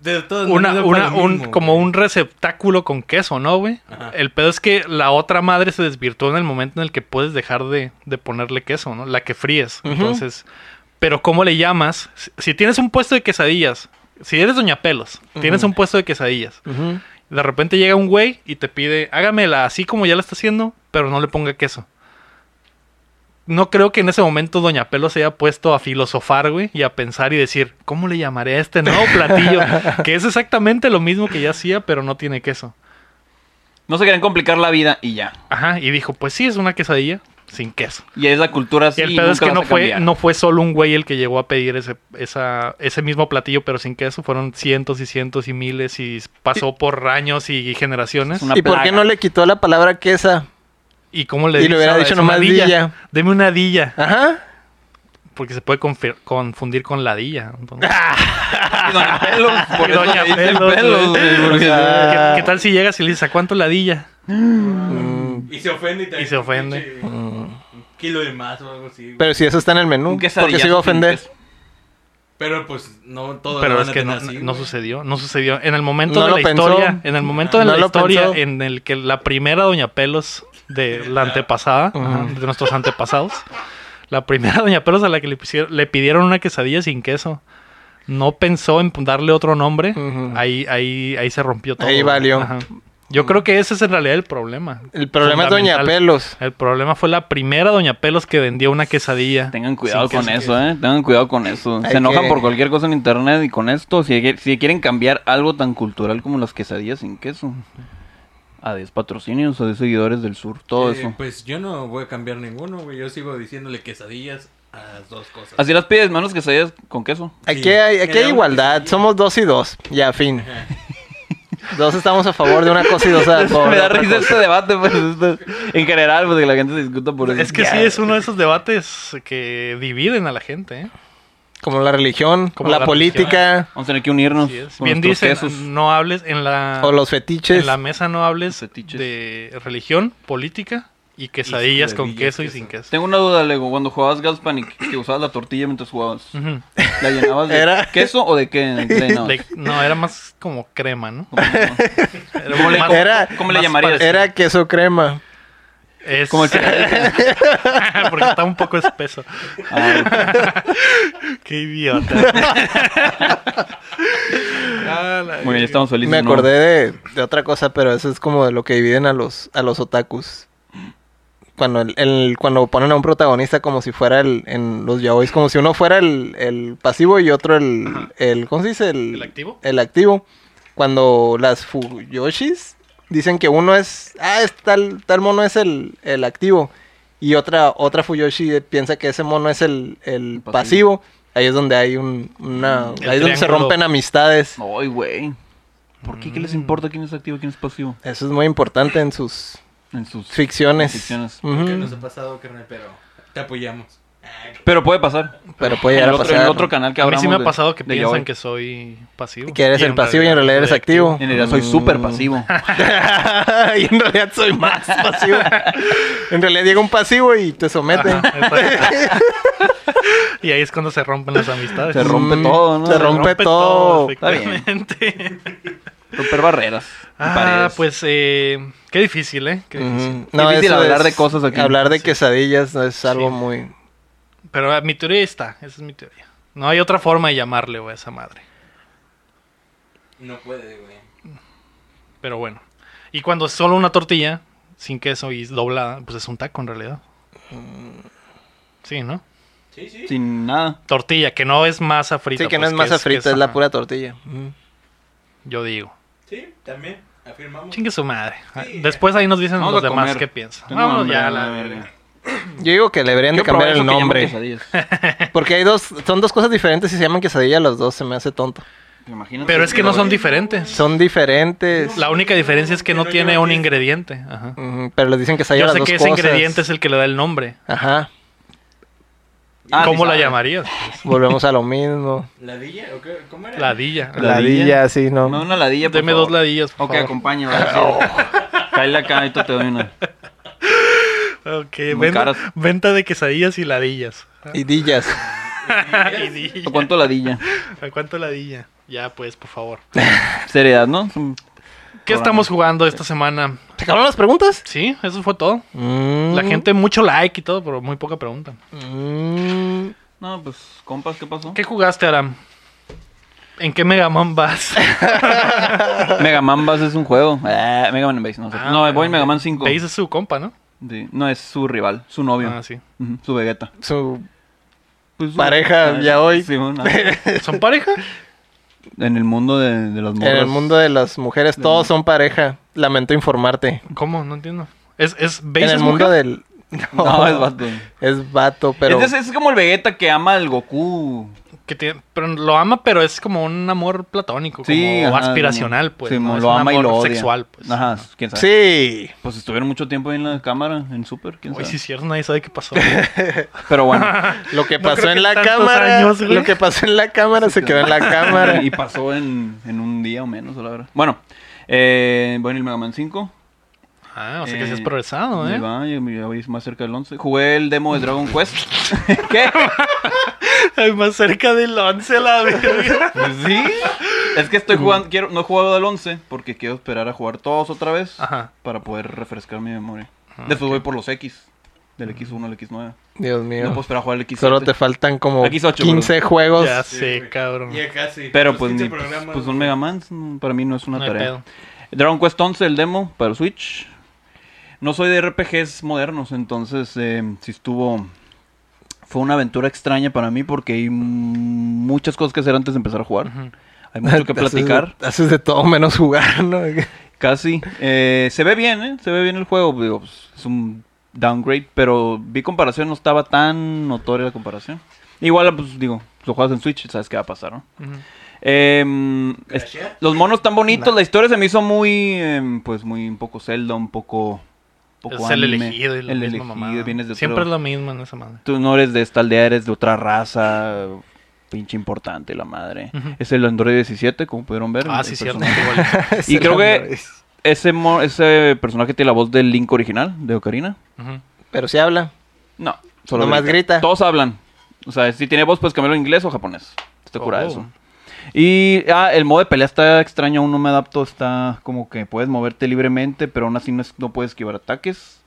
Speaker 4: De todas
Speaker 1: una,
Speaker 4: maneras,
Speaker 1: una,
Speaker 4: para lo
Speaker 1: un,
Speaker 4: mismo,
Speaker 1: como
Speaker 4: güey.
Speaker 1: un receptáculo con queso, ¿no, güey?
Speaker 4: Ajá.
Speaker 1: El pedo es que la otra madre se desvirtuó en el momento en el que puedes dejar de, de ponerle queso, ¿no? La que fríes.
Speaker 2: Ujú.
Speaker 1: Entonces, pero ¿cómo le llamas? Si, si tienes un puesto de quesadillas, si eres Doña Pelos, tienes un puesto de quesadillas, de repente llega un güey y te pide, hágamela así como ya la está haciendo, pero no le ponga queso. No creo que en ese momento Doña Pelo se haya puesto a filosofar, güey, y a pensar y decir, ¿cómo le llamaré a este nuevo platillo? que es exactamente lo mismo que ya hacía, pero no tiene queso.
Speaker 3: No se quieren complicar la vida y ya.
Speaker 1: Ajá, y dijo, pues sí, es una quesadilla sin queso.
Speaker 3: Y es la cultura así.
Speaker 1: y el pedo es que
Speaker 3: nunca vas
Speaker 1: no
Speaker 3: a
Speaker 1: fue,
Speaker 3: cambiar.
Speaker 1: no fue solo un güey el que llegó a pedir ese, esa, ese mismo platillo, pero sin queso. Fueron cientos y cientos y miles y pasó por años y generaciones.
Speaker 3: Es una
Speaker 2: ¿Y por qué
Speaker 3: plaga.
Speaker 2: no le quitó la palabra quesa?
Speaker 1: ¿Y cómo le
Speaker 2: Y le hubiera
Speaker 1: dices, "Es
Speaker 2: dicho
Speaker 1: una
Speaker 2: nomás dilla".
Speaker 1: Deme una dilla.
Speaker 2: Ajá.
Speaker 1: Porque se puede confir- confundir con la dilla. entonces.
Speaker 3: Y Doña Pelos, por
Speaker 1: Y
Speaker 3: eso
Speaker 1: Doña
Speaker 3: le dicen
Speaker 1: Pelos,
Speaker 3: Pelos,
Speaker 1: güey.
Speaker 3: güey, porque-
Speaker 2: Ah.
Speaker 1: ¿Qué, qué tal si llegas y le dices, ¿a cuánto la dilla? Mm,
Speaker 4: Y se ofende y también.
Speaker 1: se ofende.
Speaker 4: pinche, Un kilo de más o algo así. güey.
Speaker 2: Pero si eso está en el menú,
Speaker 3: un
Speaker 2: porque
Speaker 3: quesadillazo
Speaker 2: se iba a ofender.
Speaker 3: sin queso.
Speaker 4: Pero pues no todo
Speaker 1: Pero es que no, no sucedió, no sucedió. En el momento
Speaker 2: No
Speaker 1: de
Speaker 2: lo
Speaker 1: la
Speaker 2: pensó.
Speaker 1: historia, en el momento de
Speaker 2: No
Speaker 1: la
Speaker 2: lo
Speaker 1: historia
Speaker 2: pensó.
Speaker 1: en el que la primera Doña Pelos de la antepasada, ajá, de nuestros antepasados, la primera Doña Pelos a la que le, pusieron- le pidieron una quesadilla sin queso, no pensó en darle otro nombre,
Speaker 2: Ujú.
Speaker 1: ahí, ahí, ahí se rompió todo.
Speaker 2: Ahí valió.
Speaker 1: Ajá. Yo creo que ese es en realidad el problema.
Speaker 2: El problema es Doña
Speaker 1: Fundamental.
Speaker 2: Pelos.
Speaker 1: El problema fue la primera Doña Pelos que vendió una quesadilla.
Speaker 3: Tengan cuidado
Speaker 1: sin
Speaker 3: con
Speaker 1: queso.
Speaker 3: eso, eh. Tengan cuidado con eso.
Speaker 2: Hay
Speaker 3: Se enojan
Speaker 2: que-
Speaker 3: por cualquier cosa en internet y con esto. Si, qui- si quieren cambiar algo tan cultural como las quesadillas sin queso. Adiós patrocinios, adiós seguidores del sur, todo eso.
Speaker 4: Pues yo no voy a cambiar ninguno, güey. Yo sigo diciéndole quesadillas a las dos cosas.
Speaker 3: Así las pides, menos quesadillas con queso.
Speaker 2: Aquí hay, aquí hay
Speaker 4: Era una
Speaker 2: igualdad.
Speaker 4: quesadilla.
Speaker 2: Somos dos y dos. Ya, fin. Dos estamos a favor de una cosa y dos a favor
Speaker 3: Me
Speaker 2: de
Speaker 3: da
Speaker 2: otra
Speaker 3: risa
Speaker 2: cosa.
Speaker 3: este debate, pues, esto- en general, pues, que la gente se discuta por eso.
Speaker 1: Es que sí es uno de esos debates que dividen a la gente. ¿eh?
Speaker 2: Como la religión,
Speaker 1: Como
Speaker 2: la,
Speaker 1: la
Speaker 2: política
Speaker 3: Vamos a tener que unirnos. con
Speaker 1: Bien dicen,
Speaker 3: nuestros
Speaker 1: mm.
Speaker 3: quesos.
Speaker 1: no hables en la,
Speaker 2: o los fetiches.
Speaker 1: Ah. en la mesa, no hables
Speaker 3: Fetiches.
Speaker 1: de religión, política y quesadillas con
Speaker 4: quesadillas,
Speaker 1: queso y
Speaker 4: queso.
Speaker 1: sin queso.
Speaker 3: Tengo una duda, Lego. Cuando jugabas Gas Panic, que usabas la tortilla mientras jugabas,
Speaker 1: Ujú.
Speaker 3: ¿la llenabas de
Speaker 2: Era-
Speaker 3: queso o de Ah, qué? ¿Qué le llenabas?
Speaker 1: Mm. De- no, era más como crema, ¿no? Era
Speaker 3: ¿Cómo le,
Speaker 1: más-
Speaker 3: cómo-
Speaker 2: Era-
Speaker 3: cómo le
Speaker 1: más
Speaker 3: llamarías?
Speaker 1: parecido.
Speaker 2: Era queso crema.
Speaker 1: es-
Speaker 3: Como el que-
Speaker 1: porque está un poco espeso.
Speaker 3: Ah,
Speaker 1: Qué idiota. Ah, la-
Speaker 3: muy bien, estamos felices.
Speaker 2: Me
Speaker 3: ¿no?
Speaker 2: acordé de, de otra cosa, pero eso es como de lo que dividen a los, a los otakus. Cuando, el, el- cuando ponen a un protagonista como si fuera el, en los yaois, como si uno fuera el, el pasivo y otro el, el, ¿cómo se dice? El,
Speaker 1: ¿El activo?
Speaker 2: El activo. Cuando las fuyoshis dicen que uno es, ah, es tal, tal mono es el, el activo y otra, otra fuyoshi piensa que ese mono es el, el
Speaker 3: Pasivo.
Speaker 2: pasivo. Ahí es donde hay un, una,
Speaker 1: El
Speaker 2: ahí es donde se
Speaker 1: triángulo.
Speaker 2: rompen amistades.
Speaker 3: Ay, güey. ¿Por qué? ¿Qué
Speaker 1: Mm.
Speaker 3: les importa quién es activo y quién es pasivo?
Speaker 2: Eso es muy importante en sus
Speaker 3: En sus
Speaker 2: ficciones.
Speaker 3: Ficciones.
Speaker 2: Ujú.
Speaker 1: Mm.
Speaker 4: Que nos ha pasado, carnal, pero te apoyamos.
Speaker 3: Pero puede pasar.
Speaker 2: Pero puede
Speaker 3: en,
Speaker 2: llegar
Speaker 3: el
Speaker 2: a
Speaker 3: otro,
Speaker 2: pasar.
Speaker 3: en el
Speaker 2: ¿no?
Speaker 3: otro canal que
Speaker 1: A mí sí me
Speaker 3: hablamos
Speaker 1: ha
Speaker 3: de-
Speaker 1: pasado que
Speaker 3: de
Speaker 1: piensan
Speaker 3: Yaoi.
Speaker 1: que soy pasivo.
Speaker 2: Que eres
Speaker 1: Y
Speaker 2: el pasivo y en realidad eres
Speaker 1: soy
Speaker 2: activo. Mm.
Speaker 3: En realidad soy súper pasivo.
Speaker 2: y en realidad soy más pasivo. en realidad llega un pasivo y te somete.
Speaker 1: Ajá, exacto. y ahí es cuando se rompen las amistades.
Speaker 3: Se rompe
Speaker 2: Mm,
Speaker 3: todo, ¿no?
Speaker 2: Se
Speaker 3: Se
Speaker 2: rompe,
Speaker 1: rompe
Speaker 2: todo.
Speaker 3: Está bien.
Speaker 1: efectivamente.
Speaker 3: Romper barreras. y
Speaker 1: Ah,
Speaker 3: paredes.
Speaker 1: pues eh, qué difícil, ¿eh? Qué difícil.
Speaker 2: Ujú.
Speaker 3: Difícil
Speaker 2: eso
Speaker 3: hablar
Speaker 2: es-
Speaker 3: de cosas aquí.
Speaker 2: Hablar de quesadillas no es algo
Speaker 1: Sí.
Speaker 2: muy.
Speaker 1: Pero ah, mi teoría está, esa es mi teoría. No hay otra forma de llamarle, güey, a esa madre.
Speaker 4: No puede, güey.
Speaker 1: Pero bueno. Y cuando es solo una tortilla, sin queso y doblada, pues es un taco en realidad. Sí, ¿no?
Speaker 4: Sí, sí.
Speaker 3: Sin nada.
Speaker 1: Tortilla, que no es masa frita.
Speaker 2: Sí, que no
Speaker 1: pues,
Speaker 2: es masa frita, es,
Speaker 1: que
Speaker 2: la
Speaker 1: ajá,
Speaker 2: pura tortilla. Ujú.
Speaker 1: Yo digo.
Speaker 4: Sí, también. Afirmamos.
Speaker 1: Chingue su madre. Ah,
Speaker 4: Sí.
Speaker 1: Después ahí nos dicen
Speaker 3: Vamos
Speaker 1: los
Speaker 3: a
Speaker 1: demás
Speaker 3: comer.
Speaker 1: qué piensan.
Speaker 3: Tengo
Speaker 1: Vámonos
Speaker 3: hambre,
Speaker 1: ya a
Speaker 3: a
Speaker 1: la
Speaker 3: la
Speaker 1: verga.
Speaker 2: Yo digo que le deberían de
Speaker 3: Yo
Speaker 2: cambiar
Speaker 3: probé eso
Speaker 2: el
Speaker 3: que llaman
Speaker 2: nombre.
Speaker 3: quesadillas.
Speaker 2: Porque hay dos, son dos cosas diferentes y se llaman quesadilla los dos, se me hace tonto.
Speaker 3: Imagínate.
Speaker 1: Pero es que no son diferentes.
Speaker 2: Son diferentes.
Speaker 1: La única diferencia es que no
Speaker 4: Pero
Speaker 1: tiene
Speaker 4: lleva
Speaker 1: un
Speaker 4: queso.
Speaker 1: ingrediente. Ajá.
Speaker 2: Ujú, Pero les dicen quesadilla
Speaker 1: Yo
Speaker 2: las
Speaker 1: sé
Speaker 2: dos
Speaker 1: que
Speaker 2: cosas.
Speaker 1: ese ingrediente es el que le da el nombre.
Speaker 2: Ajá.
Speaker 3: Ah, sí
Speaker 1: ¿Cómo la
Speaker 3: sabe.
Speaker 1: llamarías?
Speaker 2: Volvemos a lo mismo.
Speaker 4: ¿Ladilla? ¿O qué? ¿Cómo era?
Speaker 1: Ladilla.
Speaker 3: Ladilla.
Speaker 2: Ladilla, sí, no.
Speaker 3: No, una ladilla, por
Speaker 1: Deme
Speaker 3: favor.
Speaker 1: dos ladillas, por
Speaker 3: Ok,
Speaker 1: favor.
Speaker 3: acompáñame. Cállate acá, ahorita te doy una.
Speaker 1: Ok,
Speaker 3: Muy
Speaker 1: venta,
Speaker 3: caras.
Speaker 1: venta de quesadillas y ladillas.
Speaker 2: Y dillas.
Speaker 1: Y di-
Speaker 3: ¿O ¿Cuánto ladilla?
Speaker 1: ¿A cuánto ladilla? Ya, pues, por favor.
Speaker 3: Seriedad, ¿no? Son-
Speaker 1: ¿Qué estamos jugando esta semana?
Speaker 2: ¿Se acabaron las preguntas?
Speaker 1: Sí, eso fue todo. La
Speaker 2: La
Speaker 1: gente, mucho like y todo, pero muy poca pregunta.
Speaker 2: mm.
Speaker 3: No, pues, compas, ¿qué pasó?
Speaker 1: ¿Qué jugaste, Aram? ¿En qué Mega Man vas?
Speaker 3: Mega Man Bass es un juego. Eh, Mega Man en Base, no sé.
Speaker 1: Ah,
Speaker 3: no, voy
Speaker 1: Mega
Speaker 3: en Mega Man 5.
Speaker 1: Te dice su compa, ¿no?
Speaker 3: Sí, No, es su rival, su novio.
Speaker 1: Ah, sí.
Speaker 3: Ujú, su Vegeta.
Speaker 2: Su
Speaker 3: Pues, su-
Speaker 2: Pareja,
Speaker 3: Ah,
Speaker 2: ya hoy.
Speaker 3: sí, una-
Speaker 1: ¿Son pareja?
Speaker 3: en el mundo de, de los morros.
Speaker 2: En el mundo de las mujeres todos son pareja. Lamento informarte.
Speaker 1: ¿Cómo? No entiendo. ¿Es, es Base
Speaker 2: En el
Speaker 1: es
Speaker 2: mundo
Speaker 1: mujer?
Speaker 2: del...
Speaker 3: No, es vato.
Speaker 2: Es vato, pero...
Speaker 3: Este es, es como el Vegeta que ama al Goku.
Speaker 1: Que tiene- pero lo ama, pero es como un amor platónico,
Speaker 3: Sí,
Speaker 1: como
Speaker 3: ajá,
Speaker 1: aspiracional,
Speaker 3: no.
Speaker 1: pues.
Speaker 3: Sí,
Speaker 1: ¿no? Es
Speaker 3: lo
Speaker 1: un
Speaker 3: ama y
Speaker 1: amor
Speaker 3: lo odia.
Speaker 1: sexual, pues.
Speaker 3: Ajá, quién sabe.
Speaker 2: Sí.
Speaker 3: Pues estuvieron mucho tiempo ahí en la cámara, en Super, quién
Speaker 1: Uy,
Speaker 3: sabe.
Speaker 1: sí, es cierto, nadie sabe qué pasó.
Speaker 3: Pero bueno.
Speaker 2: Lo que
Speaker 1: No
Speaker 2: pasó
Speaker 1: creo que
Speaker 2: en la
Speaker 1: tantos
Speaker 2: cámara...
Speaker 1: años, güey.
Speaker 2: lo que pasó en la cámara se quedó en la cámara.
Speaker 3: y pasó en, en un día o menos, a la verdad. Bueno, eh, voy en el Mega Man 5.
Speaker 1: Ah, o sea que sí has
Speaker 3: Eh,
Speaker 1: progresado,
Speaker 3: Ahí
Speaker 1: ¿eh?
Speaker 3: va, ya, ya voy más cerca del 11. Jugué el demo de Dragon Quest. ¿Qué?
Speaker 1: Ay, más cerca del 11 la verga.
Speaker 3: Pues sí. Es que estoy jugando, quiero, no he jugado del 11 porque quiero esperar a jugar todos otra vez
Speaker 1: Ajá.
Speaker 3: para poder refrescar mi memoria.
Speaker 1: Ah,
Speaker 3: Después voy por los X, del X1 al X9.
Speaker 2: Dios
Speaker 3: No pues,
Speaker 2: mío.
Speaker 3: puedo esperar a jugar el X7.
Speaker 2: Solo te faltan como
Speaker 3: Aquí es ocho,
Speaker 2: 15 juegos.
Speaker 1: Ya
Speaker 4: Sí,
Speaker 1: sé,
Speaker 4: güey.
Speaker 1: cabrón.
Speaker 4: Ya casi.
Speaker 3: Pero
Speaker 4: Los
Speaker 3: pues,
Speaker 4: 15
Speaker 3: ni,
Speaker 4: programas,
Speaker 3: pues
Speaker 4: güey.
Speaker 3: un Mega Man mm, para mí no es una
Speaker 1: No hay
Speaker 3: tarea.
Speaker 1: pedo.
Speaker 3: Dragon Quest 11, el demo para el Switch. No soy de RPGs modernos, entonces si estuvo... Fue una aventura extraña para mí porque hay mm, muchas cosas que hacer antes de empezar a jugar.
Speaker 1: Ujú.
Speaker 3: Hay mucho que
Speaker 2: Haces de-
Speaker 3: platicar.
Speaker 2: Haces de, todo menos jugar, ¿no?
Speaker 3: Casi. Eh, se ve bien, ¿eh? Se ve bien el juego. Digo, pues, es un downgrade, pero vi comparación, no estaba tan notoria la comparación. Igual, pues digo, lo juegas en Switch, sabes qué va a pasar, ¿no?
Speaker 1: Ujú.
Speaker 3: Em, es-
Speaker 4: Crashea.
Speaker 3: los monos tan bonitos, la historia se me hizo muy, em, pues muy un poco Zelda, un poco... poco
Speaker 1: Es el
Speaker 3: anime.
Speaker 1: elegido y la
Speaker 3: El
Speaker 1: misma
Speaker 3: elegido,
Speaker 1: mamada.
Speaker 3: vienes de
Speaker 1: Siempre
Speaker 3: otro-
Speaker 1: es la misma en esa madre.
Speaker 3: Tú no eres de esta aldea, eres de otra raza, pinche importante la madre.
Speaker 1: Ujú.
Speaker 3: Es el Android 17, como pudieron ver.
Speaker 1: Ah,
Speaker 3: el
Speaker 1: sí, cierto.
Speaker 3: personaje.
Speaker 1: igual.
Speaker 3: Y creo que ese, mo- ese personaje tiene la voz del Link original, de Ocarina.
Speaker 1: Ujú.
Speaker 2: Pero si habla.
Speaker 3: No, solo
Speaker 2: Nomás grita.
Speaker 3: Todos hablan. O sea, si tiene voz, pues cambiarlo en inglés o japonés. Está
Speaker 1: Oh.
Speaker 3: curada eso. Y ah, el modo de pelea está extraño, aún no me adapto. Está como que puedes moverte libremente, pero aún así no, es- no puedes esquivar ataques.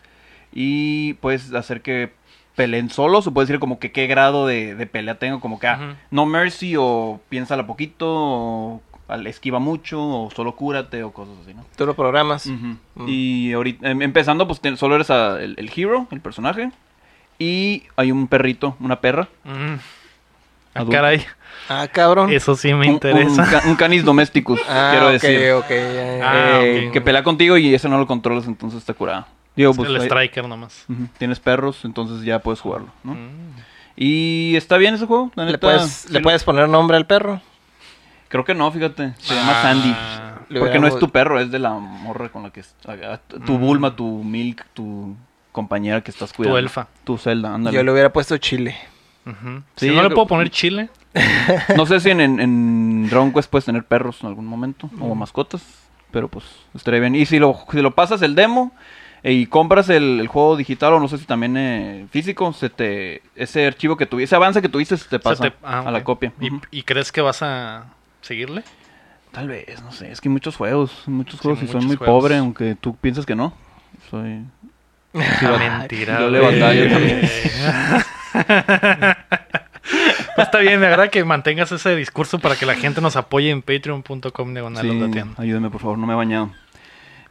Speaker 3: Y puedes hacer que peleen solos, o puedes decir como que qué grado de, de pelea tengo, como que ah,
Speaker 1: Ujú.
Speaker 3: no mercy, o piénsala poquito, o al- esquiva mucho, o solo cúrate, o cosas así, ¿no?
Speaker 2: Tú lo programas.
Speaker 3: Ujú.
Speaker 2: Mm.
Speaker 3: Y ahorita, em- empezando, pues te- solo eres a- el, el hero, el personaje. Y hay un perrito, una perra.
Speaker 1: Ujú. Ah,
Speaker 3: Adulto.
Speaker 1: caray.
Speaker 2: Ah, cabrón.
Speaker 1: Eso sí me
Speaker 3: un-
Speaker 1: interesa.
Speaker 3: Un, ca- un canis domesticus,
Speaker 2: Ah,
Speaker 3: quiero
Speaker 2: ok,
Speaker 3: decir.
Speaker 2: ok. ya, ya.
Speaker 1: Ah,
Speaker 3: Eh,
Speaker 1: ok.
Speaker 3: Que pelea contigo y ese no lo controlas, entonces está curada. Digo, pues,
Speaker 1: el
Speaker 3: ahí-
Speaker 1: Striker nomás.
Speaker 3: Ujú, Tienes perros, entonces ya puedes jugarlo, ¿no?
Speaker 1: Mm.
Speaker 3: Y está bien ese juego, la
Speaker 2: ¿Le,
Speaker 3: neta,
Speaker 2: puedes,
Speaker 3: sí
Speaker 2: ¿Le
Speaker 3: lo-
Speaker 2: puedes poner nombre al perro?
Speaker 3: Creo que no, fíjate. Se llama
Speaker 1: Ah.
Speaker 3: Sandy.
Speaker 2: Le
Speaker 3: Porque no
Speaker 2: hubiéramos-
Speaker 3: es tu perro, es de la morra con la que... es- a- a- Tu
Speaker 1: Mm.
Speaker 3: Bulma, tu Milk, tu... compañera que estás cuidando.
Speaker 1: elfa.
Speaker 3: Tu celda, ándale.
Speaker 2: Yo le hubiera puesto chile.
Speaker 1: Ujú. si
Speaker 3: Sí, yo
Speaker 1: no le
Speaker 3: creo-
Speaker 1: puedo poner chile.
Speaker 3: No sé si en, en, en Dragon Quest puedes tener perros en algún momento o mascotas, pero pues estaría bien. Y si lo, si lo pasas el demo eh, y compras el, el juego digital o no sé si también eh, físico, se te, ese archivo que tuviste, ese avance que tuviste se te
Speaker 1: o sea,
Speaker 3: pasa
Speaker 1: te- ah,
Speaker 3: a la
Speaker 1: ok.
Speaker 3: copia.
Speaker 1: ¿Y,
Speaker 3: Ujú.
Speaker 1: y crees que vas a seguirle?
Speaker 3: Tal vez, no sé, es que hay muchos juegos,
Speaker 1: Sí,
Speaker 3: muchos juegos y soy
Speaker 1: muchos
Speaker 3: muy
Speaker 1: juegos.
Speaker 3: pobre, aunque tú piensas que no. Soy... sí,
Speaker 1: Ah,
Speaker 3: va-
Speaker 1: mentira.
Speaker 3: yo le
Speaker 1: güey.
Speaker 3: batallo también.
Speaker 1: Pues está bien, me agrada que mantengas ese discurso para que la gente nos apoye en patreon.com diagonal
Speaker 3: Sí,
Speaker 1: Ondateando.
Speaker 3: ayúdeme, por favor, no me he bañado.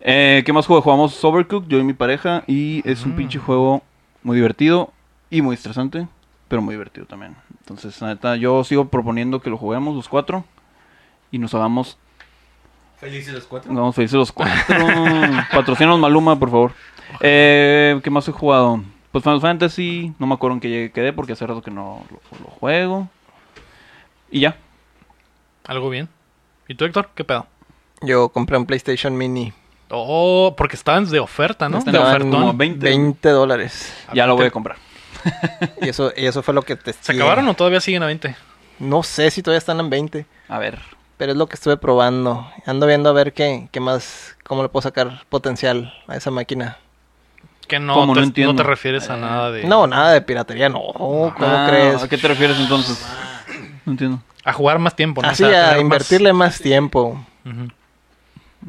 Speaker 3: Eh, ¿Qué más juego? Jugamos Overcooked, yo y mi pareja, y es un
Speaker 1: Mm.
Speaker 3: pinche juego muy divertido y muy estresante, pero muy divertido también. Entonces, la neta, yo sigo proponiendo que lo juguemos los cuatro y nos hagamos,
Speaker 4: Felices los cuatro.
Speaker 3: nos vamos felices los cuatro. Patrocínanos Maluma, por favor. Eh, ¿Qué más he jugado? Pues Final Fantasy, no me acuerdo en qué llegué- quedé porque hace rato que no lo- lo juego. Y ya,
Speaker 1: ¿Algo bien? ¿Y tú, Héctor? ¿Qué pedo?
Speaker 2: Yo compré un PlayStation Mini.
Speaker 1: Oh, porque estaban de oferta, ¿no?
Speaker 3: Están
Speaker 1: de
Speaker 3: en
Speaker 1: ofertón.
Speaker 3: como 20.
Speaker 2: 20, dólares.
Speaker 3: ya lo voy a
Speaker 1: Te-
Speaker 3: comprar.
Speaker 2: Y eso, y eso fue lo que te.
Speaker 1: ¿Se acabaron o todavía siguen a 20?
Speaker 2: No sé si todavía están en 20.
Speaker 3: A ver.
Speaker 2: Pero es lo que estuve probando. Ando viendo a ver qué, qué más, cómo le puedo sacar potencial a esa máquina.
Speaker 1: Que no,
Speaker 3: ¿Cómo? No
Speaker 1: te,
Speaker 3: entiendo.
Speaker 1: te refieres a nada de...
Speaker 2: No, nada de piratería, no. ¿Cómo
Speaker 3: Ah,
Speaker 2: crees?
Speaker 3: ¿A qué te refieres entonces?
Speaker 1: Ah.
Speaker 3: No entiendo.
Speaker 1: A jugar más tiempo, ¿no? O
Speaker 2: Así,
Speaker 1: sea, tener
Speaker 2: a
Speaker 1: más-
Speaker 2: invertirle más, tiempo.
Speaker 1: Ujú.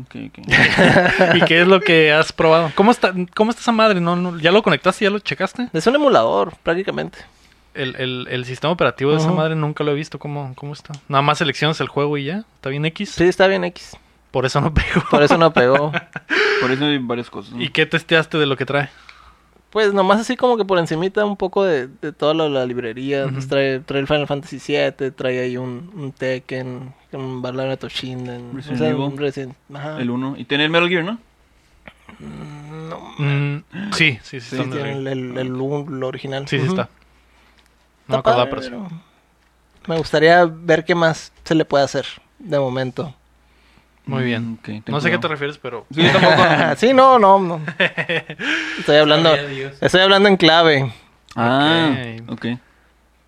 Speaker 3: Ok, ok.
Speaker 1: ¿Y qué es lo que has probado? ¿Cómo está, cómo está esa madre? ¿No, no- ya lo conectaste? ¿Ya lo checaste?
Speaker 2: Es un emulador, prácticamente.
Speaker 1: El, el- el sistema operativo de esa
Speaker 2: Ujú.
Speaker 1: madre nunca lo he visto. ¿Cómo, cómo está? Nada más seleccionas el juego y ya. Está bien X.
Speaker 2: Sí, está bien X.
Speaker 1: Por eso no pegó.
Speaker 2: Por eso no pegó.
Speaker 3: Por eso hay varias cosas. ¿no?
Speaker 1: ¿Y qué testeaste de lo que trae?
Speaker 2: Pues nomás así como que por encimita un poco de, de toda la, la librería. Pues
Speaker 1: Ujú.
Speaker 2: trae, trae el Final Fantasy VII, trae ahí un, un Tekken, un Barlana Toshinden.
Speaker 3: Resident
Speaker 2: un
Speaker 3: Evil.
Speaker 2: Resident- ajá.
Speaker 3: El uno. Y tiene el Metal Gear, ¿no?
Speaker 2: No,
Speaker 1: Mm, sí, sí, sí.
Speaker 2: sí,
Speaker 1: están de
Speaker 2: tiene
Speaker 1: arriba.
Speaker 2: el, el, el un- lo original.
Speaker 1: Sí, sí
Speaker 2: Ujú.
Speaker 1: está. No me
Speaker 2: Está
Speaker 1: acordaba,
Speaker 2: padre,
Speaker 1: pero sí.
Speaker 2: pero Me gustaría ver qué más se le puede hacer de momento.
Speaker 1: Muy bien.
Speaker 3: Mm, ok, ten
Speaker 1: No sé a qué te
Speaker 3: cuidado.
Speaker 1: refieres, pero...
Speaker 3: Sí, yo tampoco.
Speaker 2: sí, no, no, no. Estoy hablando,
Speaker 4: Gloria a Dios.
Speaker 2: estoy hablando en clave.
Speaker 3: ah, ok.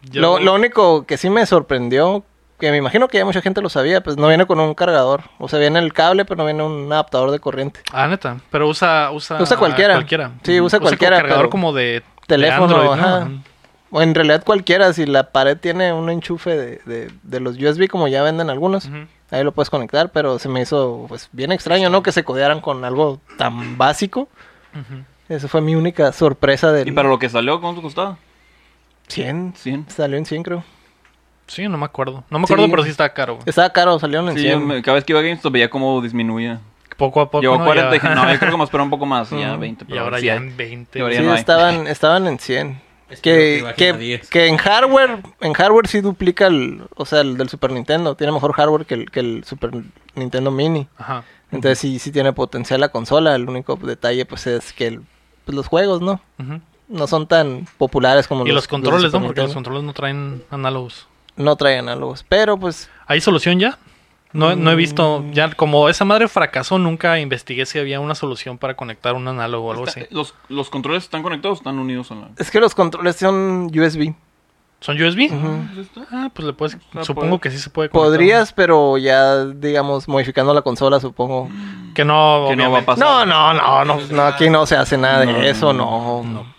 Speaker 1: yo-
Speaker 2: Lo, lo único que sí me sorprendió, que me imagino que ya mucha gente lo sabía, pues no viene con un cargador. O sea, viene el cable, pero no viene un adaptador de corriente.
Speaker 1: Ah, neta. Pero usa... Usa,
Speaker 2: Usa cualquiera. Sí, usa
Speaker 1: como
Speaker 2: cualquiera,
Speaker 1: cargador
Speaker 2: pero-
Speaker 1: como de...
Speaker 2: Teléfono,
Speaker 1: de Android, ¿no?
Speaker 2: ajá. O en realidad cualquiera, si la pared tiene un enchufe de, de- de los USB, como ya venden algunos,
Speaker 1: Ujú.
Speaker 2: ahí lo puedes conectar, pero se me hizo pues bien extraño, ¿no? Que se codearan con algo tan básico.
Speaker 1: Ujú.
Speaker 2: Esa fue mi única sorpresa del
Speaker 3: ¿Y para lo que salió, cuánto costaba?
Speaker 2: 100.
Speaker 3: 100.
Speaker 2: Salió en 100, creo.
Speaker 1: Sí, no me acuerdo. No me acuerdo,
Speaker 2: Sí.
Speaker 1: pero sí está caro. güey.
Speaker 2: Estaba caro, salieron en
Speaker 3: Sí,
Speaker 2: 100.
Speaker 3: yo me- cada vez que iba a GameStop veía cómo disminuía.
Speaker 1: Poco a poco,
Speaker 3: Llegó
Speaker 1: ¿no?
Speaker 3: a 40 y
Speaker 1: Ya-
Speaker 3: dije, no, yo creo que me espera un poco más. y ya
Speaker 2: Mm.
Speaker 3: 20.
Speaker 1: Y
Speaker 3: pero
Speaker 1: ahora
Speaker 3: sí
Speaker 1: ya
Speaker 3: hay.
Speaker 1: en 20.
Speaker 3: Ahora ya
Speaker 2: Sí,
Speaker 3: no hay.
Speaker 2: estaban, estaban en 100.
Speaker 4: Espero que
Speaker 2: Que,
Speaker 4: bajen
Speaker 2: que-
Speaker 4: a 10.
Speaker 2: que en hardware, en hardware sí duplica el, o sea, el del Super Nintendo. Tiene mejor hardware que el, que el Super Nintendo Mini.
Speaker 1: Ajá.
Speaker 2: Entonces sí, sí tiene potencial la consola. El único detalle pues es que el- pues, los juegos, ¿no?
Speaker 1: Ujú.
Speaker 2: No son tan populares como
Speaker 1: Y los
Speaker 2: del
Speaker 1: controles,
Speaker 2: Super
Speaker 1: ¿no? Porque los
Speaker 2: Nintendo.
Speaker 1: controles no traen análogos.
Speaker 2: No traen análogos. Pero pues
Speaker 1: ¿Hay solución ya? No,
Speaker 2: Mm.
Speaker 1: no he visto, ya como esa madre fracasó, nunca investigué si había una solución para conectar un análogo o algo
Speaker 3: Está-
Speaker 1: así.
Speaker 3: los, ¿Los controles están conectados o están unidos a la...?
Speaker 2: es que los controles son USB.
Speaker 1: ¿Son USB?
Speaker 2: Ujú.
Speaker 3: ¿Es esto?
Speaker 1: Ah, pues le puedes,
Speaker 3: sea,
Speaker 1: supongo
Speaker 3: puede-
Speaker 1: que sí se puede conectar.
Speaker 2: Podrías, pero ya, digamos, modificando la consola, supongo.
Speaker 1: Que no,
Speaker 3: Que no va a
Speaker 1: obviamente.
Speaker 3: pasar.
Speaker 2: No, no, no, no, no, aquí no se hace nada de
Speaker 3: No,
Speaker 2: eso,
Speaker 3: no,
Speaker 2: no.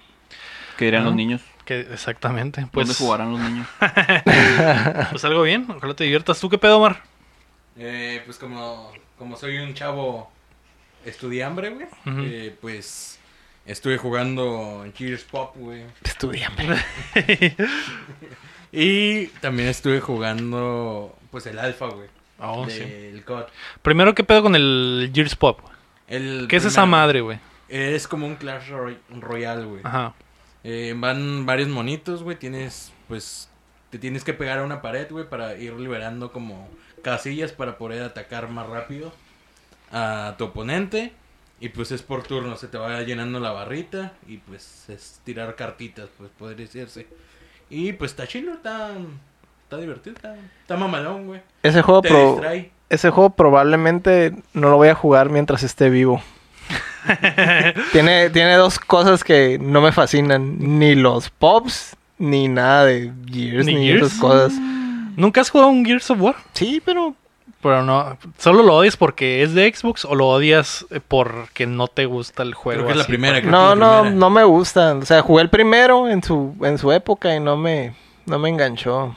Speaker 3: ¿Qué dirán los
Speaker 1: Ah.
Speaker 3: niños?
Speaker 1: Que- exactamente.
Speaker 3: Pues,
Speaker 1: Pues,
Speaker 3: ¿Dónde jugarán los niños?
Speaker 1: pues algo bien, ojalá te diviertas. ¿Tú qué pedo, Omar?
Speaker 4: Eh, pues como, como soy un chavo estudiambre, güey,
Speaker 1: Ujú.
Speaker 4: eh, pues estuve jugando Cheers Pop, güey.
Speaker 2: Estudiame.
Speaker 4: Y también estuve jugando, pues el alfa, güey.
Speaker 1: Oh, sí.
Speaker 4: del COD.
Speaker 1: Primero, ¿qué pedo con el Gears Pop?
Speaker 4: El
Speaker 1: ¿Qué es esa
Speaker 4: primero.
Speaker 1: madre, güey?
Speaker 4: Es como un Clash Roy- Royale, güey.
Speaker 1: Ajá.
Speaker 4: Eh, van varios monitos, güey. Tienes, pues, te tienes que pegar a una pared, güey, para ir liberando como casillas para poder atacar más rápido a tu oponente. Y pues es por turno, se te va llenando la barrita y pues es tirar cartitas, pues poder decirse. Y pues está chido, está, está divertido, está, está mamalón, güey.
Speaker 2: Ese juego,
Speaker 4: Te
Speaker 2: pro-
Speaker 4: distrae.
Speaker 2: ese juego probablemente no lo voy a jugar mientras esté vivo. Tiene, tiene dos cosas que no me fascinan. Ni los pops, ni nada de Gears,
Speaker 1: ¿Ni
Speaker 2: ni,
Speaker 1: Gears?
Speaker 2: esas cosas.
Speaker 1: ¿Nunca has jugado un Gears of War?
Speaker 2: Sí, pero
Speaker 1: Pero no, solo lo odias porque es de Xbox o lo odias eh, porque no te gusta el juego.
Speaker 4: Creo que es la
Speaker 1: así? pues.
Speaker 4: primera. creo que
Speaker 2: no,
Speaker 4: es la
Speaker 2: no,
Speaker 4: primera.
Speaker 2: no me gustan. O sea, jugué el primero en su, en su época y no me, no me enganchó.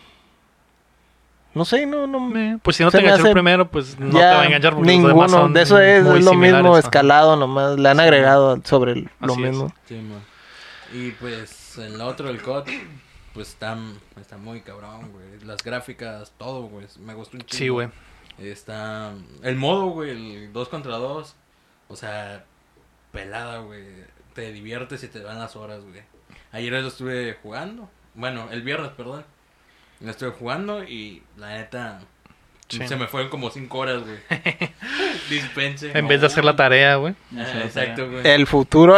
Speaker 2: No sé, no, no
Speaker 1: Eh, Pues si no
Speaker 2: Se
Speaker 1: te
Speaker 2: me
Speaker 1: enganchó
Speaker 2: hace
Speaker 1: el primero, pues no
Speaker 2: ya
Speaker 1: te va a enganchar porque los demás
Speaker 2: ninguno.
Speaker 1: son
Speaker 2: De eso es,
Speaker 1: muy
Speaker 2: es lo
Speaker 1: similares,
Speaker 2: mismo
Speaker 1: ajá.
Speaker 2: escalado nomás. Le han agregado sobre el- lo
Speaker 1: Así es.
Speaker 2: mismo.
Speaker 4: Sí, mo. y pues en la otra, el COD, pues está, está muy cabrón, güey. Las gráficas, todo, güey. Me gustó un chingo.
Speaker 1: Sí, güey.
Speaker 4: Está el modo, güey, el 2 contra 2. O sea, pelada, güey. Te diviertes y te van las horas, güey. Ayer lo estuve jugando. Bueno, el viernes, perdón. Lo estuve jugando y la neta
Speaker 1: Sí.
Speaker 4: se me fueron como 5 horas, güey. Dispense.
Speaker 1: En vez de hacer la tarea, güey.
Speaker 4: Ah, Exacto, güey.
Speaker 2: El futuro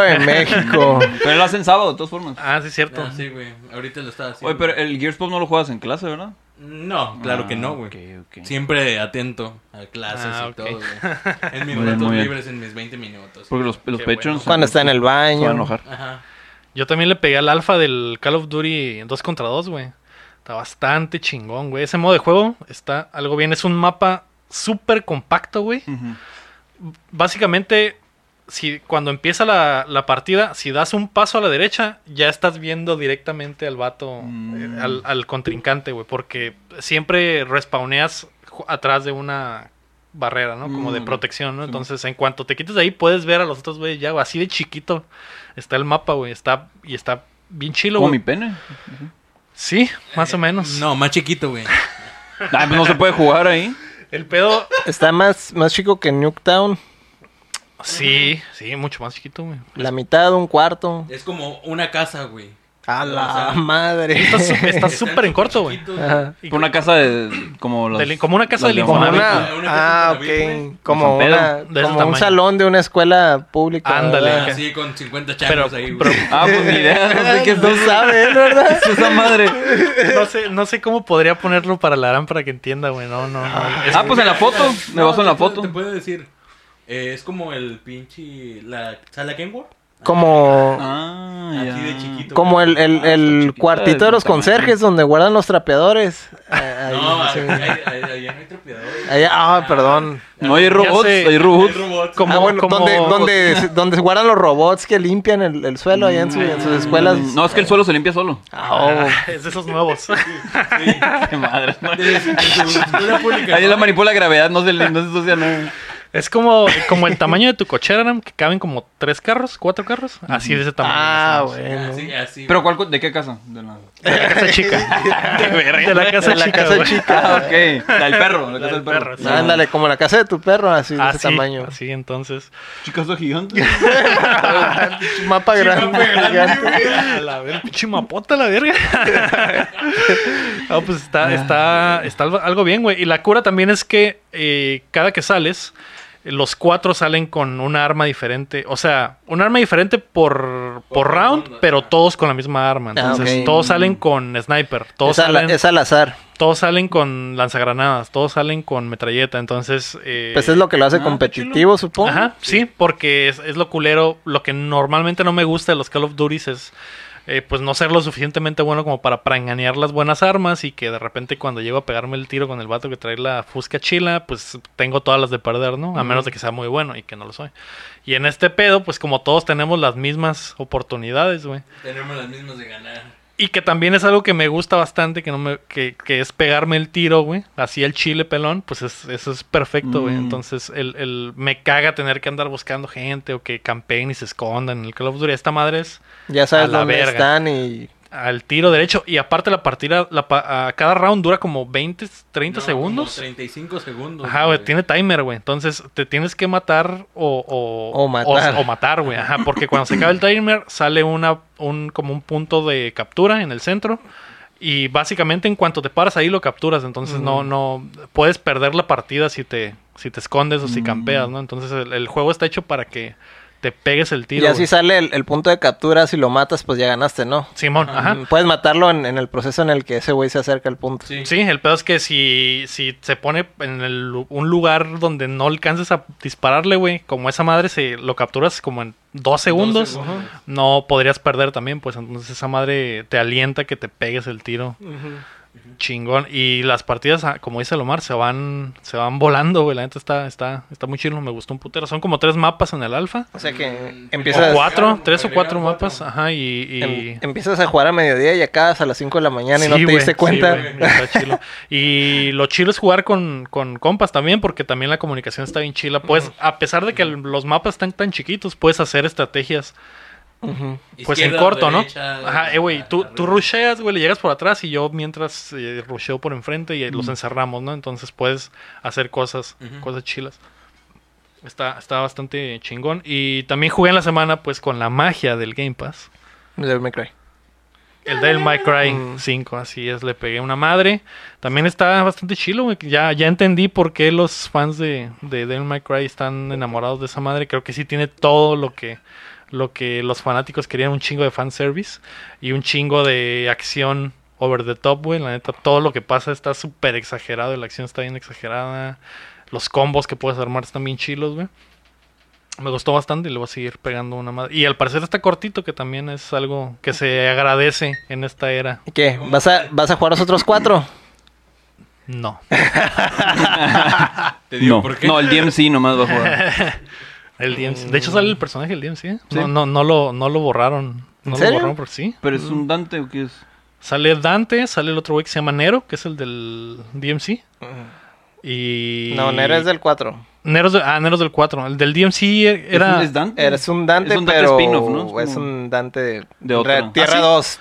Speaker 2: de México.
Speaker 3: Pero lo hacen sábado, de todas formas.
Speaker 1: Ah, sí, es cierto.
Speaker 4: Ah, sí, güey. Ahorita lo estaba haciendo.
Speaker 3: Oye, pero el Gears Pop no lo juegas en clase, ¿verdad? Ah,
Speaker 4: No, claro que no, güey.
Speaker 3: Ok, ok.
Speaker 4: Siempre atento a clases
Speaker 1: Ah,
Speaker 4: y
Speaker 1: ok.
Speaker 4: todo, güey. En mis
Speaker 3: Muy bien,
Speaker 4: ratos
Speaker 3: muy bien.
Speaker 4: libres, en mis 20 minutos.
Speaker 3: Porque los, los
Speaker 1: Qué
Speaker 3: Patreons.
Speaker 2: Cuando está en el
Speaker 3: se van a
Speaker 2: baño.
Speaker 3: enojar.
Speaker 4: Ajá.
Speaker 1: Yo también le pegué al alfa del Call of Duty 2 contra 2, güey. Está bastante chingón, güey. Ese modo de juego está algo bien. Es un mapa súper compacto, güey.
Speaker 3: Ujú.
Speaker 1: Básicamente, si, cuando empieza la, la partida, si das un paso a la derecha, ya estás viendo directamente al vato,
Speaker 3: Mm.
Speaker 1: eh, al, al contrincante, güey. Porque siempre respawneas ju- atrás de una barrera, ¿no? Como de
Speaker 3: Mm.
Speaker 1: protección, ¿no?
Speaker 3: Sí.
Speaker 1: Entonces, en cuanto te quites de ahí, puedes ver a los otros, güey, ya, güey. Así de chiquito está el mapa, güey. Está, y está bien chilo,
Speaker 3: Como mi
Speaker 1: güey.
Speaker 3: pene.
Speaker 1: Sí, más o menos.
Speaker 4: Eh, No, más chiquito, güey.
Speaker 3: Ah, pues no se puede jugar ahí.
Speaker 1: El pedo,
Speaker 2: Está más, más chico que Nuketown.
Speaker 1: sí, sí, mucho más chiquito, güey.
Speaker 2: La mitad, un cuarto.
Speaker 4: Es como una casa, güey.
Speaker 2: A
Speaker 4: O
Speaker 2: la
Speaker 4: sea,
Speaker 2: madre.
Speaker 1: Está su- Está
Speaker 4: Están
Speaker 1: súper en corto, güey.
Speaker 4: chiquitos,
Speaker 2: Ajá.
Speaker 1: Y-
Speaker 3: Por una casa de. Como, las-
Speaker 1: Del- como una casa
Speaker 3: las
Speaker 1: del
Speaker 2: Como
Speaker 1: Infonavit.
Speaker 2: una,
Speaker 4: Una casa
Speaker 2: ah,
Speaker 4: de Infonavit,
Speaker 2: ok. Como,
Speaker 3: De San
Speaker 2: una-
Speaker 1: Pedro. De ese
Speaker 2: como un
Speaker 1: tamaño.
Speaker 2: salón de una escuela pública.
Speaker 1: Ándale.
Speaker 2: ¿verdad?
Speaker 1: acá.
Speaker 4: Así con 50
Speaker 1: Pero,
Speaker 4: changos ahí,
Speaker 1: pero
Speaker 4: güey.
Speaker 3: Ah, pues ni idea. No sé qué es
Speaker 2: No sabes, ¿verdad?
Speaker 3: eso, esa madre.
Speaker 1: no, sé, no sé cómo podría ponerlo para la Aram para que entienda, güey. No, no, no. Es-
Speaker 3: Ah, pues en la foto. Me
Speaker 4: No,
Speaker 3: baso en
Speaker 4: te
Speaker 3: la
Speaker 4: puedo-
Speaker 3: foto.
Speaker 4: Te puedo decir. eh, es como el pinche. La sala Kenworth.
Speaker 2: Como,
Speaker 3: Ah, ya.
Speaker 4: Así de chiquito.
Speaker 2: como el, el,
Speaker 3: Ah,
Speaker 2: el
Speaker 3: está chiquita,
Speaker 2: cuartito de los
Speaker 3: tamaño.
Speaker 2: conserjes donde guardan los trapeadores. Ah, ahí,
Speaker 4: No,
Speaker 2: sí.
Speaker 4: ahí ahí- ahí- ahí no hay trapeadores.
Speaker 2: Ahí- ah, perdón.
Speaker 3: No hay robots,
Speaker 1: sé.
Speaker 3: hay robots.
Speaker 4: Hay robots.
Speaker 1: Como-
Speaker 2: Ah, bueno,
Speaker 1: como-
Speaker 2: donde, donde, se- donde se guardan los robots que limpian el, el suelo allá en, su- en sus escuelas.
Speaker 3: No, es que el suelo se limpia solo.
Speaker 2: Ah, oh.
Speaker 1: es de esos nuevos.
Speaker 3: Qué madre. ¿no?
Speaker 4: En su escuela pública,
Speaker 3: Ahí
Speaker 4: ¿no?
Speaker 3: la manipula gravedad, no se, no se ensucia, no.
Speaker 1: es como, como el tamaño de tu cochera, Aram, que caben como tres carros, cuatro carros. Así de ese tamaño.
Speaker 2: Ah,
Speaker 1: más o menos.
Speaker 2: bueno.
Speaker 4: Así, así.
Speaker 3: ¿Pero cuál, co- de qué casa? De la...
Speaker 1: De la casa chica. de la casa
Speaker 2: De la
Speaker 1: chica.
Speaker 2: casa
Speaker 1: güey.
Speaker 2: chica.
Speaker 3: Ah, ok. La del perro. La casa del perro.
Speaker 1: perro, sí. Ah,
Speaker 2: Ah, Ándale, como la casa de tu perro, así de ese
Speaker 1: Así,
Speaker 2: tamaño.
Speaker 1: así, entonces.
Speaker 3: Chicaso gigante.
Speaker 2: Mapa grande.
Speaker 1: A la ver, pinche mapota, la verga. no, pues está, está, está algo- algo bien, güey. Y la cura también es que eh, cada que sales, eh, los cuatro salen con una arma diferente. O sea, un arma diferente por, por round, pero todos con la misma arma.
Speaker 2: Ah,
Speaker 1: Entonces,
Speaker 2: ok.
Speaker 1: todos salen con sniper, todos,
Speaker 2: Es, al,
Speaker 1: salen,
Speaker 2: es al azar.
Speaker 1: todos salen con lanzagranadas, todos salen con metralleta. Entonces, eh,
Speaker 2: Pues es lo que lo hace
Speaker 3: ah,
Speaker 2: competitivo, supongo.
Speaker 1: Ajá, sí, porque es, es lo culero. Lo que normalmente no me gusta de los Call of Duty es eh, pues no ser lo suficientemente bueno como para pranganear las buenas armas y que de repente cuando llego a pegarme el tiro con el vato que trae la fusca chila, pues tengo todas las de perder, ¿no? A menos de que sea muy bueno y que no lo soy. Y en este pedo, pues como todos tenemos las mismas oportunidades, güey.
Speaker 4: Tenemos las mismas de ganar.
Speaker 1: Y que también es algo que me gusta bastante, que no me, que, que es pegarme el tiro, güey. Así el chile pelón, pues es- eso es perfecto, güey.
Speaker 3: Mm.
Speaker 1: Entonces, el, el- me caga tener que andar buscando gente o que campeen y se escondan en el Call of Duty. Esta madre es
Speaker 2: Ya
Speaker 1: A
Speaker 2: sabes
Speaker 1: la
Speaker 2: dónde
Speaker 1: verga.
Speaker 2: están y.
Speaker 1: al tiro derecho. Y aparte la partida, la, pa- a cada round dura como 20, 30
Speaker 4: No,
Speaker 1: segundos.
Speaker 4: como 35 segundos.
Speaker 1: Ajá, güey, tiene timer, güey. Entonces te tienes que matar o... O,
Speaker 2: O matar.
Speaker 1: o matar, güey. Ajá, porque cuando se acaba el timer sale una, un, como un punto de captura en el centro. Y básicamente en cuanto te paras ahí lo capturas. Entonces no, no... Puedes
Speaker 2: Mm.
Speaker 1: perder la partida si te, si te escondes o si campeas, ¿no? Entonces el, el juego está hecho para que te pegues el tiro.
Speaker 2: Y así
Speaker 1: güey.
Speaker 2: sale el, el punto de captura. Si lo matas, pues ya ganaste, ¿no?
Speaker 1: Simón, ajá.
Speaker 2: Mm, Puedes matarlo en, en el proceso en el que ese güey se acerca al punto.
Speaker 4: Sí.
Speaker 1: Sí, el pedo es que si, si se pone en el lu- un lugar donde no alcances a dispararle, güey, como esa madre, si lo capturas como en dos segundos,
Speaker 4: segundos.
Speaker 1: no podrías perder también, pues entonces esa madre te alienta que te pegues el tiro. Chingón. Y las partidas, ah, como dice Lomar, se van, se van volando, güey. La neta está, está, está muy chido, me gustó un putero. Son como tres mapas en el alfa.
Speaker 2: O sea que
Speaker 1: O
Speaker 2: empiezas,
Speaker 1: cuatro,
Speaker 4: Agregaron-
Speaker 1: tres o cuatro
Speaker 4: agregaron
Speaker 1: mapas,
Speaker 4: cuatro.
Speaker 1: ajá, y... y-
Speaker 2: em- empiezas a jugar a mediodía y acabas a las 5 de la mañana y no
Speaker 1: Sí,
Speaker 2: te
Speaker 1: güey,
Speaker 2: diste
Speaker 1: sí,
Speaker 2: cuenta.
Speaker 1: güey, está chilo. Y lo chido es jugar con, con compas también, porque también la comunicación está bien chila. Pues, a pesar de que el- los mapas están tan chiquitos, puedes hacer estrategias,
Speaker 2: Ujú.
Speaker 1: pues
Speaker 4: Izquierda,
Speaker 1: en corto,
Speaker 4: derecha,
Speaker 1: ¿no? Ajá, eh, güey, tú,
Speaker 4: arriba.
Speaker 1: tú rusheas, güey, le llegas por atrás y yo mientras eh, rusheo por enfrente y eh, los encerramos, ¿no? Entonces puedes hacer cosas,
Speaker 4: Ujú.
Speaker 1: cosas chilas. Está, está bastante chingón. Y también jugué en la semana, pues, con la magia del Game Pass.
Speaker 2: Devil May Cry.
Speaker 1: El del My Cry
Speaker 2: Mm.
Speaker 1: 5, así es, le pegué una madre. También está bastante chilo, güey. Ya, ya entendí por qué los fans de, de Devil May Cry están enamorados de esa madre. Creo que sí tiene todo lo que, lo que los fanáticos querían, un chingo de fanservice y un chingo de acción over the top, güey. La neta, todo lo que pasa está súper exagerado, la acción está bien exagerada. Los combos que puedes armar están bien chilos, güey. Me gustó bastante y le voy a seguir pegando una madre. Y al parecer está cortito, que también es algo que se agradece en esta era.
Speaker 2: ¿Y qué? ¿Vas a, ¿Vas a jugar los otros cuatro?
Speaker 1: No.
Speaker 4: Te digo
Speaker 3: no.
Speaker 4: por qué.
Speaker 3: No, el DMC nomás va a jugar.
Speaker 1: El DMC.
Speaker 2: Mm.
Speaker 1: De hecho, sale el personaje del DMC. ¿eh?
Speaker 3: Sí.
Speaker 1: No, no, no, lo, no lo borraron. No
Speaker 2: ¿En serio?
Speaker 1: lo borraron porque sí.
Speaker 3: ¿Pero es un Dante o qué es?
Speaker 1: Sale Dante, sale el otro güey que se llama Nero, que es el del DMC. Y.
Speaker 2: No, Nero es del 4.
Speaker 1: Nero es de- ah, Nero es del 4. El del DMC
Speaker 3: ¿Es un-
Speaker 1: era.
Speaker 3: ¿Es Dante?
Speaker 2: Eres un Dante,
Speaker 3: Es un Dante
Speaker 2: pero
Speaker 3: spin-off, ¿no?
Speaker 2: es
Speaker 3: Es como-
Speaker 2: un Dante de,
Speaker 3: De ¿Ah, otra.
Speaker 2: Re- Tierra 2.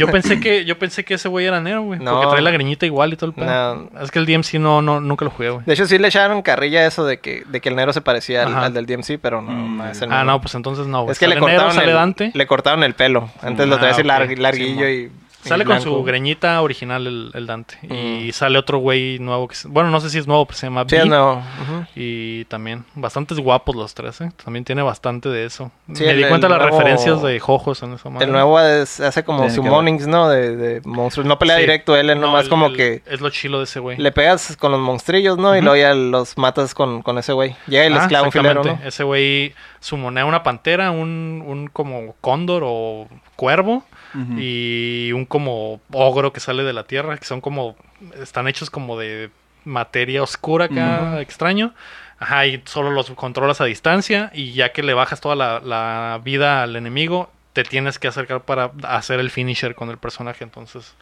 Speaker 1: Yo pensé que, yo pensé que ese güey era Nero, güey.
Speaker 2: No.
Speaker 1: Porque trae la greñita igual y todo el pedo.
Speaker 3: Ah.
Speaker 2: No.
Speaker 1: Es que el DMC no, no, nunca lo jugué, güey.
Speaker 2: De hecho, sí le echaron carrilla eso de que, de que el Nero se parecía al,
Speaker 1: Ajá.
Speaker 2: al del DMC, pero no,
Speaker 3: Mm.
Speaker 2: Este no es el
Speaker 1: Ah,
Speaker 2: mismo.
Speaker 1: no, pues entonces no, güey.
Speaker 2: Es que le
Speaker 1: Sale Nero,
Speaker 2: cortaron,
Speaker 1: sale
Speaker 2: el,
Speaker 1: Dante.
Speaker 2: le cortaron el pelo. Antes lo
Speaker 1: Ah,
Speaker 2: traía así
Speaker 1: ok.
Speaker 2: lar- larguillo y. y
Speaker 1: Sale con su
Speaker 2: blanco. Mm.
Speaker 1: greñita original el, el Dante. Y sale otro güey nuevo que... se- Bueno, no sé si es nuevo, pero se llama
Speaker 2: Sí,
Speaker 1: Bee.
Speaker 2: no. ujú.
Speaker 1: Y también, bastantes guapos los tres, ¿eh? También tiene bastante de eso.
Speaker 2: Sí,
Speaker 1: Me
Speaker 2: el-
Speaker 1: di cuenta
Speaker 2: el
Speaker 1: de las
Speaker 2: nuevo-
Speaker 1: referencias de Jojos en esa madre.
Speaker 2: El nuevo es- hace como
Speaker 3: Tiene
Speaker 2: su
Speaker 3: que ver.
Speaker 2: monings, ¿no? De, de monstruos. No pelea
Speaker 1: Sí.
Speaker 2: directo él, él
Speaker 1: No,
Speaker 2: nomás
Speaker 1: el-
Speaker 2: como
Speaker 1: el-
Speaker 2: que
Speaker 1: Es lo chilo de ese güey.
Speaker 2: le pegas con los monstrillos, ¿no? Y
Speaker 1: Ujú.
Speaker 2: luego ya los matas con, con ese güey. Llega el
Speaker 1: Ah,
Speaker 2: esclavo filero, ¿no?
Speaker 1: exactamente. Ese güey sumonea una pantera, un, un como cóndor o cuervo.
Speaker 3: Ujú.
Speaker 1: y un como ogro que sale de la tierra, que son como, están hechos como de materia oscura acá, extraño. Ajá, y solo los controlas a distancia y ya que le bajas toda la, la vida al enemigo, te tienes que acercar para hacer el finisher con el personaje. Entonces,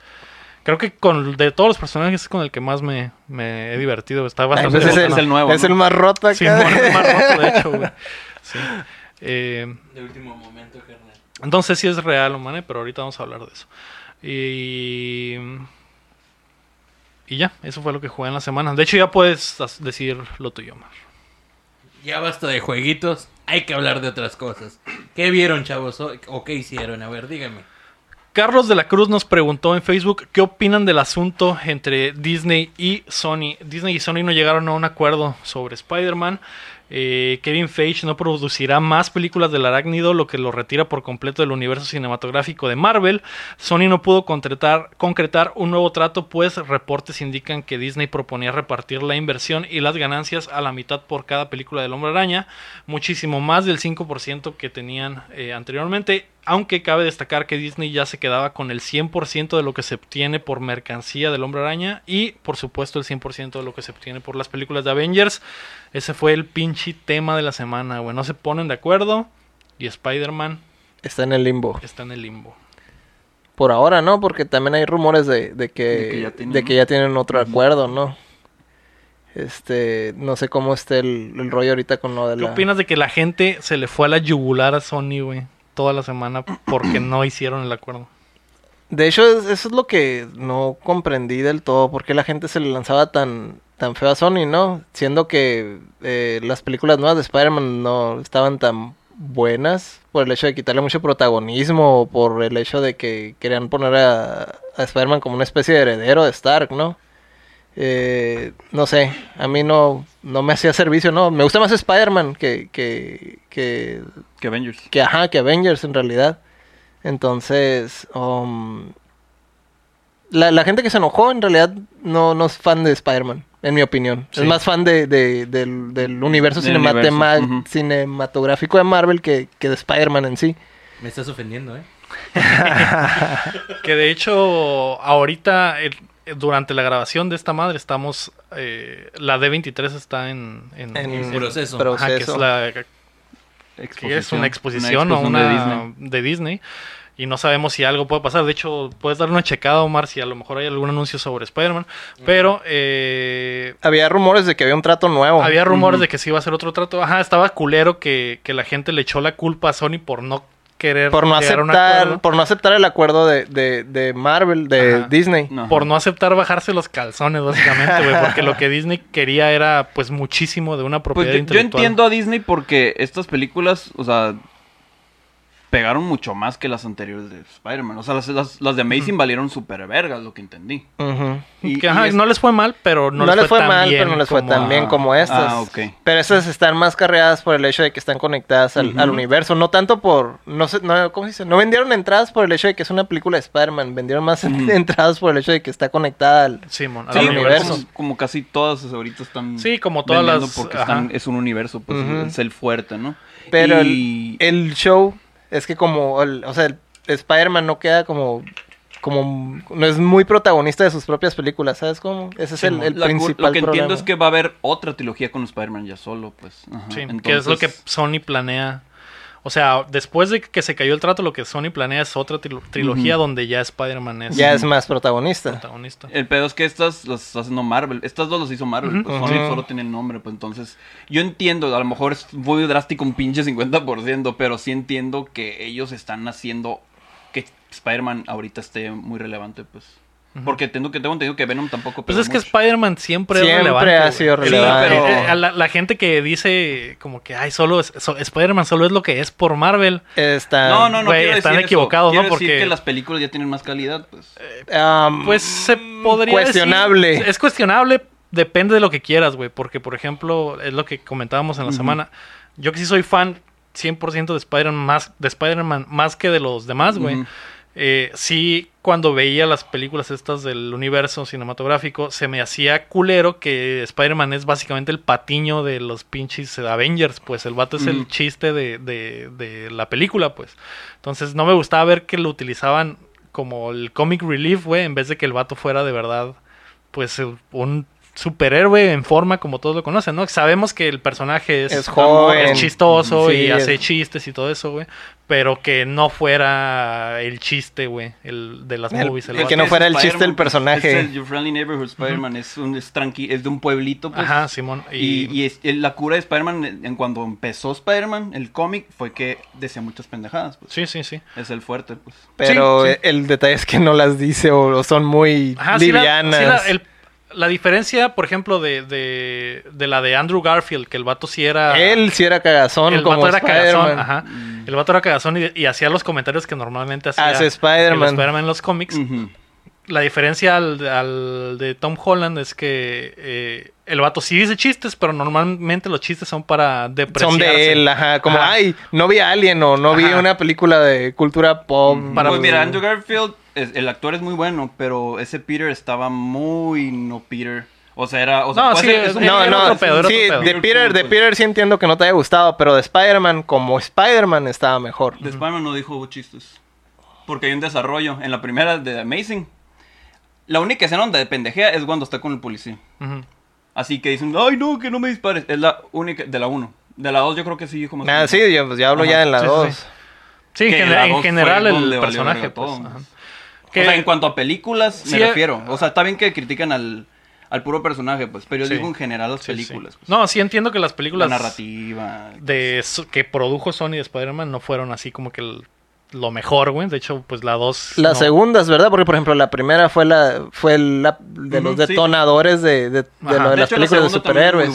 Speaker 1: creo que con de todos los personajes es con el que más me, me he divertido. Está bastante...
Speaker 2: pues
Speaker 3: ese
Speaker 1: botana.
Speaker 3: es el nuevo,
Speaker 2: Es
Speaker 3: ¿no?
Speaker 2: el más roto acá.
Speaker 1: Sí, bueno, es más roto, de hecho, güey. Sí. Eh,
Speaker 4: De último momento, carnal.
Speaker 1: entonces sí es real, humane, pero ahorita vamos a hablar de eso. Y... Y ya, eso fue lo que jugué en la semana. De hecho, ya puedes as- decir lo tuyo, Omar.
Speaker 4: Ya basta de jueguitos, hay que hablar de otras cosas. ¿Qué vieron, chavos? O o qué hicieron? A ver, díganme.
Speaker 1: Carlos de la Cruz nos preguntó en Facebook qué opinan del asunto entre Disney y Sony. Disney y Sony no llegaron a un acuerdo sobre Spider-Man. Eh, Kevin Feige no producirá más películas del arácnido, lo que lo retira por completo del universo cinematográfico de Marvel. Sony no pudo contratar- concretar un nuevo trato, pues reportes indican que Disney proponía repartir la inversión y las ganancias a la mitad por cada película del Hombre Araña, muchísimo más del 5% que tenían eh, anteriormente, aunque cabe destacar que Disney ya se quedaba con el 100% de lo que se obtiene por mercancía del Hombre Araña y por supuesto el 100% de lo que se obtiene por las películas de Avengers. Ese fue el pinche tema de la semana, güey. No se ponen de acuerdo y Spider-Man
Speaker 2: Está en el limbo.
Speaker 1: está en el limbo.
Speaker 2: Por ahora, ¿no? Porque también hay rumores de, de que,
Speaker 3: De que ya
Speaker 2: de, que
Speaker 3: tienen-
Speaker 2: ya tienen otro acuerdo, ¿no? Este, no sé cómo esté el, el rollo ahorita con lo de
Speaker 1: ¿Qué
Speaker 2: la...
Speaker 1: opinas de que la gente se le fue a la yugular a Sony, güey? Toda la semana porque no hicieron el acuerdo.
Speaker 2: De hecho, es- eso es lo que no comprendí del todo. ¿Por qué la gente se le lanzaba tan, tan feo a Sony, no? Siendo que eh, las películas nuevas de Spider-Man no estaban tan buenas por el hecho de quitarle mucho protagonismo o por el hecho de que querían poner a, a Spider-Man como una especie de heredero de Stark, ¿no? Eh, no sé, a mí no, no me hacía servicio, no. Me gusta más Spider-Man que, que, que,
Speaker 3: Que Avengers.
Speaker 2: que, ajá, que Avengers en realidad. Entonces, um, la, la gente que se enojó en realidad no, no es fan de Spider-Man, en mi opinión.
Speaker 1: Sí.
Speaker 2: Es más fan de, de- del, del universo,
Speaker 3: Del
Speaker 2: cinematema-
Speaker 3: universo, ujú.
Speaker 2: cinematográfico de Marvel que, que de Spider-Man en sí.
Speaker 4: Me estás ofendiendo, ¿eh?
Speaker 1: Que de hecho, ahorita, el- durante la grabación de esta madre, estamos. eh, la D23 está en. en,
Speaker 2: En
Speaker 1: en-
Speaker 4: proceso.
Speaker 1: ajá, que es, la- que es una exposición o
Speaker 3: exposición
Speaker 1: una
Speaker 3: de
Speaker 1: de
Speaker 3: Disney.
Speaker 1: Disney. Y no sabemos si algo puede pasar. De hecho, puedes dar una checada, Omar, si a lo mejor hay algún anuncio sobre Spider-Man.
Speaker 2: Mm.
Speaker 1: Pero eh,
Speaker 2: Había rumores de que había un trato nuevo.
Speaker 1: Había rumores
Speaker 3: Ujú.
Speaker 1: de que sí iba a ser otro trato. Ajá, estaba culero que, que la gente le echó la culpa a Sony por no querer
Speaker 2: por no
Speaker 1: llegar a un
Speaker 2: aceptar
Speaker 1: acuerdo,
Speaker 2: por no aceptar el acuerdo de, de- de Marvel de
Speaker 1: Ajá.
Speaker 2: Disney
Speaker 3: No.
Speaker 1: por no aceptar bajarse los calzones, básicamente, güey. Porque lo que Disney quería era, pues, muchísimo de una
Speaker 3: Pues
Speaker 1: propiedad
Speaker 3: yo, yo
Speaker 1: intelectual.
Speaker 3: entiendo a Disney porque estas películas, o sea, pegaron mucho más que las anteriores de Spider-Man. O sea, las, las- las de Amazing valieron súper vergas, lo que entendí.
Speaker 2: Ujú.
Speaker 3: Y-
Speaker 1: Que, ajá,
Speaker 3: y es-
Speaker 1: no les fue mal, pero no,
Speaker 2: no, les fue,
Speaker 1: tan
Speaker 2: mal
Speaker 1: bien
Speaker 2: pero no les fue
Speaker 1: como-
Speaker 2: tan bien como
Speaker 3: Ah,
Speaker 2: estas
Speaker 3: ok.
Speaker 2: pero estas están más carreadas por el hecho de que están conectadas al, al
Speaker 3: Ujú.
Speaker 2: universo no tanto por no sé no, cómo se dice no vendieron entradas por el hecho de que es una película de Spider-Man vendieron más
Speaker 3: Ujú.
Speaker 2: entradas por el hecho de que está conectada al
Speaker 1: Simón, al
Speaker 3: Sí,
Speaker 2: Al
Speaker 3: como-
Speaker 2: universo.
Speaker 3: Como, como casi todas ahorita están.
Speaker 1: Sí, como todas
Speaker 3: vendiendo
Speaker 1: las-
Speaker 3: Porque
Speaker 1: ajá.
Speaker 3: están- es un universo, pues
Speaker 2: Ujú.
Speaker 3: es el fuerte, ¿no?
Speaker 2: pero
Speaker 3: Y-
Speaker 2: el, el show es que como el- o sea el Spider-Man no queda como como no es muy protagonista de sus propias películas, ¿sabes cómo? Ese es el, el
Speaker 3: La cu-
Speaker 2: principal
Speaker 3: Lo que
Speaker 2: problema.
Speaker 3: entiendo es que va a haber otra trilogía con Spider-Man ya solo, pues. Ajá,
Speaker 1: Sí, que es
Speaker 3: entonces-
Speaker 1: lo que Sony planea. O sea, después de que se cayó el trato, lo que Sony planea es otra trilo- trilogía
Speaker 3: Ujú.
Speaker 1: donde ya Spider-Man es
Speaker 2: ya es más protagonista.
Speaker 1: protagonista.
Speaker 3: El pedo es que estas las está haciendo Marvel. Estas dos las hizo Marvel.
Speaker 1: Ujú.
Speaker 3: pues,
Speaker 2: Ujú.
Speaker 3: Sony solo tiene el nombre, pues entonces. Yo entiendo, a lo mejor es muy drástico un pinche 50%, pero sí entiendo que ellos están haciendo que Spider-Man ahorita esté muy relevante, pues.
Speaker 1: Ujú.
Speaker 3: Porque entiendo que tengo entendido que Venom tampoco.
Speaker 1: Pues
Speaker 3: pegó
Speaker 1: es que
Speaker 3: mucho.
Speaker 1: Spider-Man siempre, es
Speaker 2: Siempre
Speaker 1: relevante.
Speaker 2: ha
Speaker 1: güey.
Speaker 2: sido
Speaker 1: Sí,
Speaker 2: relevante.
Speaker 1: pero,
Speaker 3: Pero-
Speaker 1: eh, a la, la gente que dice como que ay, solo es- so- Spider-Man solo es lo que es por Marvel.
Speaker 2: Está
Speaker 3: No, no, no.
Speaker 1: Güey,
Speaker 3: quiero
Speaker 1: están
Speaker 3: decir eso.
Speaker 1: equivocados, ¿no?
Speaker 3: Quiero decir
Speaker 1: Porque-
Speaker 3: que las películas ya tienen más calidad, pues.
Speaker 2: am,
Speaker 1: Pues se podría decir-
Speaker 2: um, cuestionable.
Speaker 1: es cuestionable, depende de lo que quieras, güey, porque por ejemplo, es lo que comentábamos en la
Speaker 3: Ujú.
Speaker 1: semana. Yo que sí soy fan 100% de Spider-Man más de Spider-Man más que de los demás, güey.
Speaker 3: Ujú.
Speaker 1: Eh, sí, cuando veía las películas estas del universo cinematográfico, se me hacía culero que Spider-Man es básicamente el patiño de los pinches Avengers, pues el vato es el
Speaker 3: Ujú.
Speaker 1: chiste de, de- de la película, pues. Entonces no me gustaba ver que lo utilizaban como el comic relief, güey, en vez de que el vato fuera de verdad, pues el- un superhéroe en forma como todos lo conocen, ¿no? Sabemos que el personaje es,
Speaker 2: Es joven.
Speaker 1: es chistoso
Speaker 2: Sí,
Speaker 1: y
Speaker 2: es-
Speaker 1: hace chistes y todo eso, güey pero que no fuera el chiste, güey, el de las
Speaker 2: El-
Speaker 1: movies. El,
Speaker 2: el que
Speaker 1: vato.
Speaker 2: no fuera el
Speaker 3: Spider-Man,
Speaker 2: chiste del
Speaker 3: pues,
Speaker 2: personaje.
Speaker 3: Es el Your Friendly Neighborhood Spider-Man. es, un, es, tranqui- es de un pueblito, pues.
Speaker 1: Ajá, Simón.
Speaker 3: Y,
Speaker 1: Y,
Speaker 3: y es- el- la cura de Spider-Man, en- en cuando empezó Spider-Man, el cómic, fue que decía muchas pendejadas. Pues.
Speaker 1: sí, sí, sí.
Speaker 3: Es el fuerte, pues.
Speaker 2: pero
Speaker 1: sí,
Speaker 2: e- el detalle es que no las dice o, o son muy
Speaker 1: Ajá, sí la-
Speaker 2: livianas.
Speaker 1: sí la, el- la diferencia, por ejemplo, de, de, de la de Andrew Garfield, que el vato sí era...
Speaker 2: Él sí era cagazón
Speaker 1: ah, el
Speaker 2: como
Speaker 1: vato era cagazón,
Speaker 2: Spider-Man.
Speaker 1: ajá.
Speaker 3: Mm.
Speaker 1: El vato era cagazón y, y hacía los comentarios que normalmente hacía
Speaker 2: Hace
Speaker 1: el
Speaker 2: Spider-Man.
Speaker 1: Spider-Man en los cómics.
Speaker 3: Ujú.
Speaker 1: La diferencia al, al de Tom Holland es que eh, el vato sí dice chistes, pero normalmente los chistes son para depreciarse.
Speaker 2: Son de él, ajá. Como,
Speaker 1: Ajá.
Speaker 2: ay, no vi a Alien o no vi
Speaker 1: Ajá. Mm,
Speaker 2: una película de cultura pop.
Speaker 1: Para-
Speaker 3: pues mira, Andrew Garfield, es- el actor es muy bueno, pero ese Peter estaba muy no Peter. O sea, era. O sea,
Speaker 1: No,
Speaker 3: puede
Speaker 1: sí,
Speaker 3: ser-
Speaker 1: es-
Speaker 3: un-
Speaker 2: No,
Speaker 1: Era
Speaker 2: no,
Speaker 1: otro pedo, era
Speaker 2: sí,
Speaker 1: otro pedo.
Speaker 2: de Peter, de
Speaker 3: pues.
Speaker 2: Peter sí entiendo que no te haya gustado, pero de Spider-Man como Spider-Man estaba mejor.
Speaker 3: De Spider-Man no dijo chistes. Porque hay un desarrollo. En la primera de Amazing, la única escena donde pendejea es cuando está con el policía.
Speaker 1: Ujú.
Speaker 3: Así que dicen, ay, no, que no me dispares. Es la única, de la 1. De la 2 yo creo que sí dijo más. o
Speaker 2: Nada,
Speaker 3: menos.
Speaker 2: sí, yo, pues ya hablo
Speaker 3: Ajá,
Speaker 2: ya en la
Speaker 1: sí, sí,
Speaker 2: 2.
Speaker 1: sí. Sí, en,
Speaker 3: Que
Speaker 1: gener-
Speaker 3: la
Speaker 1: en
Speaker 3: dos
Speaker 1: general
Speaker 3: fue donde
Speaker 1: el
Speaker 3: valió
Speaker 1: personaje,
Speaker 3: verga
Speaker 1: pues.
Speaker 3: todo.
Speaker 1: ajá.
Speaker 3: O sea,
Speaker 1: Que-
Speaker 3: en cuanto a películas,
Speaker 1: Sí,
Speaker 3: me
Speaker 1: eh,
Speaker 3: refiero. O sea, está bien que critican al, al puro personaje, pues, pero yo
Speaker 1: Sí.
Speaker 3: digo en general las
Speaker 1: sí, sí.
Speaker 3: películas. pues.
Speaker 1: No, sí entiendo que las películas
Speaker 3: La narrativa. pues.
Speaker 1: de s- que produjo Sony de Spider-Man no fueron así como que el- lo mejor, güey. De hecho, pues la 2...
Speaker 2: Las segundas, ¿verdad? Porque, por ejemplo, la primera fue la fue la, de los
Speaker 3: Ujú, sí.
Speaker 2: detonadores de, de, de
Speaker 1: Ajá.
Speaker 2: lo de
Speaker 1: De
Speaker 2: las
Speaker 3: hecho, la
Speaker 2: películas de
Speaker 3: segunda también es muy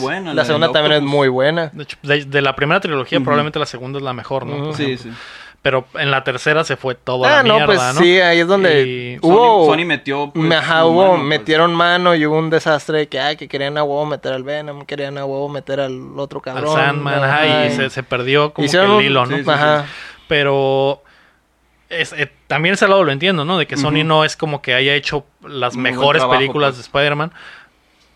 Speaker 2: superhéroes.
Speaker 3: buena, la
Speaker 2: la
Speaker 3: de
Speaker 2: segunda también es
Speaker 3: Octopus.
Speaker 2: muy buena.
Speaker 1: De, hecho, de- de la primera trilogía
Speaker 3: Ujú.
Speaker 1: probablemente la segunda es la mejor, ¿no?
Speaker 2: Ujú.
Speaker 1: Por
Speaker 3: Sí,
Speaker 1: ejemplo.
Speaker 3: sí.
Speaker 1: Pero en la tercera se fue toda la
Speaker 2: Ah,
Speaker 1: mierda,
Speaker 2: no, pues sí, ahí es donde
Speaker 1: Y
Speaker 3: Sony-
Speaker 2: hubo...
Speaker 3: Sony, metió. pues,
Speaker 2: Ajá,
Speaker 3: su
Speaker 2: hubo,
Speaker 3: mano, pues.
Speaker 2: metieron mano y hubo un desastre de que, ay, que querían a huevo meter al Venom, querían a huevo meter al otro
Speaker 1: Al
Speaker 2: cabrón.
Speaker 1: Sandman,
Speaker 2: ajá,
Speaker 1: ajá, y
Speaker 2: y-
Speaker 1: se, se perdió como que
Speaker 2: hicieron
Speaker 1: el
Speaker 2: un-
Speaker 1: hilo, ¿no? Pues,
Speaker 3: sí, sí,
Speaker 2: Ajá.
Speaker 1: Pero es- eh, también ese lado lo entiendo, ¿no? De que Sony
Speaker 3: Ujú.
Speaker 1: no es como que haya hecho las
Speaker 3: Un buen
Speaker 1: mejores
Speaker 3: trabajo,
Speaker 1: películas
Speaker 3: pues.
Speaker 1: de Spider-Man,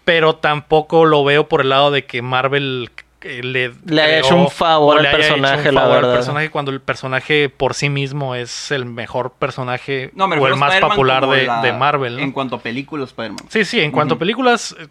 Speaker 1: pero tampoco lo veo por el lado de que Marvel eh, le,
Speaker 2: Le haya
Speaker 1: creó
Speaker 2: hecho un favor
Speaker 1: o
Speaker 2: al
Speaker 1: le haya hecho un
Speaker 2: personaje, la
Speaker 1: favor al
Speaker 2: verdad.
Speaker 1: personaje cuando el personaje por sí mismo es el mejor personaje
Speaker 3: No,
Speaker 1: o
Speaker 3: me refiero
Speaker 1: el
Speaker 3: a
Speaker 1: más
Speaker 3: Spider-Man
Speaker 1: popular
Speaker 3: como
Speaker 1: de,
Speaker 3: la-
Speaker 1: de Marvel. ¿no?
Speaker 3: En cuanto a películas, Spider-Man.
Speaker 1: Sí, sí, en cuanto a
Speaker 3: Ujú.
Speaker 1: películas. eh,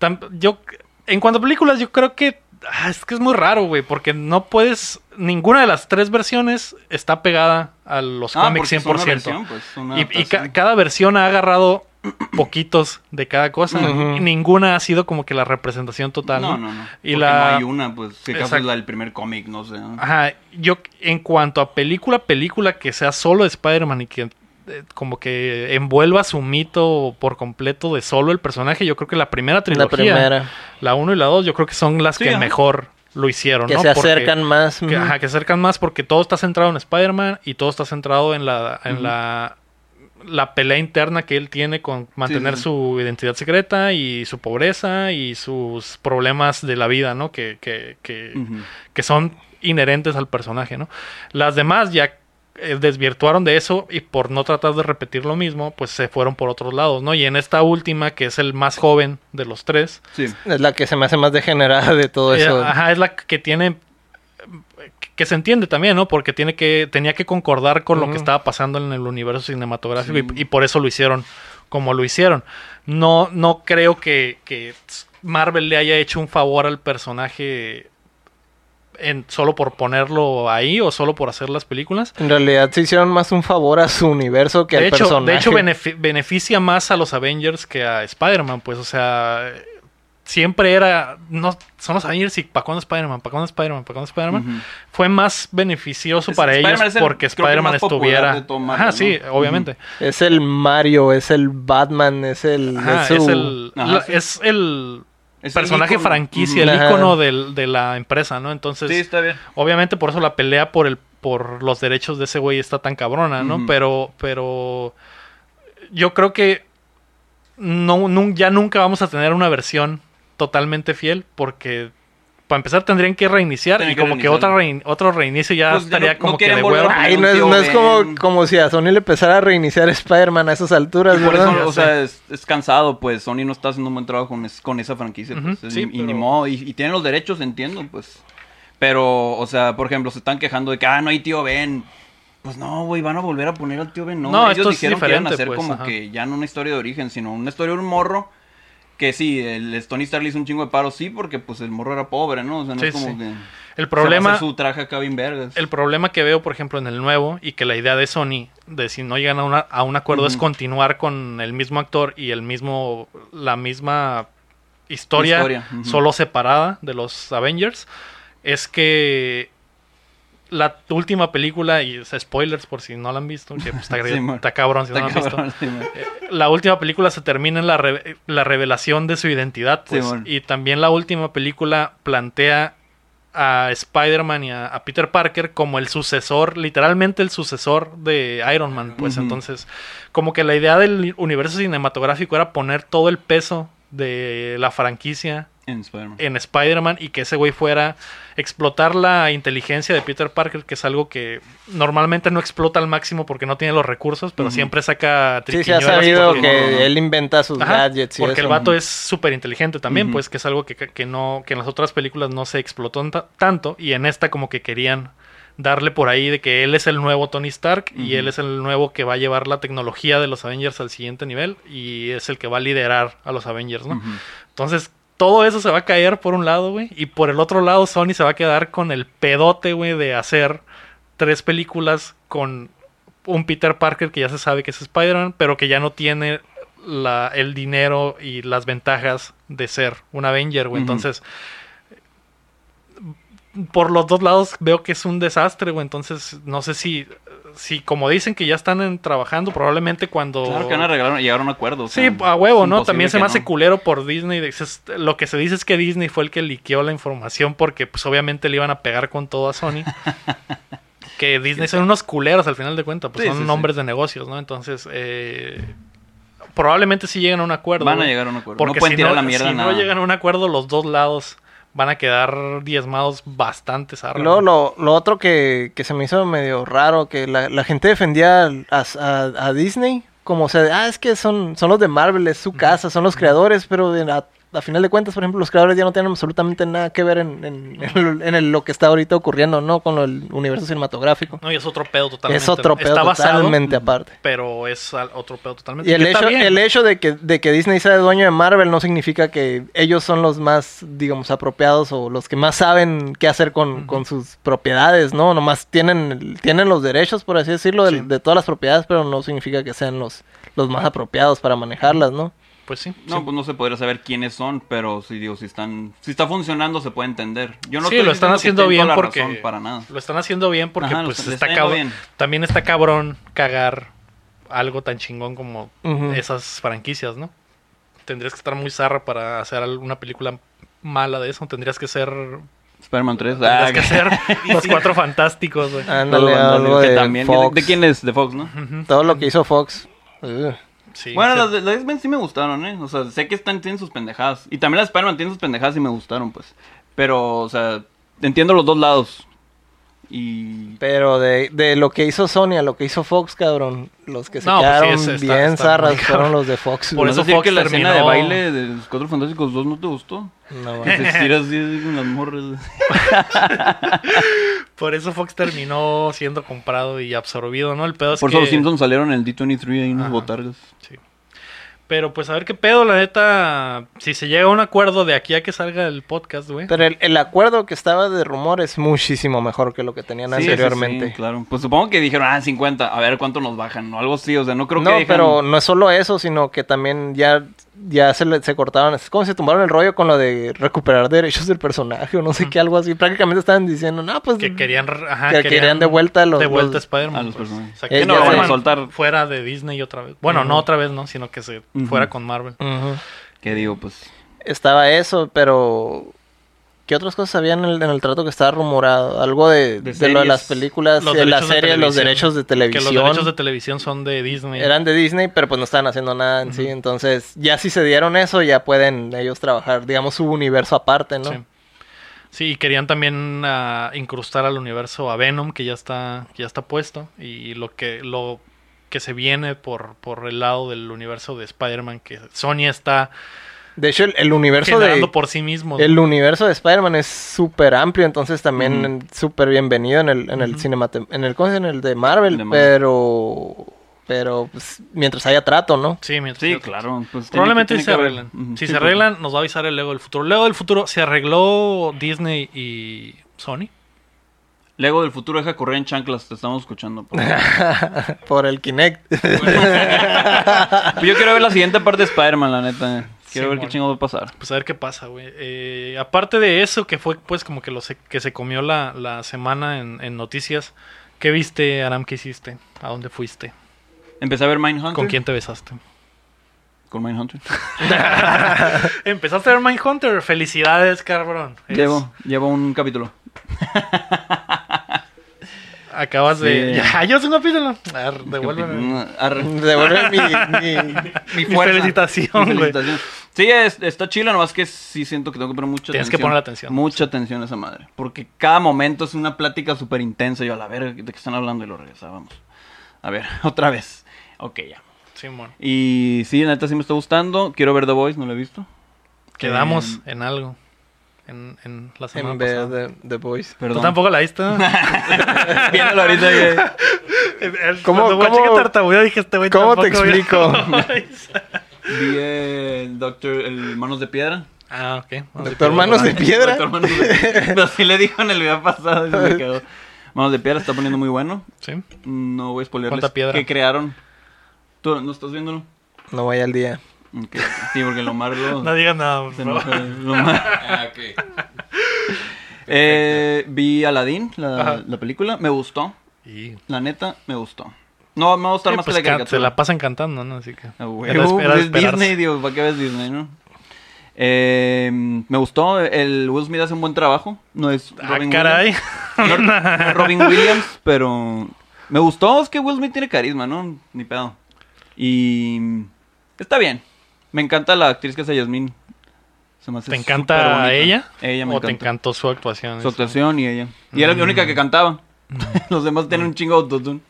Speaker 1: tam- yo. En cuanto a películas, yo creo que. ah, es que es muy raro, güey, porque no puedes. Ninguna de las tres versiones está pegada a los
Speaker 3: Ah,
Speaker 1: cómics
Speaker 3: porque es una
Speaker 1: 100%.
Speaker 3: versión, pues, una
Speaker 1: y y ca-
Speaker 3: adaptación.
Speaker 1: cada versión ha agarrado poquitos de cada cosa.
Speaker 2: Ujú.
Speaker 1: y ninguna ha sido como que la representación total.
Speaker 3: No,
Speaker 1: ¿no?
Speaker 3: no, no.
Speaker 1: Y
Speaker 3: Porque
Speaker 1: la-
Speaker 3: no hay una, pues, que acaso es
Speaker 1: Exacto.
Speaker 3: la del primer cómic, no sé. ¿no?
Speaker 1: Ajá, yo en cuanto a película, película que sea solo de Spider-Man y que eh, como que envuelva su mito por completo de solo el personaje, yo creo que la primera
Speaker 2: La
Speaker 1: trilogía,
Speaker 2: primera.
Speaker 1: la 1 y la 2, yo creo que son las
Speaker 3: Sí,
Speaker 1: que
Speaker 3: ajá.
Speaker 1: mejor lo hicieron,
Speaker 2: Que
Speaker 1: ¿no?
Speaker 2: se
Speaker 1: Porque-
Speaker 2: acercan más.
Speaker 1: que,
Speaker 2: ujú.
Speaker 1: ajá, que se acercan más porque todo está centrado en Spider-Man y todo está centrado en la en la la pelea interna que él tiene con mantener
Speaker 3: sí.
Speaker 1: su identidad secreta y su pobreza y sus problemas de la vida, ¿no? Que, que, que,
Speaker 3: Ujú.
Speaker 1: que son inherentes al personaje, ¿no? Las demás ya eh, desvirtuaron de eso y por no tratar de repetir lo mismo, pues se fueron por otros lados, ¿no? Y en esta última, que es el más joven de los tres,
Speaker 3: Sí.
Speaker 2: Es la que se me hace más degenerada de todo
Speaker 1: eh,
Speaker 2: eso.
Speaker 1: ajá, es la que tiene eh, que se entiende también, ¿no? Porque tiene que tenía que concordar con lo
Speaker 2: Ujú.
Speaker 1: que estaba pasando en el universo cinematográfico
Speaker 3: Sí.
Speaker 1: y, y por eso lo hicieron como lo hicieron. No no creo que, que Marvel le haya hecho un favor al personaje en solo por ponerlo ahí o solo por hacer las películas.
Speaker 2: En realidad se hicieron más un favor a su universo que
Speaker 1: De
Speaker 2: al
Speaker 1: hecho,
Speaker 2: personaje.
Speaker 1: de hecho benefi- beneficia más a los Avengers que a Spider-Man, pues, o sea, siempre era, no, son los Avengers y ¿para cuándo Spider-Man? ¿Para cuándo Spider-Man? ¿Para cuándo Spider-Man?
Speaker 3: Ujú.
Speaker 1: Fue más beneficioso
Speaker 3: Es-
Speaker 1: para
Speaker 3: Spider-Man
Speaker 1: ellos
Speaker 3: es el-
Speaker 1: porque
Speaker 3: creo que el
Speaker 1: Spider-Man
Speaker 3: más popular
Speaker 1: estuviera...
Speaker 3: de todo Marvel,
Speaker 1: Ajá,
Speaker 3: ¿no?
Speaker 1: sí,
Speaker 3: Ujú.
Speaker 1: obviamente.
Speaker 2: Es el Mario, es el Batman, es el...
Speaker 1: Ajá,
Speaker 2: es su-
Speaker 1: es el,
Speaker 3: Ajá,
Speaker 1: la-
Speaker 3: sí.
Speaker 1: es el
Speaker 3: Es el
Speaker 1: personaje
Speaker 3: ícono.
Speaker 1: franquicia,
Speaker 2: Ujú.
Speaker 1: el
Speaker 2: Ajá.
Speaker 1: ícono del- de la empresa, ¿no? Entonces...
Speaker 3: Sí, está bien.
Speaker 1: Obviamente por eso la pelea por el por los derechos de ese güey está tan cabrona, ¿no?
Speaker 3: Ujú.
Speaker 1: Pero pero yo creo que no, nun- ya nunca vamos a tener una versión totalmente fiel porque para empezar tendrían que reiniciar
Speaker 3: Tienen
Speaker 1: y
Speaker 3: que
Speaker 1: como que
Speaker 3: reiniciar.
Speaker 1: otra rein- otro reinicio ya
Speaker 3: Pues ya
Speaker 1: estaría
Speaker 3: no-
Speaker 1: como
Speaker 3: no
Speaker 1: que de
Speaker 3: quieren volver
Speaker 1: huevo.
Speaker 3: a-
Speaker 2: Ay, no es,
Speaker 3: Tío
Speaker 2: no es como,
Speaker 3: Ben.
Speaker 2: como si a Sony le empezara a reiniciar Spider-Man a esas alturas,
Speaker 3: Y por
Speaker 2: ¿verdad?
Speaker 3: eso, o
Speaker 1: sé.
Speaker 3: sea, es, es cansado, pues Sony no está haciendo un buen trabajo con, es- con esa franquicia.
Speaker 1: Ujú,
Speaker 3: pues, es-
Speaker 1: sí,
Speaker 3: y, y ni
Speaker 1: pero-
Speaker 3: modo, y, y tienen los derechos, entiendo, pues. Pero, o sea, por ejemplo, se están quejando de que, ah, no hay tío Ben. Pues no, güey, van a volver a poner al tío Ben. No,
Speaker 1: No,
Speaker 3: ellos
Speaker 1: esto es
Speaker 3: dijeron que iban a
Speaker 1: diferente,
Speaker 3: hacer
Speaker 1: pues,
Speaker 3: como
Speaker 1: ajá.
Speaker 3: que ya no una historia de origen, sino una historia de un morro. Que sí, el Tony Stark le hizo un chingo de paro, sí, porque pues el morro era pobre, ¿no? O sea, no
Speaker 1: Sí,
Speaker 3: es como
Speaker 1: sí.
Speaker 3: que.
Speaker 1: El
Speaker 3: se va a
Speaker 1: problema
Speaker 3: hacer su traje acá bien vergas.
Speaker 1: el problema que veo, por ejemplo, en el nuevo y que la idea de Sony de si no llegan a, una- a un acuerdo es
Speaker 3: Ujú.
Speaker 1: continuar con el mismo actor y el mismo la misma historia,
Speaker 3: Historia, ujú.
Speaker 1: solo separada de los Avengers es que la última película y o sea, spoilers por si no la han visto que pues, está,
Speaker 3: Sí, man.
Speaker 1: está cabrón si no
Speaker 3: Está
Speaker 1: la han visto
Speaker 3: cabrón, sí, man.
Speaker 1: la última película se termina en la, re- la revelación de su identidad, pues.
Speaker 3: Simón.
Speaker 1: y también la última película plantea a Spider-Man y a, a Peter Parker como el sucesor, literalmente el sucesor de Iron Man, pues.
Speaker 3: Ujú.
Speaker 1: Entonces, como que la idea del universo cinematográfico era poner todo el peso de la franquicia
Speaker 3: En Spider-Man.
Speaker 1: en Spider-Man y que ese güey fuera explotar la inteligencia de Peter Parker, que es algo que normalmente no explota al máximo porque no tiene los recursos, pero
Speaker 3: Ujú.
Speaker 1: siempre saca
Speaker 2: Sí, se ha
Speaker 1: triquiñuelas
Speaker 2: sabido
Speaker 1: porque-
Speaker 2: que él inventa sus
Speaker 1: Ajá,
Speaker 2: gadgets y
Speaker 1: porque el
Speaker 2: eso.
Speaker 1: vato es súper inteligente también,
Speaker 3: Ujú.
Speaker 1: pues que es algo que, que no que en las otras películas no se explotó ta- tanto y en esta como que querían darle por ahí de que él es el nuevo Tony Stark y
Speaker 3: Ujú.
Speaker 1: él es el nuevo que va a llevar la tecnología de los Avengers al siguiente nivel y es el que va a liderar a los Avengers, ¿no?
Speaker 3: Ujú.
Speaker 1: Entonces, todo eso se va a caer por un lado, güey. Y por el otro lado, Sony se va a quedar con el pedote, güey, de hacer tres películas con un Peter Parker que ya se sabe que es Spider-Man, pero que ya no tiene la- el dinero y las ventajas de ser un Avenger, güey.
Speaker 3: Ujú.
Speaker 1: Entonces, por los dos lados veo que es un desastre, güey. Entonces, no sé si, si como dicen que ya están en- trabajando, probablemente cuando...
Speaker 3: Claro que van a arreglar- llegar a un acuerdo. o
Speaker 1: Sí,
Speaker 3: sea,
Speaker 1: a huevo,
Speaker 3: es
Speaker 1: ¿no? También
Speaker 3: imposible
Speaker 1: se
Speaker 3: que
Speaker 1: me hace
Speaker 3: no.
Speaker 1: culero por Disney. Dices, Lo que se dice es que Disney fue el que liqueó la información porque, pues, obviamente le iban a pegar con todo a Sony. Que Disney son unos culeros al final de cuentas, pues
Speaker 3: Sí,
Speaker 1: son
Speaker 3: sí, sí.
Speaker 1: nombres de negocios, ¿no? Entonces, eh, probablemente sí lleguen a un acuerdo.
Speaker 3: Van a
Speaker 1: güey.
Speaker 3: llegar a un acuerdo.
Speaker 1: Porque
Speaker 3: no pueden
Speaker 1: si
Speaker 3: tirar
Speaker 1: no,
Speaker 3: la mierda
Speaker 1: si
Speaker 3: nada.
Speaker 1: no llegan a un acuerdo, los dos lados van a quedar diezmados bastantes arras.
Speaker 2: Luego, lo, lo otro que, que se me hizo medio raro, que la, la gente defendía al- a, a- a Disney como, o sea, ah, es que son, son los de Marvel, es su casa, son los creadores, pero de- a, a final de cuentas, por ejemplo, los creadores ya no tienen absolutamente nada que ver en, en- en el- en el- lo que está ahorita ocurriendo, ¿no? Con lo del universo cinematográfico.
Speaker 1: No, y es otro pedo totalmente.
Speaker 2: es otro
Speaker 1: ¿no?
Speaker 2: pedo
Speaker 1: Está basado,
Speaker 2: totalmente aparte.
Speaker 1: pero es al- otro pedo totalmente.
Speaker 2: Y el
Speaker 1: Pues, Que está
Speaker 2: hecho,
Speaker 1: bien.
Speaker 2: el hecho de, que, de que Disney sea dueño de Marvel no significa que ellos son los más, digamos, apropiados o los que más saben qué hacer con, con sus propiedades, ¿no? Nomás tienen, tienen los derechos, por así decirlo, del-
Speaker 1: Sí.
Speaker 2: de todas las propiedades, pero no significa que sean los, los más apropiados para manejarlas, ¿no?
Speaker 1: Pues sí.
Speaker 3: No, pues no se podría saber quiénes son, pero si digo, si están, si está funcionando se puede entender. Yo no
Speaker 1: sí,
Speaker 3: estoy
Speaker 1: lo están haciendo
Speaker 3: diciendo que
Speaker 1: bien
Speaker 3: tengo la
Speaker 1: porque.
Speaker 3: razón para nada.
Speaker 1: Lo están haciendo bien porque,
Speaker 3: Ajá, lo
Speaker 1: pues,
Speaker 3: están- le
Speaker 1: está
Speaker 3: está yendo
Speaker 1: cabrón.
Speaker 3: bien.
Speaker 1: También está cabrón cagar algo tan chingón como
Speaker 2: Ujú.
Speaker 1: esas franquicias, ¿no? Tendrías que estar muy zarra para hacer alguna película mala de eso. Tendrías que ser.
Speaker 3: Spider-Man 3.
Speaker 1: Tendrías
Speaker 3: ah,
Speaker 1: que ser los cuatro fantásticos, güey.
Speaker 2: Ándale,
Speaker 3: Todo
Speaker 2: algo
Speaker 3: bandolero, que
Speaker 2: de
Speaker 3: también-
Speaker 2: Fox,
Speaker 3: ¿De quién es? De Fox, ¿no?
Speaker 2: Todo lo que hizo Fox. Ugh.
Speaker 1: Sí,
Speaker 3: bueno,
Speaker 1: sí.
Speaker 3: las de, las de X-Men sí me gustaron, ¿eh? O sea, sé que están, tienen sus pendejadas. Y también las de Spider-Man tienen sus pendejadas y me gustaron, pues. Pero, o sea, entiendo los dos lados. Y.
Speaker 2: Pero de, de lo que hizo Sony a lo que hizo Fox, cabrón, los que se
Speaker 1: No, pues sí,
Speaker 2: quedaron
Speaker 1: es- está-
Speaker 2: bien
Speaker 1: está
Speaker 2: zarras
Speaker 1: muy
Speaker 2: fueron
Speaker 1: cabrón.
Speaker 2: los de Fox.
Speaker 1: Por
Speaker 2: güey.
Speaker 3: ¿Vas
Speaker 1: eso
Speaker 3: a decir
Speaker 1: Fox
Speaker 3: que la escena de
Speaker 1: terminó-
Speaker 3: baile de los Cuatro Fantásticos 2 no te gustó?
Speaker 2: No,
Speaker 3: Que
Speaker 2: mames.
Speaker 3: se estira así así con las morras.
Speaker 1: Por eso Fox terminó siendo comprado y absorbido, ¿no? El pedo es
Speaker 3: Por
Speaker 1: que...
Speaker 3: eso los Simpsons salieron en el D23 ahí unos
Speaker 1: Ajá.
Speaker 3: botargas.
Speaker 1: Sí. Pero pues a ver qué pedo, la neta. Si se llega a un acuerdo de aquí a que salga el podcast, güey.
Speaker 2: Pero el, el acuerdo que estaba de rumor es muchísimo mejor que lo que tenían
Speaker 3: Sí,
Speaker 2: anteriormente.
Speaker 3: sí, sí, claro. Pues supongo que dijeron, ah, 50, a ver cuánto nos bajan, o algo así, o sea, no creo que
Speaker 2: no,
Speaker 3: dijeran-
Speaker 2: pero no es solo eso, sino que también ya, ya se, le- se cortaron. Es como si tumbaron el rollo con lo de recuperar derechos del personaje o no sé qué, algo así. Prácticamente estaban diciendo, no, pues.
Speaker 1: Que querían, ajá,
Speaker 2: que querían de vuelta los-
Speaker 1: de vuelta
Speaker 2: los-
Speaker 1: Spider-Man.
Speaker 3: a los
Speaker 1: pues.
Speaker 3: personajes.
Speaker 1: O sea,
Speaker 2: Eh,
Speaker 1: que
Speaker 2: ya
Speaker 1: no,
Speaker 2: se-
Speaker 1: fueran
Speaker 3: soltar.
Speaker 1: fuera de Disney otra vez. Bueno, no otra vez, ¿no? Sino que se
Speaker 3: Ujú.
Speaker 1: fuera con Marvel.
Speaker 2: Ujú.
Speaker 3: Que digo, pues.
Speaker 2: Estaba eso, pero. ¿Qué otras cosas había en el, en el trato que estaba rumorado? Algo de,
Speaker 3: De
Speaker 2: de lo de las
Speaker 3: series.
Speaker 2: películas,
Speaker 1: Los
Speaker 2: de las
Speaker 1: derechos de
Speaker 2: series, los
Speaker 1: televisión.
Speaker 2: derechos de
Speaker 1: Que
Speaker 2: televisión.
Speaker 1: los derechos de televisión son de Disney.
Speaker 2: Eran de Disney, pero pues no estaban haciendo nada en sí. Entonces, ya si se dieron eso, ya pueden ellos trabajar, digamos, su universo aparte, ¿no?
Speaker 1: Sí. Sí, y querían también ah, incrustar al universo a Venom, que ya está, ya está puesto, y lo que, lo que se viene por, por el lado del universo de Spider-Man, que Sony está
Speaker 2: De hecho, el, el universo
Speaker 1: generando
Speaker 2: de.
Speaker 1: por sí mismo.
Speaker 2: El universo de Spider-Man es súper amplio, entonces también
Speaker 3: Ujú.
Speaker 2: en- súper bienvenido en el, en el
Speaker 1: Ujú.
Speaker 2: cinemate- en el, ¿cómo se dice? En el de Marvel,
Speaker 3: De Marvel.
Speaker 2: pero. Pero, pues, mientras haya trato, ¿no?
Speaker 1: Sí, mientras-
Speaker 3: Sí, claro. Pues, tiene que-
Speaker 1: Probablemente
Speaker 3: tiene
Speaker 1: se
Speaker 3: que haber-
Speaker 1: arreglan. Si
Speaker 3: Ujú, sí,
Speaker 1: se
Speaker 3: pues.
Speaker 1: arreglan, nos va a avisar el Lego del futuro. Lego del futuro, ¿se arregló Disney y Sony?
Speaker 3: Lego del futuro deja correr en chanclas, te estamos escuchando. Pues pa.
Speaker 2: Por el Kinect.
Speaker 3: Pues yo quiero ver la siguiente parte de Spider-Man, la neta. eh. Quiero
Speaker 1: Sí,
Speaker 3: ver
Speaker 1: bueno.
Speaker 3: qué chingo va a pasar.
Speaker 1: Pues a ver qué pasa, güey. Eh, aparte de eso, que fue pues como que, lo se- que se comió la, la semana en, en noticias, ¿qué viste, Aram? ¿Qué hiciste? ¿A dónde fuiste?
Speaker 3: Empecé a ver Mindhunter.
Speaker 1: ¿Con quién te besaste?
Speaker 3: Con Mindhunter.
Speaker 1: Empezaste a ver Mindhunter. Felicidades, cabrón. Es-
Speaker 3: Llevo, llevo un capítulo.
Speaker 1: Acabas de.
Speaker 3: Sí.
Speaker 1: Ya, yo soy un capítulo. A ver, devuélveme.
Speaker 3: Capi- Arre.
Speaker 2: Devuelve mi, mi- mi
Speaker 1: Mi
Speaker 2: fuerza.
Speaker 1: felicitación, güey.
Speaker 3: Felicitaciones. Sí, es- está chila, nomás que sí siento que tengo que poner mucha
Speaker 1: Tienes
Speaker 3: atención.
Speaker 1: que poner atención.
Speaker 3: Mucha atención a esa madre. Porque cada momento es una plática súper intensa. Yo, a la verga, ¿de qué están hablando? Y lo regresábamos. A ver, otra vez. Ok, ya.
Speaker 1: Simón.
Speaker 3: Y sí, la neta sí me está gustando. Quiero ver The Voice, no lo he visto.
Speaker 1: Quedamos
Speaker 3: Eh.
Speaker 1: en algo. En, en la semana
Speaker 2: En
Speaker 1: pasada.
Speaker 2: vez de The Boys.
Speaker 1: Tú
Speaker 3: Perdón.
Speaker 1: tampoco la viste. ¿no?
Speaker 3: Viéndolo ahorita.
Speaker 1: Cuando
Speaker 2: ¿Cómo-
Speaker 3: güey.
Speaker 2: cómo-
Speaker 1: guaché que tartamudeo, dije, este güey
Speaker 2: ¿Cómo te
Speaker 1: tampoco vio-
Speaker 2: explico?
Speaker 3: Vi eh, el Doctor, el Manos de Piedra.
Speaker 1: ah, ok. Bueno,
Speaker 2: Doctor Manos de Piedra.
Speaker 3: Doctor Manos de Piedra. Pero sí le dijo en el video pasado y se me quedó. Manos de Piedra se está poniendo muy bueno.
Speaker 1: Sí.
Speaker 3: No voy a spoilerles.
Speaker 1: ¿Cuánta piedra?
Speaker 3: ¿Qué crearon? ¿Tú no estás viéndolo?
Speaker 2: No voy al día.
Speaker 3: Ok. Sí, porque el Omar lo...
Speaker 1: No digas nada, por
Speaker 3: se
Speaker 1: favor.
Speaker 3: enoja, el Omar.
Speaker 4: Ah, ok.
Speaker 3: Eh, vi Aladdin, la,
Speaker 1: Ajá.
Speaker 3: la película. Me gustó.
Speaker 1: Y...
Speaker 3: La neta, me gustó. No, me va a gustar
Speaker 1: Eh,
Speaker 3: más
Speaker 1: pues,
Speaker 3: que la
Speaker 1: can- se
Speaker 3: caricatura.
Speaker 1: la pasan cantando, ¿no? Así que...
Speaker 3: Ah,
Speaker 1: Era-
Speaker 3: huevo,
Speaker 1: era
Speaker 3: es
Speaker 1: esperarse.
Speaker 3: Disney, digo, ¿para qué ves Disney, no? Eh, me gustó, el Will Smith hace un buen trabajo. No es
Speaker 1: Ah,
Speaker 3: Robin
Speaker 1: caray.
Speaker 3: Williams. No, no es Robin Williams, pero me gustó. Es que Will Smith tiene carisma, ¿no? Ni pedo. Y está bien. Me encanta la actriz que es Yasmin. Se me hace
Speaker 1: ¿Te
Speaker 3: súper bonita.
Speaker 1: encanta ella?
Speaker 3: Ella me
Speaker 1: ¿O
Speaker 3: encanta.
Speaker 1: te encantó su actuación?
Speaker 3: Su actuación y ella. Y era la única que cantaba. Los demás tienen un chingo de autotune.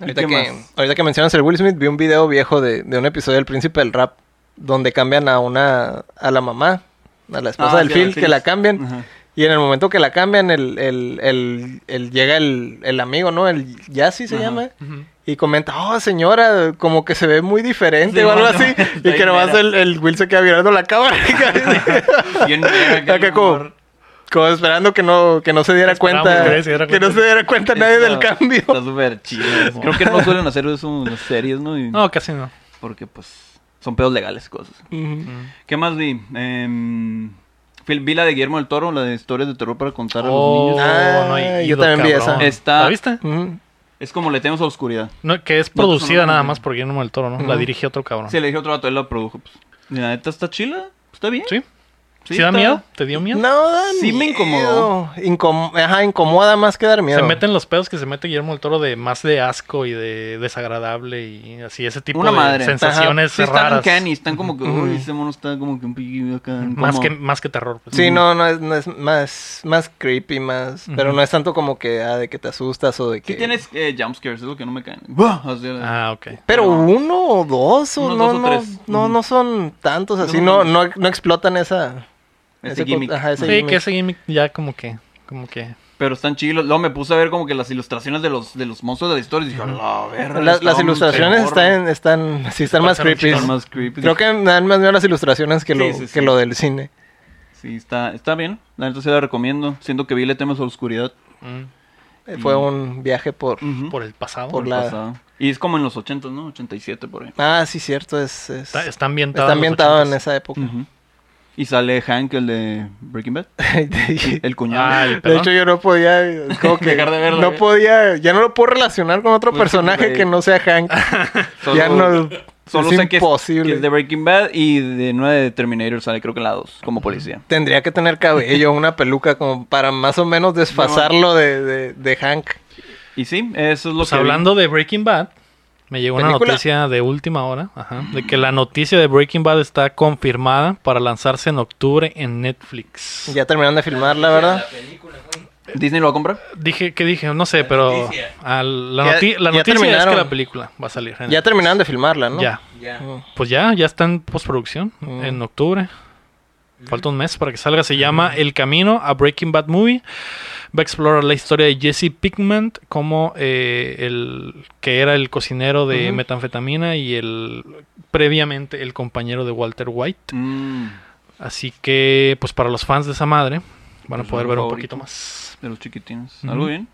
Speaker 3: ¿Y
Speaker 2: Ahorita
Speaker 3: qué
Speaker 2: que,
Speaker 3: más?
Speaker 2: ahorita que mencionas el Will Smith, vi un video viejo de, de un episodio del Príncipe del Rap, donde cambian a una, a la mamá, a la esposa
Speaker 3: Ah,
Speaker 2: del
Speaker 3: sí, a la
Speaker 2: Phil, que la
Speaker 3: actriz.
Speaker 2: cambian.
Speaker 3: Ajá.
Speaker 2: Y en el momento que la cambian, el, el, el, el- llega el, el amigo, ¿no? El Yassi se
Speaker 3: Ajá.
Speaker 2: llama.
Speaker 1: Ujú.
Speaker 2: Y comenta, oh, señora, como que se ve muy diferente
Speaker 3: Sí,
Speaker 2: o algo
Speaker 3: bueno,
Speaker 2: así.
Speaker 3: está
Speaker 2: Y que
Speaker 3: bien
Speaker 2: nomás
Speaker 3: mera.
Speaker 2: el, el Will se queda mirando la cámara.
Speaker 3: Bien, bien,
Speaker 2: Acá como, como esperando que no, que no se diera
Speaker 1: Esperamos
Speaker 2: cuenta.
Speaker 1: que se diera
Speaker 2: Que no
Speaker 1: cuenta.
Speaker 2: se diera cuenta nadie del
Speaker 3: Está-
Speaker 2: cambio.
Speaker 3: Está súper chido. eso. Creo que no suelen hacer eso en las series, ¿no? Y-
Speaker 1: No, casi no.
Speaker 3: Porque, pues, son pedos legales y cosas.
Speaker 2: Ujú.
Speaker 1: Mm.
Speaker 3: ¿Qué más vi? Em, fui- vi la de Guillermo del Toro, la de historias de terror para contar a
Speaker 1: Oh,
Speaker 3: los niños.
Speaker 2: Ah,
Speaker 1: no he
Speaker 2: yo
Speaker 1: ido,
Speaker 2: también vi
Speaker 1: cabrón.
Speaker 2: esa.
Speaker 3: Está-
Speaker 1: ¿La viste?
Speaker 2: Ujú.
Speaker 3: Es como le tenemos a la oscuridad.
Speaker 1: No, que es
Speaker 3: No,
Speaker 1: producida
Speaker 3: no, no,
Speaker 1: nada
Speaker 3: no.
Speaker 1: más por Guillermo del Toro, ¿no? La
Speaker 2: Ujú.
Speaker 1: dirige otro cabrón.
Speaker 3: Si le dije a otro vato, él la produjo. Pues. Y La neta está chila. Está bien.
Speaker 1: ¿Sí? ¿Sí,
Speaker 3: está-
Speaker 1: da miedo? ¿Te dio miedo?
Speaker 2: No, da
Speaker 3: Sí me
Speaker 2: miedo.
Speaker 3: incomodó.
Speaker 2: Incom- Ajá, incomoda más que dar miedo.
Speaker 1: Se meten los pedos que se mete Guillermo del Toro de más de asco y de desagradable y así ese tipo
Speaker 3: Una
Speaker 1: de
Speaker 3: madre.
Speaker 1: sensaciones
Speaker 3: Sí, están
Speaker 1: raras.
Speaker 3: uncanny, están como que,
Speaker 2: Ujú.
Speaker 3: uy, ese mono está como que un pillo acá.
Speaker 1: Más
Speaker 3: incómodo".
Speaker 1: que, más que terror. pues.
Speaker 2: Sí, no, no es, no es más, más creepy, más... Pero no es tanto como que, ah, de que te asustas o de que...
Speaker 3: Sí tienes eh, jumpscares, es lo que no me caen. ¡Buah! O sea,
Speaker 1: Ah, ok.
Speaker 2: Pero
Speaker 3: pero-
Speaker 2: uno o dos, o
Speaker 3: Unos
Speaker 2: no,
Speaker 3: dos o
Speaker 2: no,
Speaker 3: tres.
Speaker 2: no,
Speaker 3: Ujú.
Speaker 2: no son tantos así, no,
Speaker 3: No, no,
Speaker 2: no, no explotan esa...
Speaker 3: ese
Speaker 2: co-
Speaker 3: gimmick.
Speaker 2: Ajá, ese
Speaker 1: Sí,
Speaker 2: gimmick.
Speaker 1: que ese gimmick ya como que... Como que...
Speaker 3: Pero están chilos. Luego me puse a ver como que las ilustraciones de los, de los monstruos de la historia. Y dije, "A la verga.
Speaker 2: La- las
Speaker 3: está un
Speaker 2: ilustraciones
Speaker 3: terror".
Speaker 2: están, están, sí, están más
Speaker 1: Pasan un
Speaker 2: creepy.
Speaker 1: chingo
Speaker 3: Están más creepy.
Speaker 2: Creo que me dan más miedo las ilustraciones que,
Speaker 3: Sí,
Speaker 2: lo,
Speaker 3: sí, sí.
Speaker 2: que lo del cine.
Speaker 3: Sí, está, está bien. La neta se la recomiendo. Siento que vi le temas a la oscuridad.
Speaker 1: mm,
Speaker 2: Eh, Fue un viaje por...
Speaker 3: Ujú.
Speaker 1: por el pasado.
Speaker 2: Por
Speaker 3: El
Speaker 2: la-
Speaker 3: pasado. Y es como en los 80, ¿no? 87 por ahí.
Speaker 2: Ah, sí, cierto, es... es-
Speaker 1: Está, está ambientado.
Speaker 2: Está
Speaker 1: en los
Speaker 2: ambientado en
Speaker 1: ochentas.
Speaker 2: esa época.
Speaker 3: Ujú. Y sale Hank, el de Breaking Bad. El cuñado.
Speaker 1: Ah, el
Speaker 2: De
Speaker 1: pelón.
Speaker 2: hecho, yo no podía. es como que
Speaker 3: Dejar de verlo,
Speaker 2: No
Speaker 3: güey.
Speaker 2: podía. Ya no lo puedo relacionar con otro
Speaker 3: Pues,
Speaker 2: personaje
Speaker 3: güey.
Speaker 2: que no sea Hank.
Speaker 3: Solo-
Speaker 2: ya no.
Speaker 3: Solo
Speaker 2: es
Speaker 3: sé que es-
Speaker 2: imposible.
Speaker 3: que es, de Breaking Bad y de nueva de Terminator sale creo que en la 2, como policía.
Speaker 2: Tendría que tener cabello, una peluca, como para más o menos desfasarlo de, de, de Hank.
Speaker 3: Y sí, eso es lo
Speaker 1: Pues
Speaker 3: que... vi.
Speaker 1: hablando de Breaking Bad, me llegó una
Speaker 2: ¿Película?
Speaker 1: noticia de última hora, ajá, de que la noticia de Breaking Bad está confirmada para lanzarse en octubre en Netflix.
Speaker 2: Ya terminaron de filmar, la verdad.
Speaker 3: ¿Disney lo va a comprar?
Speaker 1: Dije, ¿qué dije? No sé, pero
Speaker 4: noticia.
Speaker 1: al- la,
Speaker 2: Ya-
Speaker 1: noti- la
Speaker 2: ya
Speaker 1: noticia es que
Speaker 2: terminaron.
Speaker 1: la película va a salir. en
Speaker 2: Ya
Speaker 1: Netflix.
Speaker 2: terminaron de filmarla, ¿no?
Speaker 1: Ya.
Speaker 4: Ya.
Speaker 1: Pues ya, ya está en postproducción
Speaker 2: Mm.
Speaker 1: en octubre. Falta un mes para que salga. Se llama El Camino a Breaking Bad Movie. Va a explorar la historia de Jesse Pigment como eh, el que era el cocinero de
Speaker 2: Ujú.
Speaker 1: metanfetamina y el previamente el compañero de Walter White.
Speaker 3: Mm,
Speaker 1: Así que, pues para los fans de esa madre, van a
Speaker 3: Pues,
Speaker 1: poder
Speaker 3: un
Speaker 1: ver un
Speaker 3: favorito.
Speaker 1: poquito más.
Speaker 3: de los chiquitines.
Speaker 1: Ujú.
Speaker 3: ¿Algo bien?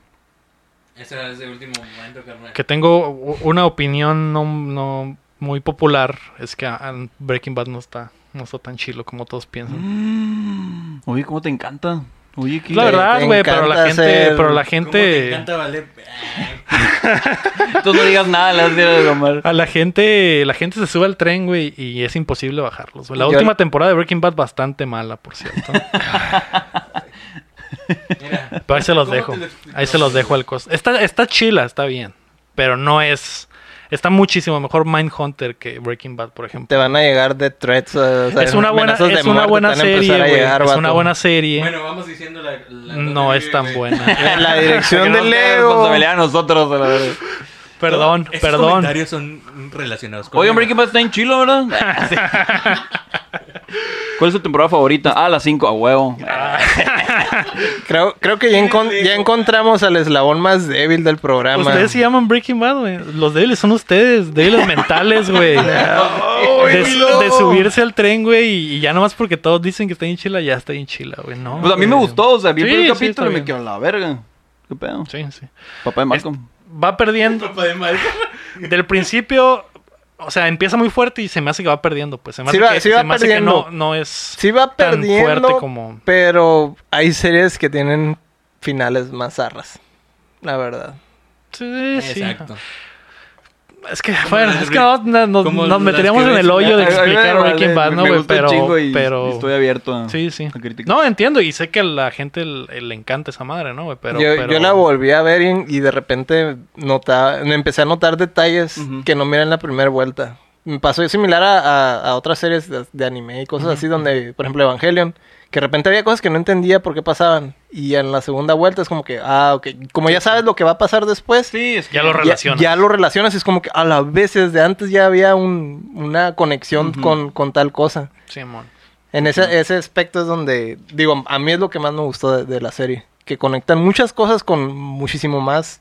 Speaker 4: Ese es el último momento, carnal.
Speaker 1: Que tengo u- una opinión no, no muy popular. Es que ah, Breaking Bad no está, no está tan chilo como todos piensan.
Speaker 3: Mm, Oye, ¿cómo te encanta? Oye, ¿qué?
Speaker 1: Es la verdad,
Speaker 2: te
Speaker 1: güey, pero la
Speaker 2: encanta
Speaker 1: gente,
Speaker 2: hacer-
Speaker 1: pero la
Speaker 4: ¿Cómo te
Speaker 1: gente,
Speaker 4: encanta valer?
Speaker 3: Tú no digas nada, le das dinero de Omar.
Speaker 1: a la gente, la gente se sube al tren, güey, y es imposible bajarlos. güey. La
Speaker 2: Yo-
Speaker 1: última temporada de Breaking Bad bastante mala, por cierto.
Speaker 4: Mira,
Speaker 1: Pero ahí se los
Speaker 4: ¿Cómo
Speaker 1: dejo.
Speaker 4: te lo explico?
Speaker 1: Ahí se los dejo al costo. Está, está chila, está bien, pero no es, está muchísimo mejor Mindhunter que Breaking Bad, por ejemplo.
Speaker 2: Te van a llegar de threats. o sea,
Speaker 1: Es una buena,
Speaker 2: amenazas de
Speaker 1: es una
Speaker 2: muerte,
Speaker 1: buena
Speaker 2: te van a empezar
Speaker 1: serie,
Speaker 2: a
Speaker 1: güey.
Speaker 2: llegar,
Speaker 1: Es
Speaker 2: vato.
Speaker 1: una buena serie.
Speaker 4: bueno, vamos diciendo la. la-
Speaker 1: No es tan
Speaker 4: güey.
Speaker 1: buena.
Speaker 2: En la
Speaker 3: Que
Speaker 2: dirección
Speaker 3: no
Speaker 2: de
Speaker 3: nos tenga
Speaker 2: Leo.
Speaker 3: responsabilidad a nosotros, a la verdad.
Speaker 1: Perdón,
Speaker 4: Esos
Speaker 1: perdón.
Speaker 4: comentarios son relacionados con.
Speaker 3: Oye, Breaking Bad está en chilo, ¿verdad? Sí. ¿Cuál es tu temporada favorita? Ah, las 5, a huevo.
Speaker 2: Creo, creo que ya, encon- ya encontramos al eslabón más débil del programa.
Speaker 1: Ustedes se llaman Breaking Bad, güey. Los débiles son ustedes, débiles mentales, güey. de, de subirse al tren, güey, y, y ya nomás porque todos dicen que está en Chila, ya está en Chila, güey. No.
Speaker 3: Pues a mí me
Speaker 1: güey.
Speaker 3: gustó, o sea, vi el
Speaker 1: Sí,
Speaker 3: primer
Speaker 1: sí,
Speaker 3: capítulo
Speaker 1: está
Speaker 3: y me
Speaker 1: bien.
Speaker 3: quedó la verga. ¿Qué pedo?
Speaker 1: Sí, sí.
Speaker 3: Papá de Malcolm.
Speaker 1: Va perdiendo.
Speaker 4: Papá de madre.
Speaker 1: Del principio, o sea, empieza muy fuerte y se me hace que va perdiendo, pues. Se me
Speaker 2: Sí
Speaker 1: hace,
Speaker 2: va-
Speaker 1: que,
Speaker 2: sí va
Speaker 1: se me hace que
Speaker 2: perdiendo.
Speaker 1: no, no es
Speaker 2: Sí va
Speaker 1: tan fuerte
Speaker 2: perdiendo,
Speaker 1: como.
Speaker 2: pero hay series que tienen finales más zarras. La verdad.
Speaker 1: Sí, sí.
Speaker 4: Exacto.
Speaker 1: Es que, bueno,
Speaker 4: las
Speaker 1: es que
Speaker 4: re-
Speaker 1: no- no- nos,
Speaker 4: como
Speaker 1: nos
Speaker 4: las
Speaker 1: meteríamos
Speaker 4: que
Speaker 1: en el
Speaker 4: ves-
Speaker 1: hoyo de
Speaker 3: A- a mí me
Speaker 1: explicar
Speaker 3: vale,
Speaker 1: Breaking Bad, ¿no,
Speaker 3: me
Speaker 1: güey?
Speaker 3: gusta un
Speaker 1: Pero,
Speaker 3: chingo y-
Speaker 1: pero...
Speaker 3: y estoy abierto a,
Speaker 1: Sí, sí.
Speaker 3: a criticar.
Speaker 1: No, entiendo y sé que a la gente eh, le, le encanta esa madre, ¿no, güey? Pero,
Speaker 2: yo,
Speaker 1: pero-
Speaker 2: yo la volví a ver y, y de repente notaba, empecé a notar detalles
Speaker 3: Ujú.
Speaker 2: que no miré en la primera vuelta. Me pasó similar a, a- a otras series de, de anime y cosas así donde, por ejemplo, Evangelion, que de repente había cosas que no entendía por qué pasaban. Y en la segunda vuelta es como que, ah, ok, como ya sabes lo que va a pasar después,
Speaker 3: Sí, es que
Speaker 1: Ya lo
Speaker 2: ya-
Speaker 1: relacionas.
Speaker 2: Ya, lo relacionas y es como que a la vez desde antes ya había un- una conexión con, con tal cosa.
Speaker 1: Simón.
Speaker 2: En ese, ese aspecto es donde, digo, a mí es lo que más me gustó de, de la serie. Que conectan muchas cosas con muchísimo más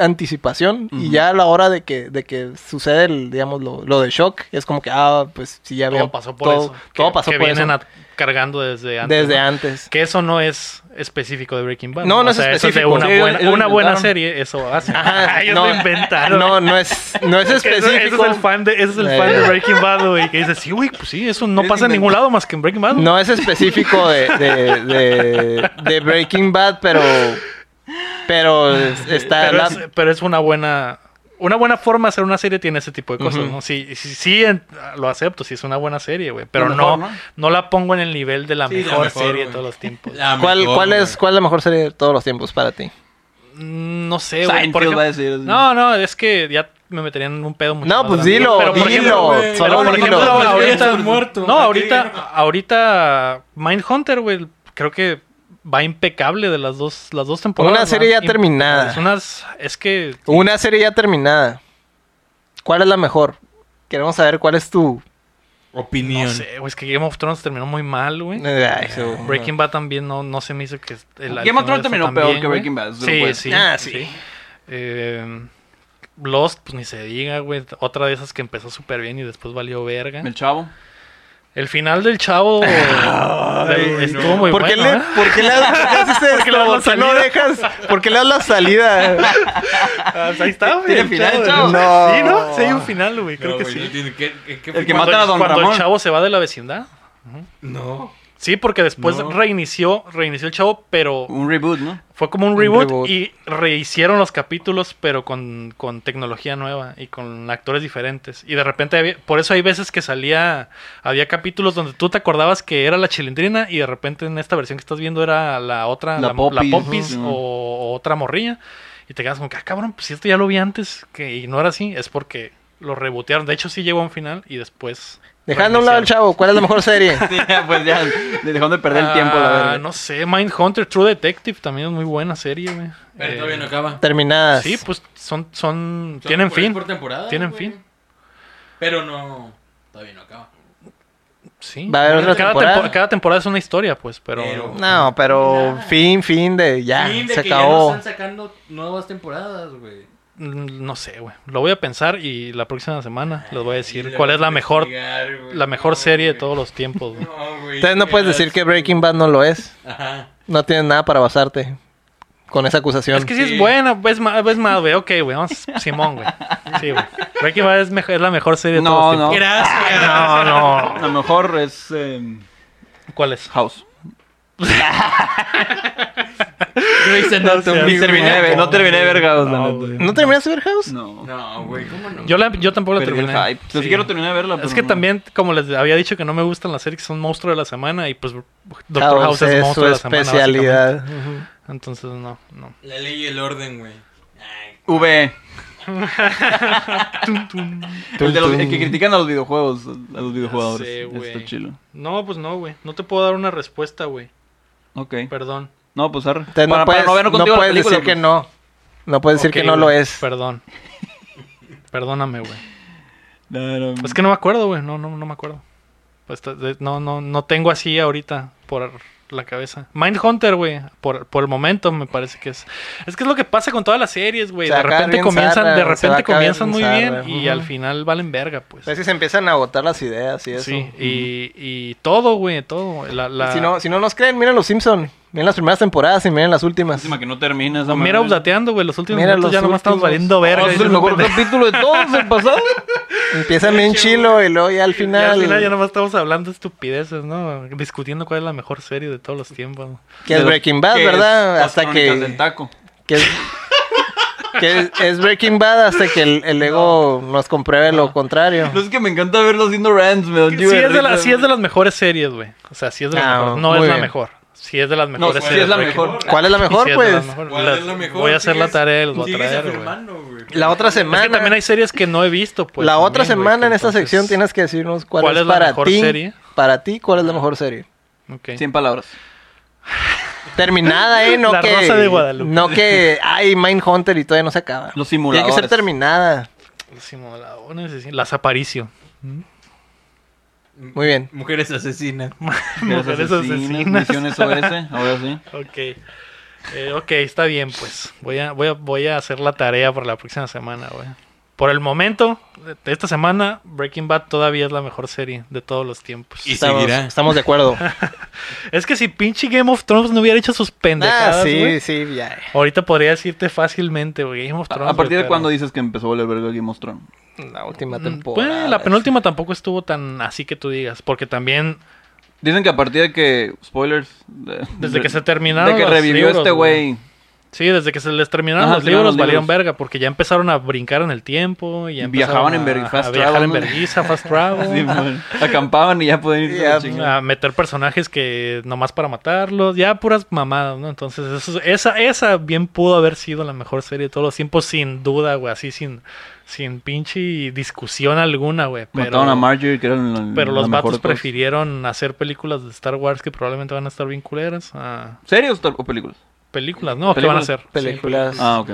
Speaker 2: anticipación. Y
Speaker 3: Ujú.
Speaker 2: ya a la hora de que, de que sucede, el, digamos, lo, lo de shock, es como que, ah, pues sí, ya había...
Speaker 1: Todo pasó por
Speaker 2: todo,
Speaker 1: eso.
Speaker 2: todo
Speaker 1: que,
Speaker 2: pasó
Speaker 1: que
Speaker 2: por
Speaker 1: vienen
Speaker 2: eso.
Speaker 1: a- cargando desde antes.
Speaker 2: desde
Speaker 1: ¿no?
Speaker 2: antes.
Speaker 1: Que eso no es específico de Breaking Bad.
Speaker 2: No, no
Speaker 1: O
Speaker 2: es
Speaker 1: sea, eso de
Speaker 2: específico.
Speaker 1: una
Speaker 2: Sí, ellos-
Speaker 1: buena,
Speaker 2: ellos
Speaker 1: una buena
Speaker 2: inventaron.
Speaker 1: serie, eso hace.
Speaker 2: Ajá,
Speaker 1: ellos
Speaker 2: no.
Speaker 1: lo inventaron.
Speaker 2: No, no es, no es
Speaker 1: Que eso- Ese,
Speaker 2: específico.
Speaker 1: es el fan de, ese es el
Speaker 2: Eh.
Speaker 1: fan de Breaking Bad, güey. Que dice, sí, güey, pues sí, eso no
Speaker 3: Es
Speaker 1: pasa en ningún
Speaker 3: inventado.
Speaker 1: lado más que en Breaking Bad.
Speaker 2: No es específico de, de, de- de Breaking Bad, pero. Pero es- está.
Speaker 1: pero,
Speaker 2: la-
Speaker 1: es, pero es una buena. Una buena forma de hacer una serie tiene ese tipo de cosas,
Speaker 2: Ujú.
Speaker 1: ¿no? Sí, sí, sí, en- lo acepto, sí es una buena serie, güey. Pero
Speaker 3: Lo mejor,
Speaker 1: no,
Speaker 3: ¿no?
Speaker 1: no, la pongo en el nivel de la
Speaker 4: Sí, la
Speaker 1: mejor,
Speaker 4: mejor,
Speaker 1: serie de
Speaker 4: güey.
Speaker 1: todos los tiempos.
Speaker 4: La
Speaker 2: ¿Cuál,
Speaker 4: mejor,
Speaker 2: cuál,
Speaker 4: güey.
Speaker 2: es, ¿Cuál es la mejor serie de todos los tiempos para ti?
Speaker 1: Mm, No sé, güey.
Speaker 3: Seinfeld
Speaker 1: por ejemplo-
Speaker 3: va a decir.
Speaker 1: No, no, es que ya me meterían en un pedo mucho
Speaker 2: No,
Speaker 1: más
Speaker 2: pues
Speaker 1: grande.
Speaker 2: dilo,
Speaker 1: por
Speaker 2: dilo,
Speaker 1: ejemplo-
Speaker 2: solo
Speaker 1: pero por
Speaker 2: dilo. Pues
Speaker 1: ejemplo,
Speaker 2: No,
Speaker 4: ya
Speaker 1: ahorita
Speaker 4: estás muerto.
Speaker 1: No,
Speaker 4: Aquí.
Speaker 1: ahorita, ahorita Mindhunter, güey, creo que va impecable de las dos las dos temporadas.
Speaker 2: Una serie
Speaker 1: van
Speaker 2: ya terminada.
Speaker 1: impecables. Unas es que
Speaker 2: Una serie ya terminada. ¿Cuál es la mejor? Queremos saber cuál es tu.
Speaker 4: Opinión.
Speaker 1: no sé, güey, es que Game of Thrones terminó muy mal, güey.
Speaker 2: Ay, su-
Speaker 1: Breaking Bad también no, no se me hizo que... el- al
Speaker 3: Game
Speaker 1: final
Speaker 3: of Thrones
Speaker 1: fue
Speaker 3: terminó
Speaker 1: tan
Speaker 3: peor
Speaker 1: bien,
Speaker 3: que
Speaker 1: güey.
Speaker 3: Breaking Bad, eso no
Speaker 1: Sí,
Speaker 3: puede
Speaker 1: sí,
Speaker 2: ser. Ah,
Speaker 1: sí.
Speaker 2: sí.
Speaker 1: Eh, Lost, pues ni se diga, güey. Otra de esas que empezó súper bien y después valió verga.
Speaker 3: El chavo.
Speaker 1: El final del chavo del- estuvo muy
Speaker 2: ¿Por, qué
Speaker 1: bueno.
Speaker 2: le,
Speaker 1: ¿eh?
Speaker 2: ¿Por qué le das ese
Speaker 1: ¿Por qué le das
Speaker 2: ¿Por
Speaker 1: la
Speaker 2: qué no
Speaker 1: salida?
Speaker 2: dejas? ¿Por qué le das la salida?
Speaker 3: Pues
Speaker 1: ahí está, güey.
Speaker 3: ¿Tiene
Speaker 1: el
Speaker 3: final,
Speaker 1: del-
Speaker 3: chavo?
Speaker 2: No.
Speaker 1: Sí, ¿no? Sí hay un final, güey. Creo
Speaker 4: No,
Speaker 1: que
Speaker 4: güey, no
Speaker 1: sí.
Speaker 4: tiene- ¿qué- qué- qué-
Speaker 3: El que
Speaker 4: cuando-
Speaker 3: matan a Don
Speaker 1: Cuando
Speaker 3: Ramón.
Speaker 1: el chavo se va de la vecindad.
Speaker 4: No.
Speaker 1: Sí, porque después
Speaker 4: No.
Speaker 1: reinició, reinició el chavo, pero
Speaker 3: Un reboot, ¿no?
Speaker 1: fue como un reboot,
Speaker 2: reboot.
Speaker 1: y rehicieron los capítulos, pero con, con tecnología nueva y con actores diferentes. Y de repente, había- por eso hay veces que salía, había capítulos donde tú te acordabas que era la chilindrina y de repente en esta versión que estás viendo era la otra,
Speaker 3: La
Speaker 1: la, la
Speaker 3: Popis,
Speaker 1: Popis
Speaker 3: ujú, sí,
Speaker 1: o, o otra morrilla. Y te quedas como que, ah, cabrón, pues si esto ya lo vi antes que, y no era así, es porque lo rebotearon. De hecho, sí llegó a un final y después...
Speaker 2: Dejando a un lado el
Speaker 1: reiniciaron.
Speaker 2: chavo, ¿cuál es la mejor serie?
Speaker 3: Sí, pues ya, le dejando de perder el tiempo, la
Speaker 1: Ah,
Speaker 3: verdad.
Speaker 1: No sé, Mindhunter, True Detective también es muy buena serie, güey.
Speaker 4: Pero
Speaker 1: Eh,
Speaker 4: todavía no acaba.
Speaker 2: Terminadas.
Speaker 1: Sí, pues son, son,
Speaker 4: Son
Speaker 1: tienen
Speaker 4: por- es
Speaker 1: fin.
Speaker 4: por temporada,
Speaker 1: Tienen
Speaker 4: güey.
Speaker 1: fin.
Speaker 4: Pero no. Todavía no acaba.
Speaker 1: Sí.
Speaker 2: Va a haber otra
Speaker 1: cada,
Speaker 2: temporada.
Speaker 1: tempo- cada temporada es una historia, pues, pero...
Speaker 4: Pero-
Speaker 2: No, pero fin, fin de ya,
Speaker 4: Fin de
Speaker 2: se
Speaker 4: que ya no
Speaker 2: acabó.
Speaker 4: están sacando nuevas temporadas, güey.
Speaker 1: mm, No sé, güey. Lo voy a pensar y la próxima semana les voy a
Speaker 4: Ay,
Speaker 1: decir
Speaker 4: le
Speaker 1: cuál
Speaker 4: voy
Speaker 1: es la
Speaker 4: a
Speaker 1: mejor,
Speaker 4: investigar, güey.
Speaker 1: la mejor
Speaker 4: No,
Speaker 1: serie de
Speaker 4: güey.
Speaker 1: todos los tiempos, güey.
Speaker 4: No, güey.
Speaker 2: Entonces no puedes decir que Breaking Bad no lo es.
Speaker 4: Ajá.
Speaker 2: No tienes nada para basarte con esa acusación.
Speaker 1: Es que sí
Speaker 4: Sí.
Speaker 1: es buena, ves más, ves más, güey. Ok, güey, vamos, Simón, güey. Sí, güey. Breaking Bad es, mejo- es la mejor serie de
Speaker 3: No,
Speaker 1: todos los
Speaker 3: no.
Speaker 1: tiempos.
Speaker 4: Gracias.
Speaker 1: No, no.
Speaker 3: A lo mejor es eh,
Speaker 1: ¿Cuál es?
Speaker 3: House.
Speaker 4: Grey's
Speaker 1: Ni
Speaker 3: Ni
Speaker 4: Anatomy.
Speaker 3: terminé de ver, no terminé de ver House, la
Speaker 1: No,
Speaker 3: neta.
Speaker 1: güey.
Speaker 2: ¿No terminaste de ver House?
Speaker 3: No.
Speaker 4: No, güey, ¿cómo no?
Speaker 1: Yo, la- yo tampoco la
Speaker 3: Perdí el
Speaker 1: terminé.
Speaker 3: hype.
Speaker 2: pues,
Speaker 3: Yo sí
Speaker 1: Sí.
Speaker 3: quiero terminar de verla,
Speaker 1: Es
Speaker 3: pero
Speaker 1: que
Speaker 3: no.
Speaker 1: también, como les había dicho, que no me gustan las series que son monstruo de la semana. Y pues Doctor
Speaker 2: House
Speaker 1: House, es,
Speaker 2: es
Speaker 1: monstruo
Speaker 2: su
Speaker 1: de la semana,
Speaker 2: especialidad.
Speaker 1: básicamente. Entonces, no, no.
Speaker 4: La ley y el orden, güey. Ay,
Speaker 3: V.
Speaker 2: Tum,
Speaker 3: El, de los-
Speaker 2: tum.
Speaker 3: el que critican a los videojuegos, a los videojugadores.
Speaker 1: sé, güey.
Speaker 3: Está chilo.
Speaker 1: No, pues no, güey. No te puedo dar una respuesta, güey.
Speaker 3: Ok.
Speaker 1: Perdón.
Speaker 3: No, pues arre.
Speaker 2: Entonces
Speaker 3: Para-
Speaker 2: no puedes,
Speaker 3: para verlo
Speaker 2: no
Speaker 3: contigo la
Speaker 2: puedes
Speaker 3: película,
Speaker 2: decir que
Speaker 3: pues.
Speaker 2: no. No puedes decir
Speaker 1: Ok,
Speaker 2: que no
Speaker 1: güey,
Speaker 2: lo es.
Speaker 1: Perdón. Perdóname, güey.
Speaker 3: No, no.
Speaker 1: Es que no me acuerdo, güey. No, no, no me acuerdo. Pues, t- de- no, no, no tengo así ahorita por la cabeza. Mindhunter, güey. Por, por el momento me parece que es. Es que es lo que pasa con todas las series, güey.
Speaker 2: Se
Speaker 1: De
Speaker 2: va a acabar
Speaker 1: repente
Speaker 2: bien
Speaker 1: comienzan,
Speaker 2: zarra,
Speaker 1: de
Speaker 2: se va a
Speaker 1: repente
Speaker 2: acabar
Speaker 1: comienzan muy
Speaker 2: bien
Speaker 1: bien
Speaker 2: zarra,
Speaker 1: y
Speaker 2: ujú.
Speaker 1: al final valen verga, pues.
Speaker 2: A veces se empiezan a agotar las ideas y eso.
Speaker 1: Sí, y, y todo, güey, todo. La, la...
Speaker 2: Si, no, si no nos creen, miren los Simpson Miren las primeras temporadas y miren las últimas.
Speaker 3: Lástima que no termina esa
Speaker 1: Mira,
Speaker 3: madre.
Speaker 1: updateando, güey, los últimos
Speaker 2: Mira
Speaker 1: minutos
Speaker 2: los
Speaker 1: ya nomás estamos
Speaker 2: últimos.
Speaker 1: valiendo verga.
Speaker 3: Oh, es el
Speaker 1: diciendo,
Speaker 3: mejor
Speaker 1: "Pendejo".
Speaker 3: capítulo de todos el pasado.
Speaker 2: Empiezan bien chilo y luego ya
Speaker 1: Y
Speaker 2: al
Speaker 1: al
Speaker 2: final.
Speaker 1: final ya nomás estamos hablando estupideces, ¿no? Discutiendo cuál es la mejor serie de todos los tiempos.
Speaker 2: Que es Breaking Bad,
Speaker 3: Que es
Speaker 2: ¿verdad?
Speaker 3: Las
Speaker 2: Hasta
Speaker 3: Crónicas
Speaker 2: que.
Speaker 3: del taco.
Speaker 2: Que es, que es, es Breaking Bad hasta que el, el ego nos compruebe lo contrario.
Speaker 3: No es que me encanta verlo haciendo rants, me da un
Speaker 1: Sí
Speaker 3: chingo
Speaker 1: es, de la-
Speaker 3: risa.
Speaker 1: sí es de las mejores series, güey. O sea, sí es de las
Speaker 2: Ah,
Speaker 1: mejores. No
Speaker 2: muy
Speaker 1: es la
Speaker 2: bien.
Speaker 1: mejor. Sí es de las
Speaker 3: No,
Speaker 1: mejores
Speaker 3: sí
Speaker 1: series.
Speaker 3: es la
Speaker 1: güey, que-
Speaker 3: mejor.
Speaker 2: ¿Cuál es la
Speaker 1: Sí
Speaker 2: mejor,
Speaker 1: es de
Speaker 2: pues?
Speaker 1: las mejores.
Speaker 4: ¿Cuál
Speaker 1: Las-
Speaker 4: es la mejor?
Speaker 1: Voy a hacer la
Speaker 4: Sigues-
Speaker 1: tarea, los voy a
Speaker 4: sigues
Speaker 1: traer, güey.
Speaker 4: afirmando, güey.
Speaker 2: La otra
Speaker 1: Es
Speaker 2: semana.
Speaker 1: que también hay series que no he visto, pues.
Speaker 2: la otra
Speaker 1: también, güey,
Speaker 2: semana
Speaker 1: que
Speaker 2: en esta
Speaker 1: entonces-
Speaker 2: sección tienes que decirnos cuál,
Speaker 1: ¿Cuál
Speaker 2: es,
Speaker 1: es la
Speaker 2: para
Speaker 1: mejor
Speaker 2: ti.
Speaker 1: serie?
Speaker 2: Para ti, cuál es la mejor serie.
Speaker 1: Ok.
Speaker 3: 100 palabras.
Speaker 2: Terminada, ¿eh? No
Speaker 1: La
Speaker 2: que,
Speaker 1: Rosa de Guadalupe.
Speaker 2: No que, ay, Mindhunter y todavía no se acaba. Tiene que
Speaker 3: Los
Speaker 2: ser
Speaker 3: simuladores.
Speaker 2: terminada.
Speaker 1: Los simuladores, sí, sí. Las Aparicio.
Speaker 2: Muy bien.
Speaker 4: Mujeres asesinas.
Speaker 1: Mujeres asesinas.
Speaker 3: Misiones OS, ahora sí.
Speaker 1: Ok. Eh, ok, está bien, pues. Voy a, voy, a, voy a hacer la tarea para la próxima semana, güey. Por el momento, de esta semana, Breaking Bad todavía es la mejor serie de todos los tiempos.
Speaker 4: Y
Speaker 2: Estamos,
Speaker 4: seguirá.
Speaker 2: estamos de acuerdo.
Speaker 1: Es que si pinche Game of Thrones no hubiera hecho sus pendejadas,
Speaker 2: ah, sí,
Speaker 1: güey,
Speaker 2: sí, ya.
Speaker 1: ahorita podría decirte fácilmente, güey, Game of
Speaker 3: A-
Speaker 1: Thrones.
Speaker 3: ¿A partir
Speaker 1: güey,
Speaker 3: de
Speaker 1: pero-
Speaker 3: cuándo dices que empezó a volver verga Game of Thrones?
Speaker 2: La última
Speaker 1: Mm,
Speaker 2: temporada.
Speaker 1: Pues, la penúltima tampoco estuvo tan así que tú digas, porque también
Speaker 3: Dicen que a partir de que. Spoilers. de-
Speaker 1: Desde que se terminaron
Speaker 3: De que
Speaker 1: los
Speaker 3: revivió
Speaker 1: libros,
Speaker 3: este güey.
Speaker 1: Sí, desde que se les terminaron
Speaker 3: Ajá,
Speaker 1: los
Speaker 3: se terminaron
Speaker 1: libros,
Speaker 3: los
Speaker 1: valieron
Speaker 3: libros.
Speaker 1: verga, porque ya empezaron a brincar en el tiempo. Y ya
Speaker 3: Viajaban
Speaker 1: empezaron
Speaker 3: en
Speaker 1: a-
Speaker 3: verg- fast
Speaker 1: a viajar
Speaker 3: travel,
Speaker 1: en
Speaker 3: ¿no?
Speaker 1: vergüenza, fast travel.
Speaker 3: Sí, bueno, acampaban y ya podían irse a la
Speaker 2: Ya,
Speaker 3: chingada.
Speaker 1: a meter personajes que nomás para matarlos, ya puras mamadas, ¿no? Entonces, eso- esa, esa bien pudo haber sido la mejor serie de todos los tiempos, sin duda, güey, así sin, sin pinche discusión alguna, güey. Pero,
Speaker 3: Mataron a Marjorie, que era la-
Speaker 1: pero
Speaker 3: la
Speaker 1: los
Speaker 3: mejor de
Speaker 1: vatos
Speaker 3: todas.
Speaker 1: prefirieron hacer películas de Star Wars que probablemente van a estar bien culeras a
Speaker 3: ¿Series o o películas?
Speaker 1: películas, ¿no? ¿Qué van a
Speaker 3: Películas.
Speaker 1: hacer?
Speaker 2: Películas.
Speaker 3: Ah, ok.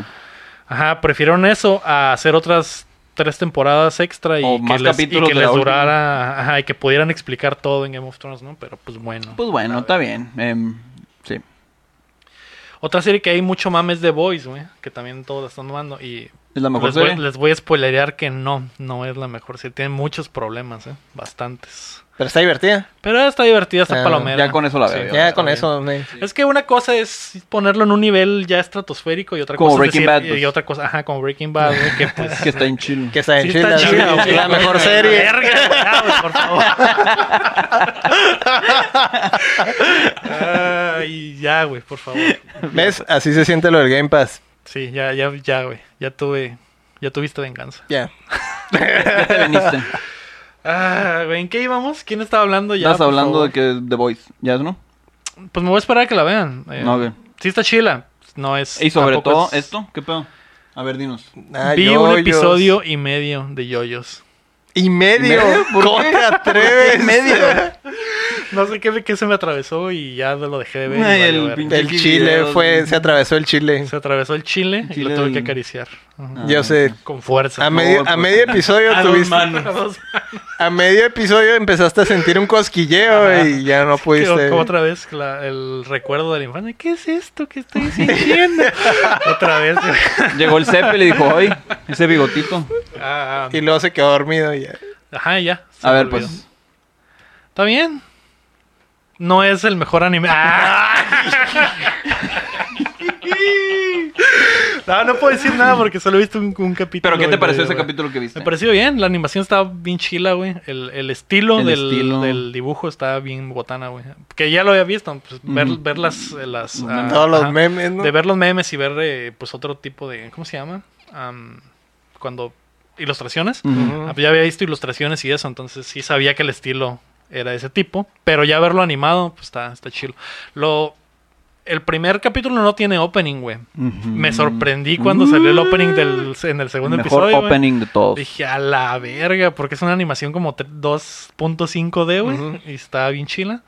Speaker 1: Ajá, prefirieron eso a hacer otras tres temporadas extra y
Speaker 3: O
Speaker 1: que
Speaker 3: más
Speaker 1: les, y
Speaker 3: capítulos
Speaker 1: que
Speaker 3: de
Speaker 1: les
Speaker 3: la última.
Speaker 1: durara, ajá, y que pudieran explicar todo en Game of Thrones, ¿no? Pero pues bueno.
Speaker 3: Pues bueno, está bien. em, sí.
Speaker 1: Otra serie que hay mucho mames de Boys, güey, que también todos la están tomando y
Speaker 3: Es la mejor
Speaker 1: les voy,
Speaker 3: serie.
Speaker 1: les voy a spoilerear que no, no es la mejor serie. Tiene muchos problemas, ¿eh? Bastantes.
Speaker 2: Pero está divertida.
Speaker 1: Pero está divertida, está
Speaker 2: Ah,
Speaker 1: palomera.
Speaker 3: ya con eso la veo,
Speaker 1: Sí,
Speaker 3: Yo
Speaker 2: Ya con
Speaker 1: está
Speaker 2: eso. me-
Speaker 1: bien. Es que una cosa es ponerlo en un nivel ya estratosférico y otra
Speaker 3: Como
Speaker 1: cosa es
Speaker 3: Breaking
Speaker 1: decir-
Speaker 3: Bad, pues.
Speaker 1: y otra cosa, ajá, como Breaking Bad, güey, que pues
Speaker 3: Que está en chill.
Speaker 2: Que está en
Speaker 1: Sí
Speaker 2: chida.
Speaker 1: está
Speaker 2: sí,
Speaker 1: chida,
Speaker 2: es
Speaker 1: güey.
Speaker 2: la mejor serie.
Speaker 1: Verga, güey, ah, güey, por favor. Ay, ya, güey, por favor.
Speaker 2: ¿Ves? Así se siente lo del Game Pass.
Speaker 1: Sí, ya, ya, ya, güey. Ya tuve, ya tuviste venganza.
Speaker 2: Ya.
Speaker 3: Ya te veniste.
Speaker 1: Ah, güey, ¿en qué íbamos? ¿Quién estaba hablando ya?
Speaker 3: Estás
Speaker 1: por
Speaker 3: hablando
Speaker 1: favor?
Speaker 3: de que The Voice. ¿Ya no?
Speaker 1: Pues me voy a esperar a que la vean. Eh,
Speaker 3: No, ok.
Speaker 1: Sí está chila. No es.
Speaker 3: Y sobre
Speaker 1: tampoco
Speaker 3: todo,
Speaker 1: es-
Speaker 3: ¿esto? ¿Qué pedo? A ver, dinos.
Speaker 2: Ah,
Speaker 1: Vi un
Speaker 2: yoyos.
Speaker 1: episodio y medio de yoyos.
Speaker 2: Y medio.
Speaker 3: ¿Y medio? ¿Por
Speaker 2: ¿Cómo
Speaker 3: qué?
Speaker 2: te atreves?
Speaker 3: ¿Por qué medio?
Speaker 1: No sé qué, qué se me atravesó y ya lo dejé de ver. y
Speaker 3: Ay,
Speaker 1: valió
Speaker 3: el
Speaker 1: verga.
Speaker 3: pinche-
Speaker 2: El chile
Speaker 3: Videos.
Speaker 2: fue. Se atravesó el chile.
Speaker 1: Se atravesó el chile, y
Speaker 3: chile
Speaker 1: lo tuve
Speaker 3: del-
Speaker 1: que acariciar. Ajá.
Speaker 3: Ah,
Speaker 2: Yo sé.
Speaker 1: Con fuerza.
Speaker 2: A medio, a medio episodio
Speaker 4: A dos
Speaker 2: tuviste.
Speaker 4: manos.
Speaker 1: Pues,
Speaker 2: A medio episodio empezaste a sentir un cosquilleo
Speaker 1: Ajá.
Speaker 2: y ya no
Speaker 1: Que-
Speaker 2: pudiste.
Speaker 1: como otra vez la- el recuerdo de la infancia. ¿Qué es esto que estoy sintiendo? otra vez.
Speaker 3: Llegó el Sepp y le dijo, oye, ese bigotito.
Speaker 1: Ah,
Speaker 2: Y luego se quedó dormido y ya.
Speaker 1: ajá, ya. se
Speaker 3: A
Speaker 1: me
Speaker 3: ver,
Speaker 1: olvidó.
Speaker 3: pues.
Speaker 1: Está bien. No es el mejor anime. ¡Ah! no, no puedo decir nada porque solo he visto un, un capítulo.
Speaker 3: ¿Pero qué te
Speaker 1: güey,
Speaker 3: pareció
Speaker 1: de-
Speaker 3: ese
Speaker 1: güey.
Speaker 3: capítulo que viste?
Speaker 1: Me pareció bien, la animación está bien chila, güey. El, el estilo,
Speaker 3: El
Speaker 1: del,
Speaker 3: estilo.
Speaker 1: del dibujo está bien botana, güey. Que ya lo había visto, pues, ver,
Speaker 3: Ujú.
Speaker 1: ver las... eh, las
Speaker 3: Los
Speaker 1: ah,
Speaker 3: memes.
Speaker 2: Todos los
Speaker 1: ajá.
Speaker 2: memes, ¿no?
Speaker 1: De ver los memes y ver, eh, pues, otro tipo de... ¿Cómo se llama? Am, cuando... Ilustraciones.
Speaker 3: Ujú.
Speaker 1: Ah, pues, Ya había visto ilustraciones y eso, entonces sí sabía que el estilo era ese tipo. Pero ya verlo animado, pues, está, está chilo. Lo... El primer capítulo no tiene opening, güey. Me sorprendí cuando salió el opening del, en el segundo
Speaker 3: Mm. Mejor
Speaker 1: episodio. güey.
Speaker 3: opening de todos.
Speaker 1: Dije, a la verga, porque es una animación como tre- 2.5D, güey.
Speaker 2: Ujú.
Speaker 1: Y está bien chila.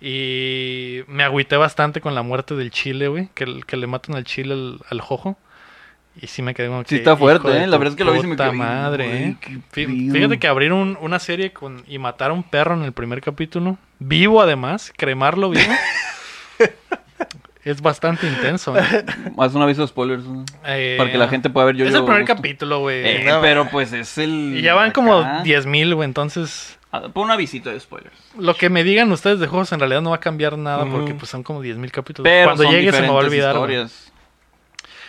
Speaker 1: Y me agüité bastante con la muerte del chile, güey. Que, el- que le matan al chile al, al jojo. Y sí me quedé como que...
Speaker 3: Sí está fuerte,
Speaker 1: hijo de
Speaker 3: ¿eh? La
Speaker 1: tu
Speaker 3: verdad es que lo vi y me
Speaker 1: puta
Speaker 3: quedé,
Speaker 1: madre,
Speaker 3: güey,
Speaker 1: ¿eh?
Speaker 3: qué
Speaker 1: Fí-
Speaker 3: pedo.
Speaker 1: Fíjate que abrir un- una serie con, y matar a un perro en el primer capítulo. Vivo, además. Cremarlo vivo. es bastante intenso, ¿eh?
Speaker 3: Haz un aviso de spoilers. ¿no?
Speaker 1: Eh,
Speaker 3: Para que la gente pueda ver yo.
Speaker 1: Es
Speaker 3: yo
Speaker 1: el primer
Speaker 3: gusto.
Speaker 1: capítulo, güey.
Speaker 3: Eh,
Speaker 2: No.
Speaker 3: Pero pues es el.
Speaker 1: Y ya van como
Speaker 3: acá.
Speaker 1: 10.000, güey. Entonces,
Speaker 3: Ah, Pon un avisito de spoilers.
Speaker 1: lo que me digan ustedes de juegos en realidad no va a cambiar nada
Speaker 2: Ujú.
Speaker 1: porque pues son como 10.000 capítulos.
Speaker 3: Pero
Speaker 1: Cuando
Speaker 3: son
Speaker 1: llegue se me va a
Speaker 3: diferentes
Speaker 1: olvidar. güey.
Speaker 3: historias.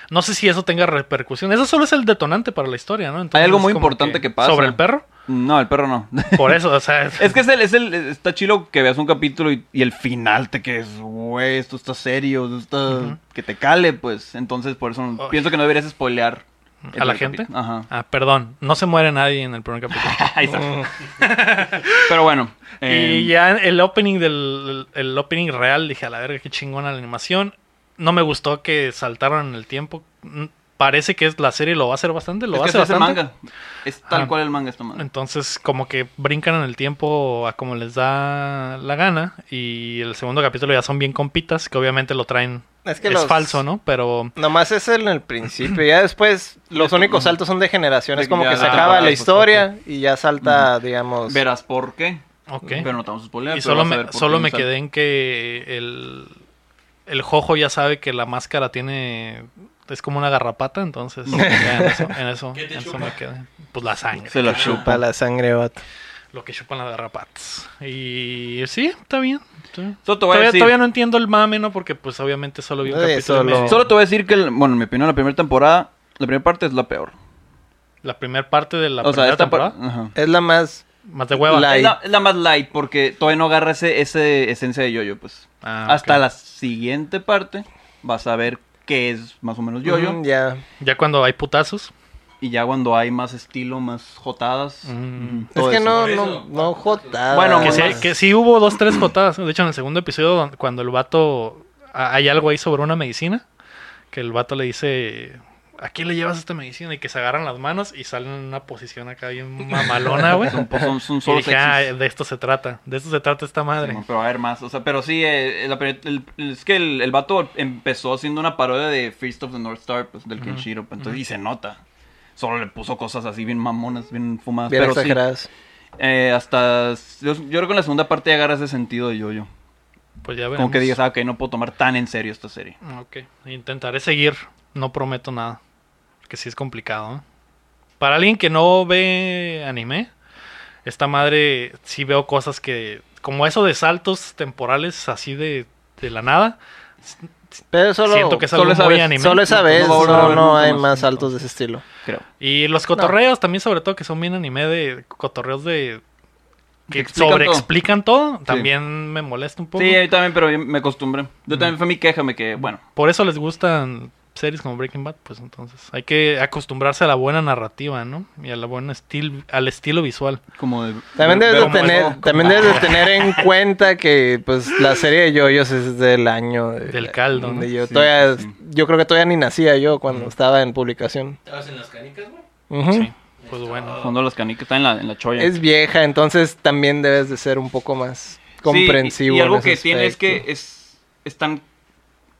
Speaker 1: No sé si eso tenga repercusión. Eso solo es el detonante para la historia, ¿no? Entonces,
Speaker 3: Hay algo
Speaker 1: es
Speaker 3: muy
Speaker 1: como
Speaker 3: importante que pasa.
Speaker 1: Sobre el perro.
Speaker 3: No, el perro no.
Speaker 1: Por eso, o sea. es-
Speaker 3: Es que es el, es el, está chilo que veas un capítulo y, y el final te quedes, güey, esto está serio, esto está... que te cale, pues. Entonces, por eso
Speaker 1: Ay.
Speaker 3: pienso que no deberías spoilear. el
Speaker 1: ¿A la
Speaker 3: primer
Speaker 1: gente?
Speaker 3: capítulo. Ajá.
Speaker 1: Ah, perdón. No se muere nadie en el primer capítulo.
Speaker 3: Ahí está. Pero bueno. eh,
Speaker 1: Y ya el opening del el opening real, dije a la verga, qué chingona la animación. No me gustó que saltaron en el tiempo. Mm, Parece que es la serie lo va a hacer bastante, lo
Speaker 3: es
Speaker 1: va a
Speaker 3: que
Speaker 1: hacer
Speaker 3: así es el
Speaker 1: bastante.
Speaker 3: manga. Es tal
Speaker 1: Ajá.
Speaker 3: cual el manga esta madre.
Speaker 1: Entonces, como que brincan en el tiempo a como les da la gana. Y el segundo capítulo ya son bien compitas, que obviamente lo traen.
Speaker 2: Es que
Speaker 1: es
Speaker 2: los-
Speaker 1: falso, ¿no? Pero
Speaker 2: Nomás es el, el principio. Ya después los únicos saltos son de generaciones.
Speaker 3: De-
Speaker 2: Como
Speaker 3: ya
Speaker 2: que se
Speaker 3: la
Speaker 2: acaba
Speaker 3: temporada,
Speaker 2: la
Speaker 3: pues,
Speaker 2: historia y ya
Speaker 3: Mm.
Speaker 2: salta, digamos...
Speaker 3: Verás por qué.
Speaker 1: Ok.
Speaker 3: Pero no te vamos a spoilear.
Speaker 1: y
Speaker 3: pero
Speaker 1: solo
Speaker 3: vas a ver
Speaker 1: me,
Speaker 3: por
Speaker 1: solo
Speaker 3: qué
Speaker 1: me
Speaker 3: sale.
Speaker 1: quedé en que el, el Jojo ya sabe que la máscara tiene. Es como una garrapata, entonces. ya en eso, en eso,
Speaker 4: ¿Qué te
Speaker 1: en eso
Speaker 4: chupa?
Speaker 1: me quedé. Pues la sangre.
Speaker 3: Se la
Speaker 1: que-
Speaker 3: chupa.
Speaker 2: Para la sangre, vato.
Speaker 1: Lo que chupan las garrapatas. Y sí, está bien. está-
Speaker 3: Solo te voy a
Speaker 1: Todavía,
Speaker 3: decir...
Speaker 1: todavía no entiendo el mame, ¿no? Porque pues obviamente solo vi un
Speaker 2: Eh,
Speaker 1: capítulo. y
Speaker 2: solo-
Speaker 1: medio.
Speaker 3: Solo te voy a decir que, el- bueno, en mi opinión, la primera temporada, la primera parte es la peor.
Speaker 1: La primera parte de la
Speaker 3: o sea,
Speaker 1: primera
Speaker 3: esta
Speaker 1: temporada.
Speaker 3: par- Ajá.
Speaker 2: Es la más...
Speaker 1: Más de hueva.
Speaker 2: La-
Speaker 3: Es la, es la más light porque todavía no agarra ese, ese esencia de yoyo, pues.
Speaker 1: Ah,
Speaker 3: Hasta
Speaker 1: ok.
Speaker 3: la siguiente parte vas a ver qué es más o menos yoyo.
Speaker 2: Mm, ya.
Speaker 1: Ya cuando hay putazos.
Speaker 3: Y ya cuando hay más estilo, más jotadas.
Speaker 1: Mm.
Speaker 3: ujú,
Speaker 2: Es
Speaker 3: todo
Speaker 2: que
Speaker 3: eso.
Speaker 2: no,
Speaker 4: Por
Speaker 2: no,
Speaker 4: eso.
Speaker 2: no jotadas.
Speaker 3: Bueno,
Speaker 1: Que
Speaker 3: Como
Speaker 1: sí,
Speaker 3: más-
Speaker 1: que sí hubo dos, tres jotadas. De hecho, en el segundo episodio, don- cuando el vato. a- Hay algo ahí sobre una medicina. Que el vato le dice. ¿A quién le llevas esta medicina? Y que se agarran las manos y salen en una posición acá bien mamalona, güey.
Speaker 3: Son, pues, son, son
Speaker 1: Y
Speaker 3: solo
Speaker 1: dije, ah,
Speaker 3: sexys.
Speaker 1: de esto se trata. De esto se trata esta madre.
Speaker 3: No, pero va a haber más. O sea, pero sí, eh, la primer- el- el- es que el, el vato empezó haciendo una parodia de Feast of the North Star, pues, del Kenshiro. pues, entonces, Y se nota. Solo le puso cosas así bien mamonas, bien fumadas.
Speaker 2: Bien
Speaker 3: pero sí,
Speaker 2: exageradas.
Speaker 3: eh, hasta... Yo, yo creo que en la segunda parte ya agarra ese sentido de yoyo.
Speaker 1: Pues ya veremos.
Speaker 3: Como que digas, ah, ok, no puedo tomar tan en serio esta serie.
Speaker 1: Ah, Ok, intentaré seguir. No prometo nada. Porque sí es complicado. ¿eh? Para alguien que no ve anime, esta madre sí veo cosas que. Como eso de saltos temporales así de, de la nada.
Speaker 2: Pero solo...
Speaker 1: siento que es algo
Speaker 3: solo esa
Speaker 1: muy
Speaker 3: vez-
Speaker 1: anime.
Speaker 2: Solo esa
Speaker 3: No,
Speaker 2: vez no,
Speaker 3: no, no, no,
Speaker 2: no
Speaker 3: nunca
Speaker 2: hay
Speaker 3: más.
Speaker 2: más saltos de ese estilo.
Speaker 3: Creo.
Speaker 1: Y los cotorreos también, sobre todo, que son bien anime de cotorreos de.
Speaker 3: Que
Speaker 1: que
Speaker 3: explican
Speaker 1: sobreexplican todo. También me molesta un poco.
Speaker 3: Sí, a mí también, pero yo me acostumbré. Yo también fue mi queja, me que, bueno,
Speaker 1: Por eso les gustan series como Breaking Bad, pues entonces hay que acostumbrarse a la buena narrativa, ¿no? Y a la buena estil, al estilo visual.
Speaker 3: como de...
Speaker 2: También
Speaker 3: de-
Speaker 2: debes de
Speaker 3: como eso,
Speaker 2: tener,
Speaker 3: como-
Speaker 2: también debes
Speaker 3: Ah.
Speaker 2: de tener en cuenta que pues la serie de yoyos es del año de-
Speaker 1: Del caldo, ¿no?
Speaker 2: de yo,
Speaker 3: Sí,
Speaker 2: todavía-
Speaker 3: sí, sí.
Speaker 2: yo creo que todavía ni nacía yo cuando estaba en publicación.
Speaker 4: ¿Estabas en las canicas, güey?
Speaker 2: Ujú.
Speaker 1: Sí. Pues bueno.
Speaker 3: Cuando las canicas están en la, en la cholla.
Speaker 2: Es vieja, entonces también debes de ser un poco más comprensivo.
Speaker 3: Sí, y- y,
Speaker 2: en
Speaker 3: algo
Speaker 2: ese
Speaker 3: que tiene es que
Speaker 2: aspecto.
Speaker 3: es, están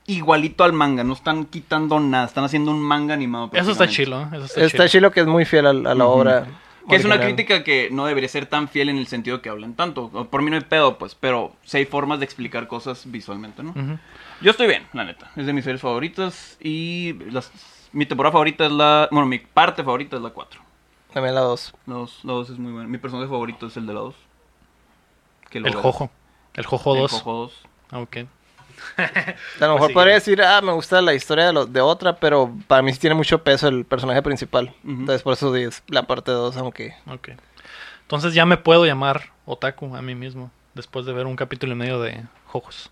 Speaker 3: igualito al manga, no están quitando nada, están haciendo un manga animado.
Speaker 1: Eso está
Speaker 3: prácticamente.
Speaker 1: chilo, ¿eh? Eso está,
Speaker 2: está
Speaker 1: chilo.
Speaker 2: chilo que es muy fiel a, la- a la
Speaker 3: Ujú.
Speaker 2: obra.
Speaker 3: Que es una
Speaker 2: original.
Speaker 3: crítica que no debería ser tan fiel en el sentido que hablan tanto. O, Por mí no hay pedo, pues, pero sí hay formas de explicar cosas visualmente, ¿no?
Speaker 1: Ujú.
Speaker 3: Yo estoy bien, la neta. Es de mis series favoritas y las, mi temporada favorita es la... Bueno, mi parte favorita es la 4.
Speaker 2: También la dos.
Speaker 3: La 2, la 2 es muy buena. Mi personaje favorito es el de la 2. Que lo
Speaker 1: El
Speaker 3: veas.
Speaker 1: Jojo. El Jojo
Speaker 3: El
Speaker 1: 2.
Speaker 3: Jojo 2.
Speaker 1: Ah, ok.
Speaker 3: Pues
Speaker 2: A lo mejor
Speaker 1: sí.
Speaker 2: podría decir, ah, me gusta la historia de, lo- de otra, pero para mí sí tiene mucho peso el personaje principal.
Speaker 3: Ujú.
Speaker 2: Entonces por eso es la parte 2, aunque...
Speaker 1: Ok. Entonces ya me puedo llamar Otaku a mí mismo después de ver un capítulo y medio de Jojos.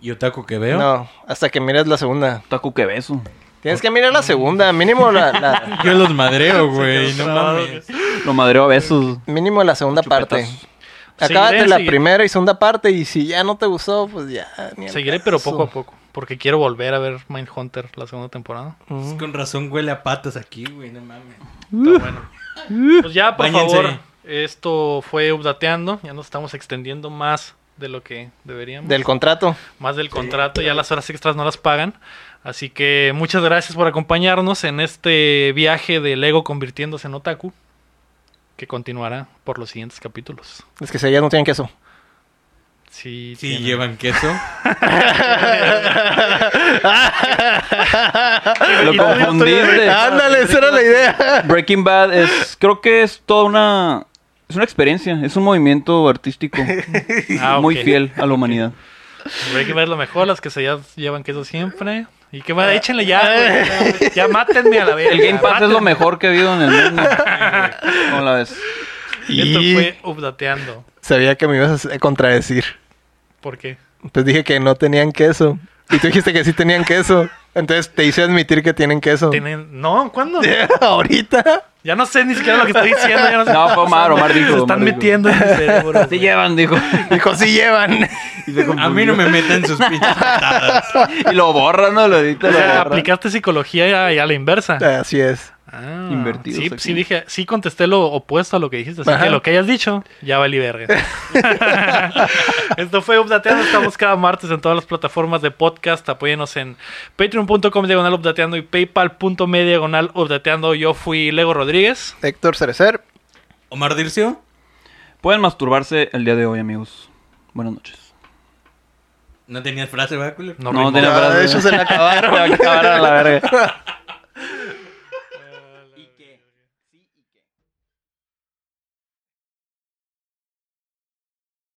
Speaker 4: ¿Y Otaku que veo?
Speaker 2: No, hasta que mires la segunda.
Speaker 3: Taku que beso.
Speaker 2: Tienes que mirar la
Speaker 3: Mm.
Speaker 2: segunda, mínimo la, la-
Speaker 4: Yo los madreo, güey. no
Speaker 1: trabado,
Speaker 4: mames.
Speaker 3: Lo madreo a besos.
Speaker 2: mínimo la segunda parte.
Speaker 3: Chupetazos.
Speaker 2: Acábate
Speaker 1: Seguiré,
Speaker 2: la
Speaker 1: seguiré.
Speaker 2: primera y segunda parte y si ya no te gustó, pues ya. ni al
Speaker 1: Seguiré pero
Speaker 2: caso.
Speaker 1: poco a poco, porque quiero volver a ver Mindhunter la segunda temporada.
Speaker 4: Es Pues con razón huele a patas aquí, güey. No mames.
Speaker 1: Está bueno. Pues ya, por
Speaker 4: Báñense.
Speaker 1: favor, esto fue updateando, ya nos estamos extendiendo más de lo que deberíamos.
Speaker 2: Del contrato.
Speaker 1: más del contrato, ya las horas extras no las pagan. Así que muchas gracias por acompañarnos en este viaje del ego convirtiéndose en otaku, que continuará por los siguientes capítulos.
Speaker 2: Es que si ya no tienen queso.
Speaker 1: Sí,
Speaker 4: Si
Speaker 1: tienen-
Speaker 4: llevan queso.
Speaker 3: Lo confundiste.
Speaker 2: Ándale, esa era la idea.
Speaker 3: Breaking Bad es, creo que es toda una, es una experiencia, es un movimiento artístico
Speaker 1: Ah, ok.
Speaker 3: muy fiel a la humanidad.
Speaker 1: Hay que ver lo mejor, las que se ya llevan queso siempre. Y que bueno, échenle ya, güey. Ya mátenme a la vez.
Speaker 3: El Game Pass es lo mejor que ha habido en el mundo. ¿Cómo la ves?
Speaker 1: Esto
Speaker 2: Y-
Speaker 1: fue updateando.
Speaker 2: Sabía que me ibas a contradecir.
Speaker 1: ¿Por qué?
Speaker 2: Pues dije que no tenían queso. Y tú dijiste que sí tenían queso. Entonces te hice admitir que tienen queso.
Speaker 1: Tienen- No, ¿cuándo?
Speaker 2: Ahorita.
Speaker 1: Ya no sé ni siquiera lo que estoy diciendo. Ya no, sé
Speaker 3: No,
Speaker 1: qué está
Speaker 3: fue Omar,
Speaker 1: pasando.
Speaker 3: Omar dijo,
Speaker 1: Se
Speaker 3: Omar
Speaker 1: están
Speaker 3: dijo.
Speaker 1: metiendo en mi cerebro.
Speaker 3: Se
Speaker 1: güey.
Speaker 3: llevan, dijo.
Speaker 2: Dijo, sí llevan.
Speaker 4: A mí no me meten sus pinches patadas.
Speaker 3: Y lo borra, ¿no? Lo edita,
Speaker 1: O
Speaker 3: lo
Speaker 1: sea,
Speaker 3: borra.
Speaker 1: aplicaste psicología y a, y a la inversa.
Speaker 2: Así es.
Speaker 1: Ah,
Speaker 3: Invertidos
Speaker 1: Sí,
Speaker 3: aquí.
Speaker 1: sí dije, sí contesté lo opuesto a lo que dijiste. Así
Speaker 2: Ajá.
Speaker 1: que lo que hayas dicho, ya vale verga. Esto fue Updateando. Estamos cada martes en todas las plataformas de podcast. Apóyenos en patreon.com diagonal updateando y paypal.me diagonal updateando. Yo fui Lego Rodríguez.
Speaker 2: Héctor Cerecer.
Speaker 4: Omar Dircio.
Speaker 3: Pueden masturbarse el día de hoy, amigos. Buenas noches.
Speaker 4: No tenías frase, ¿verdad, culero?
Speaker 1: No,
Speaker 3: No,
Speaker 1: rimó.
Speaker 3: de la-
Speaker 2: Ah, de hecho se la acabaron.
Speaker 3: Ahora la verga.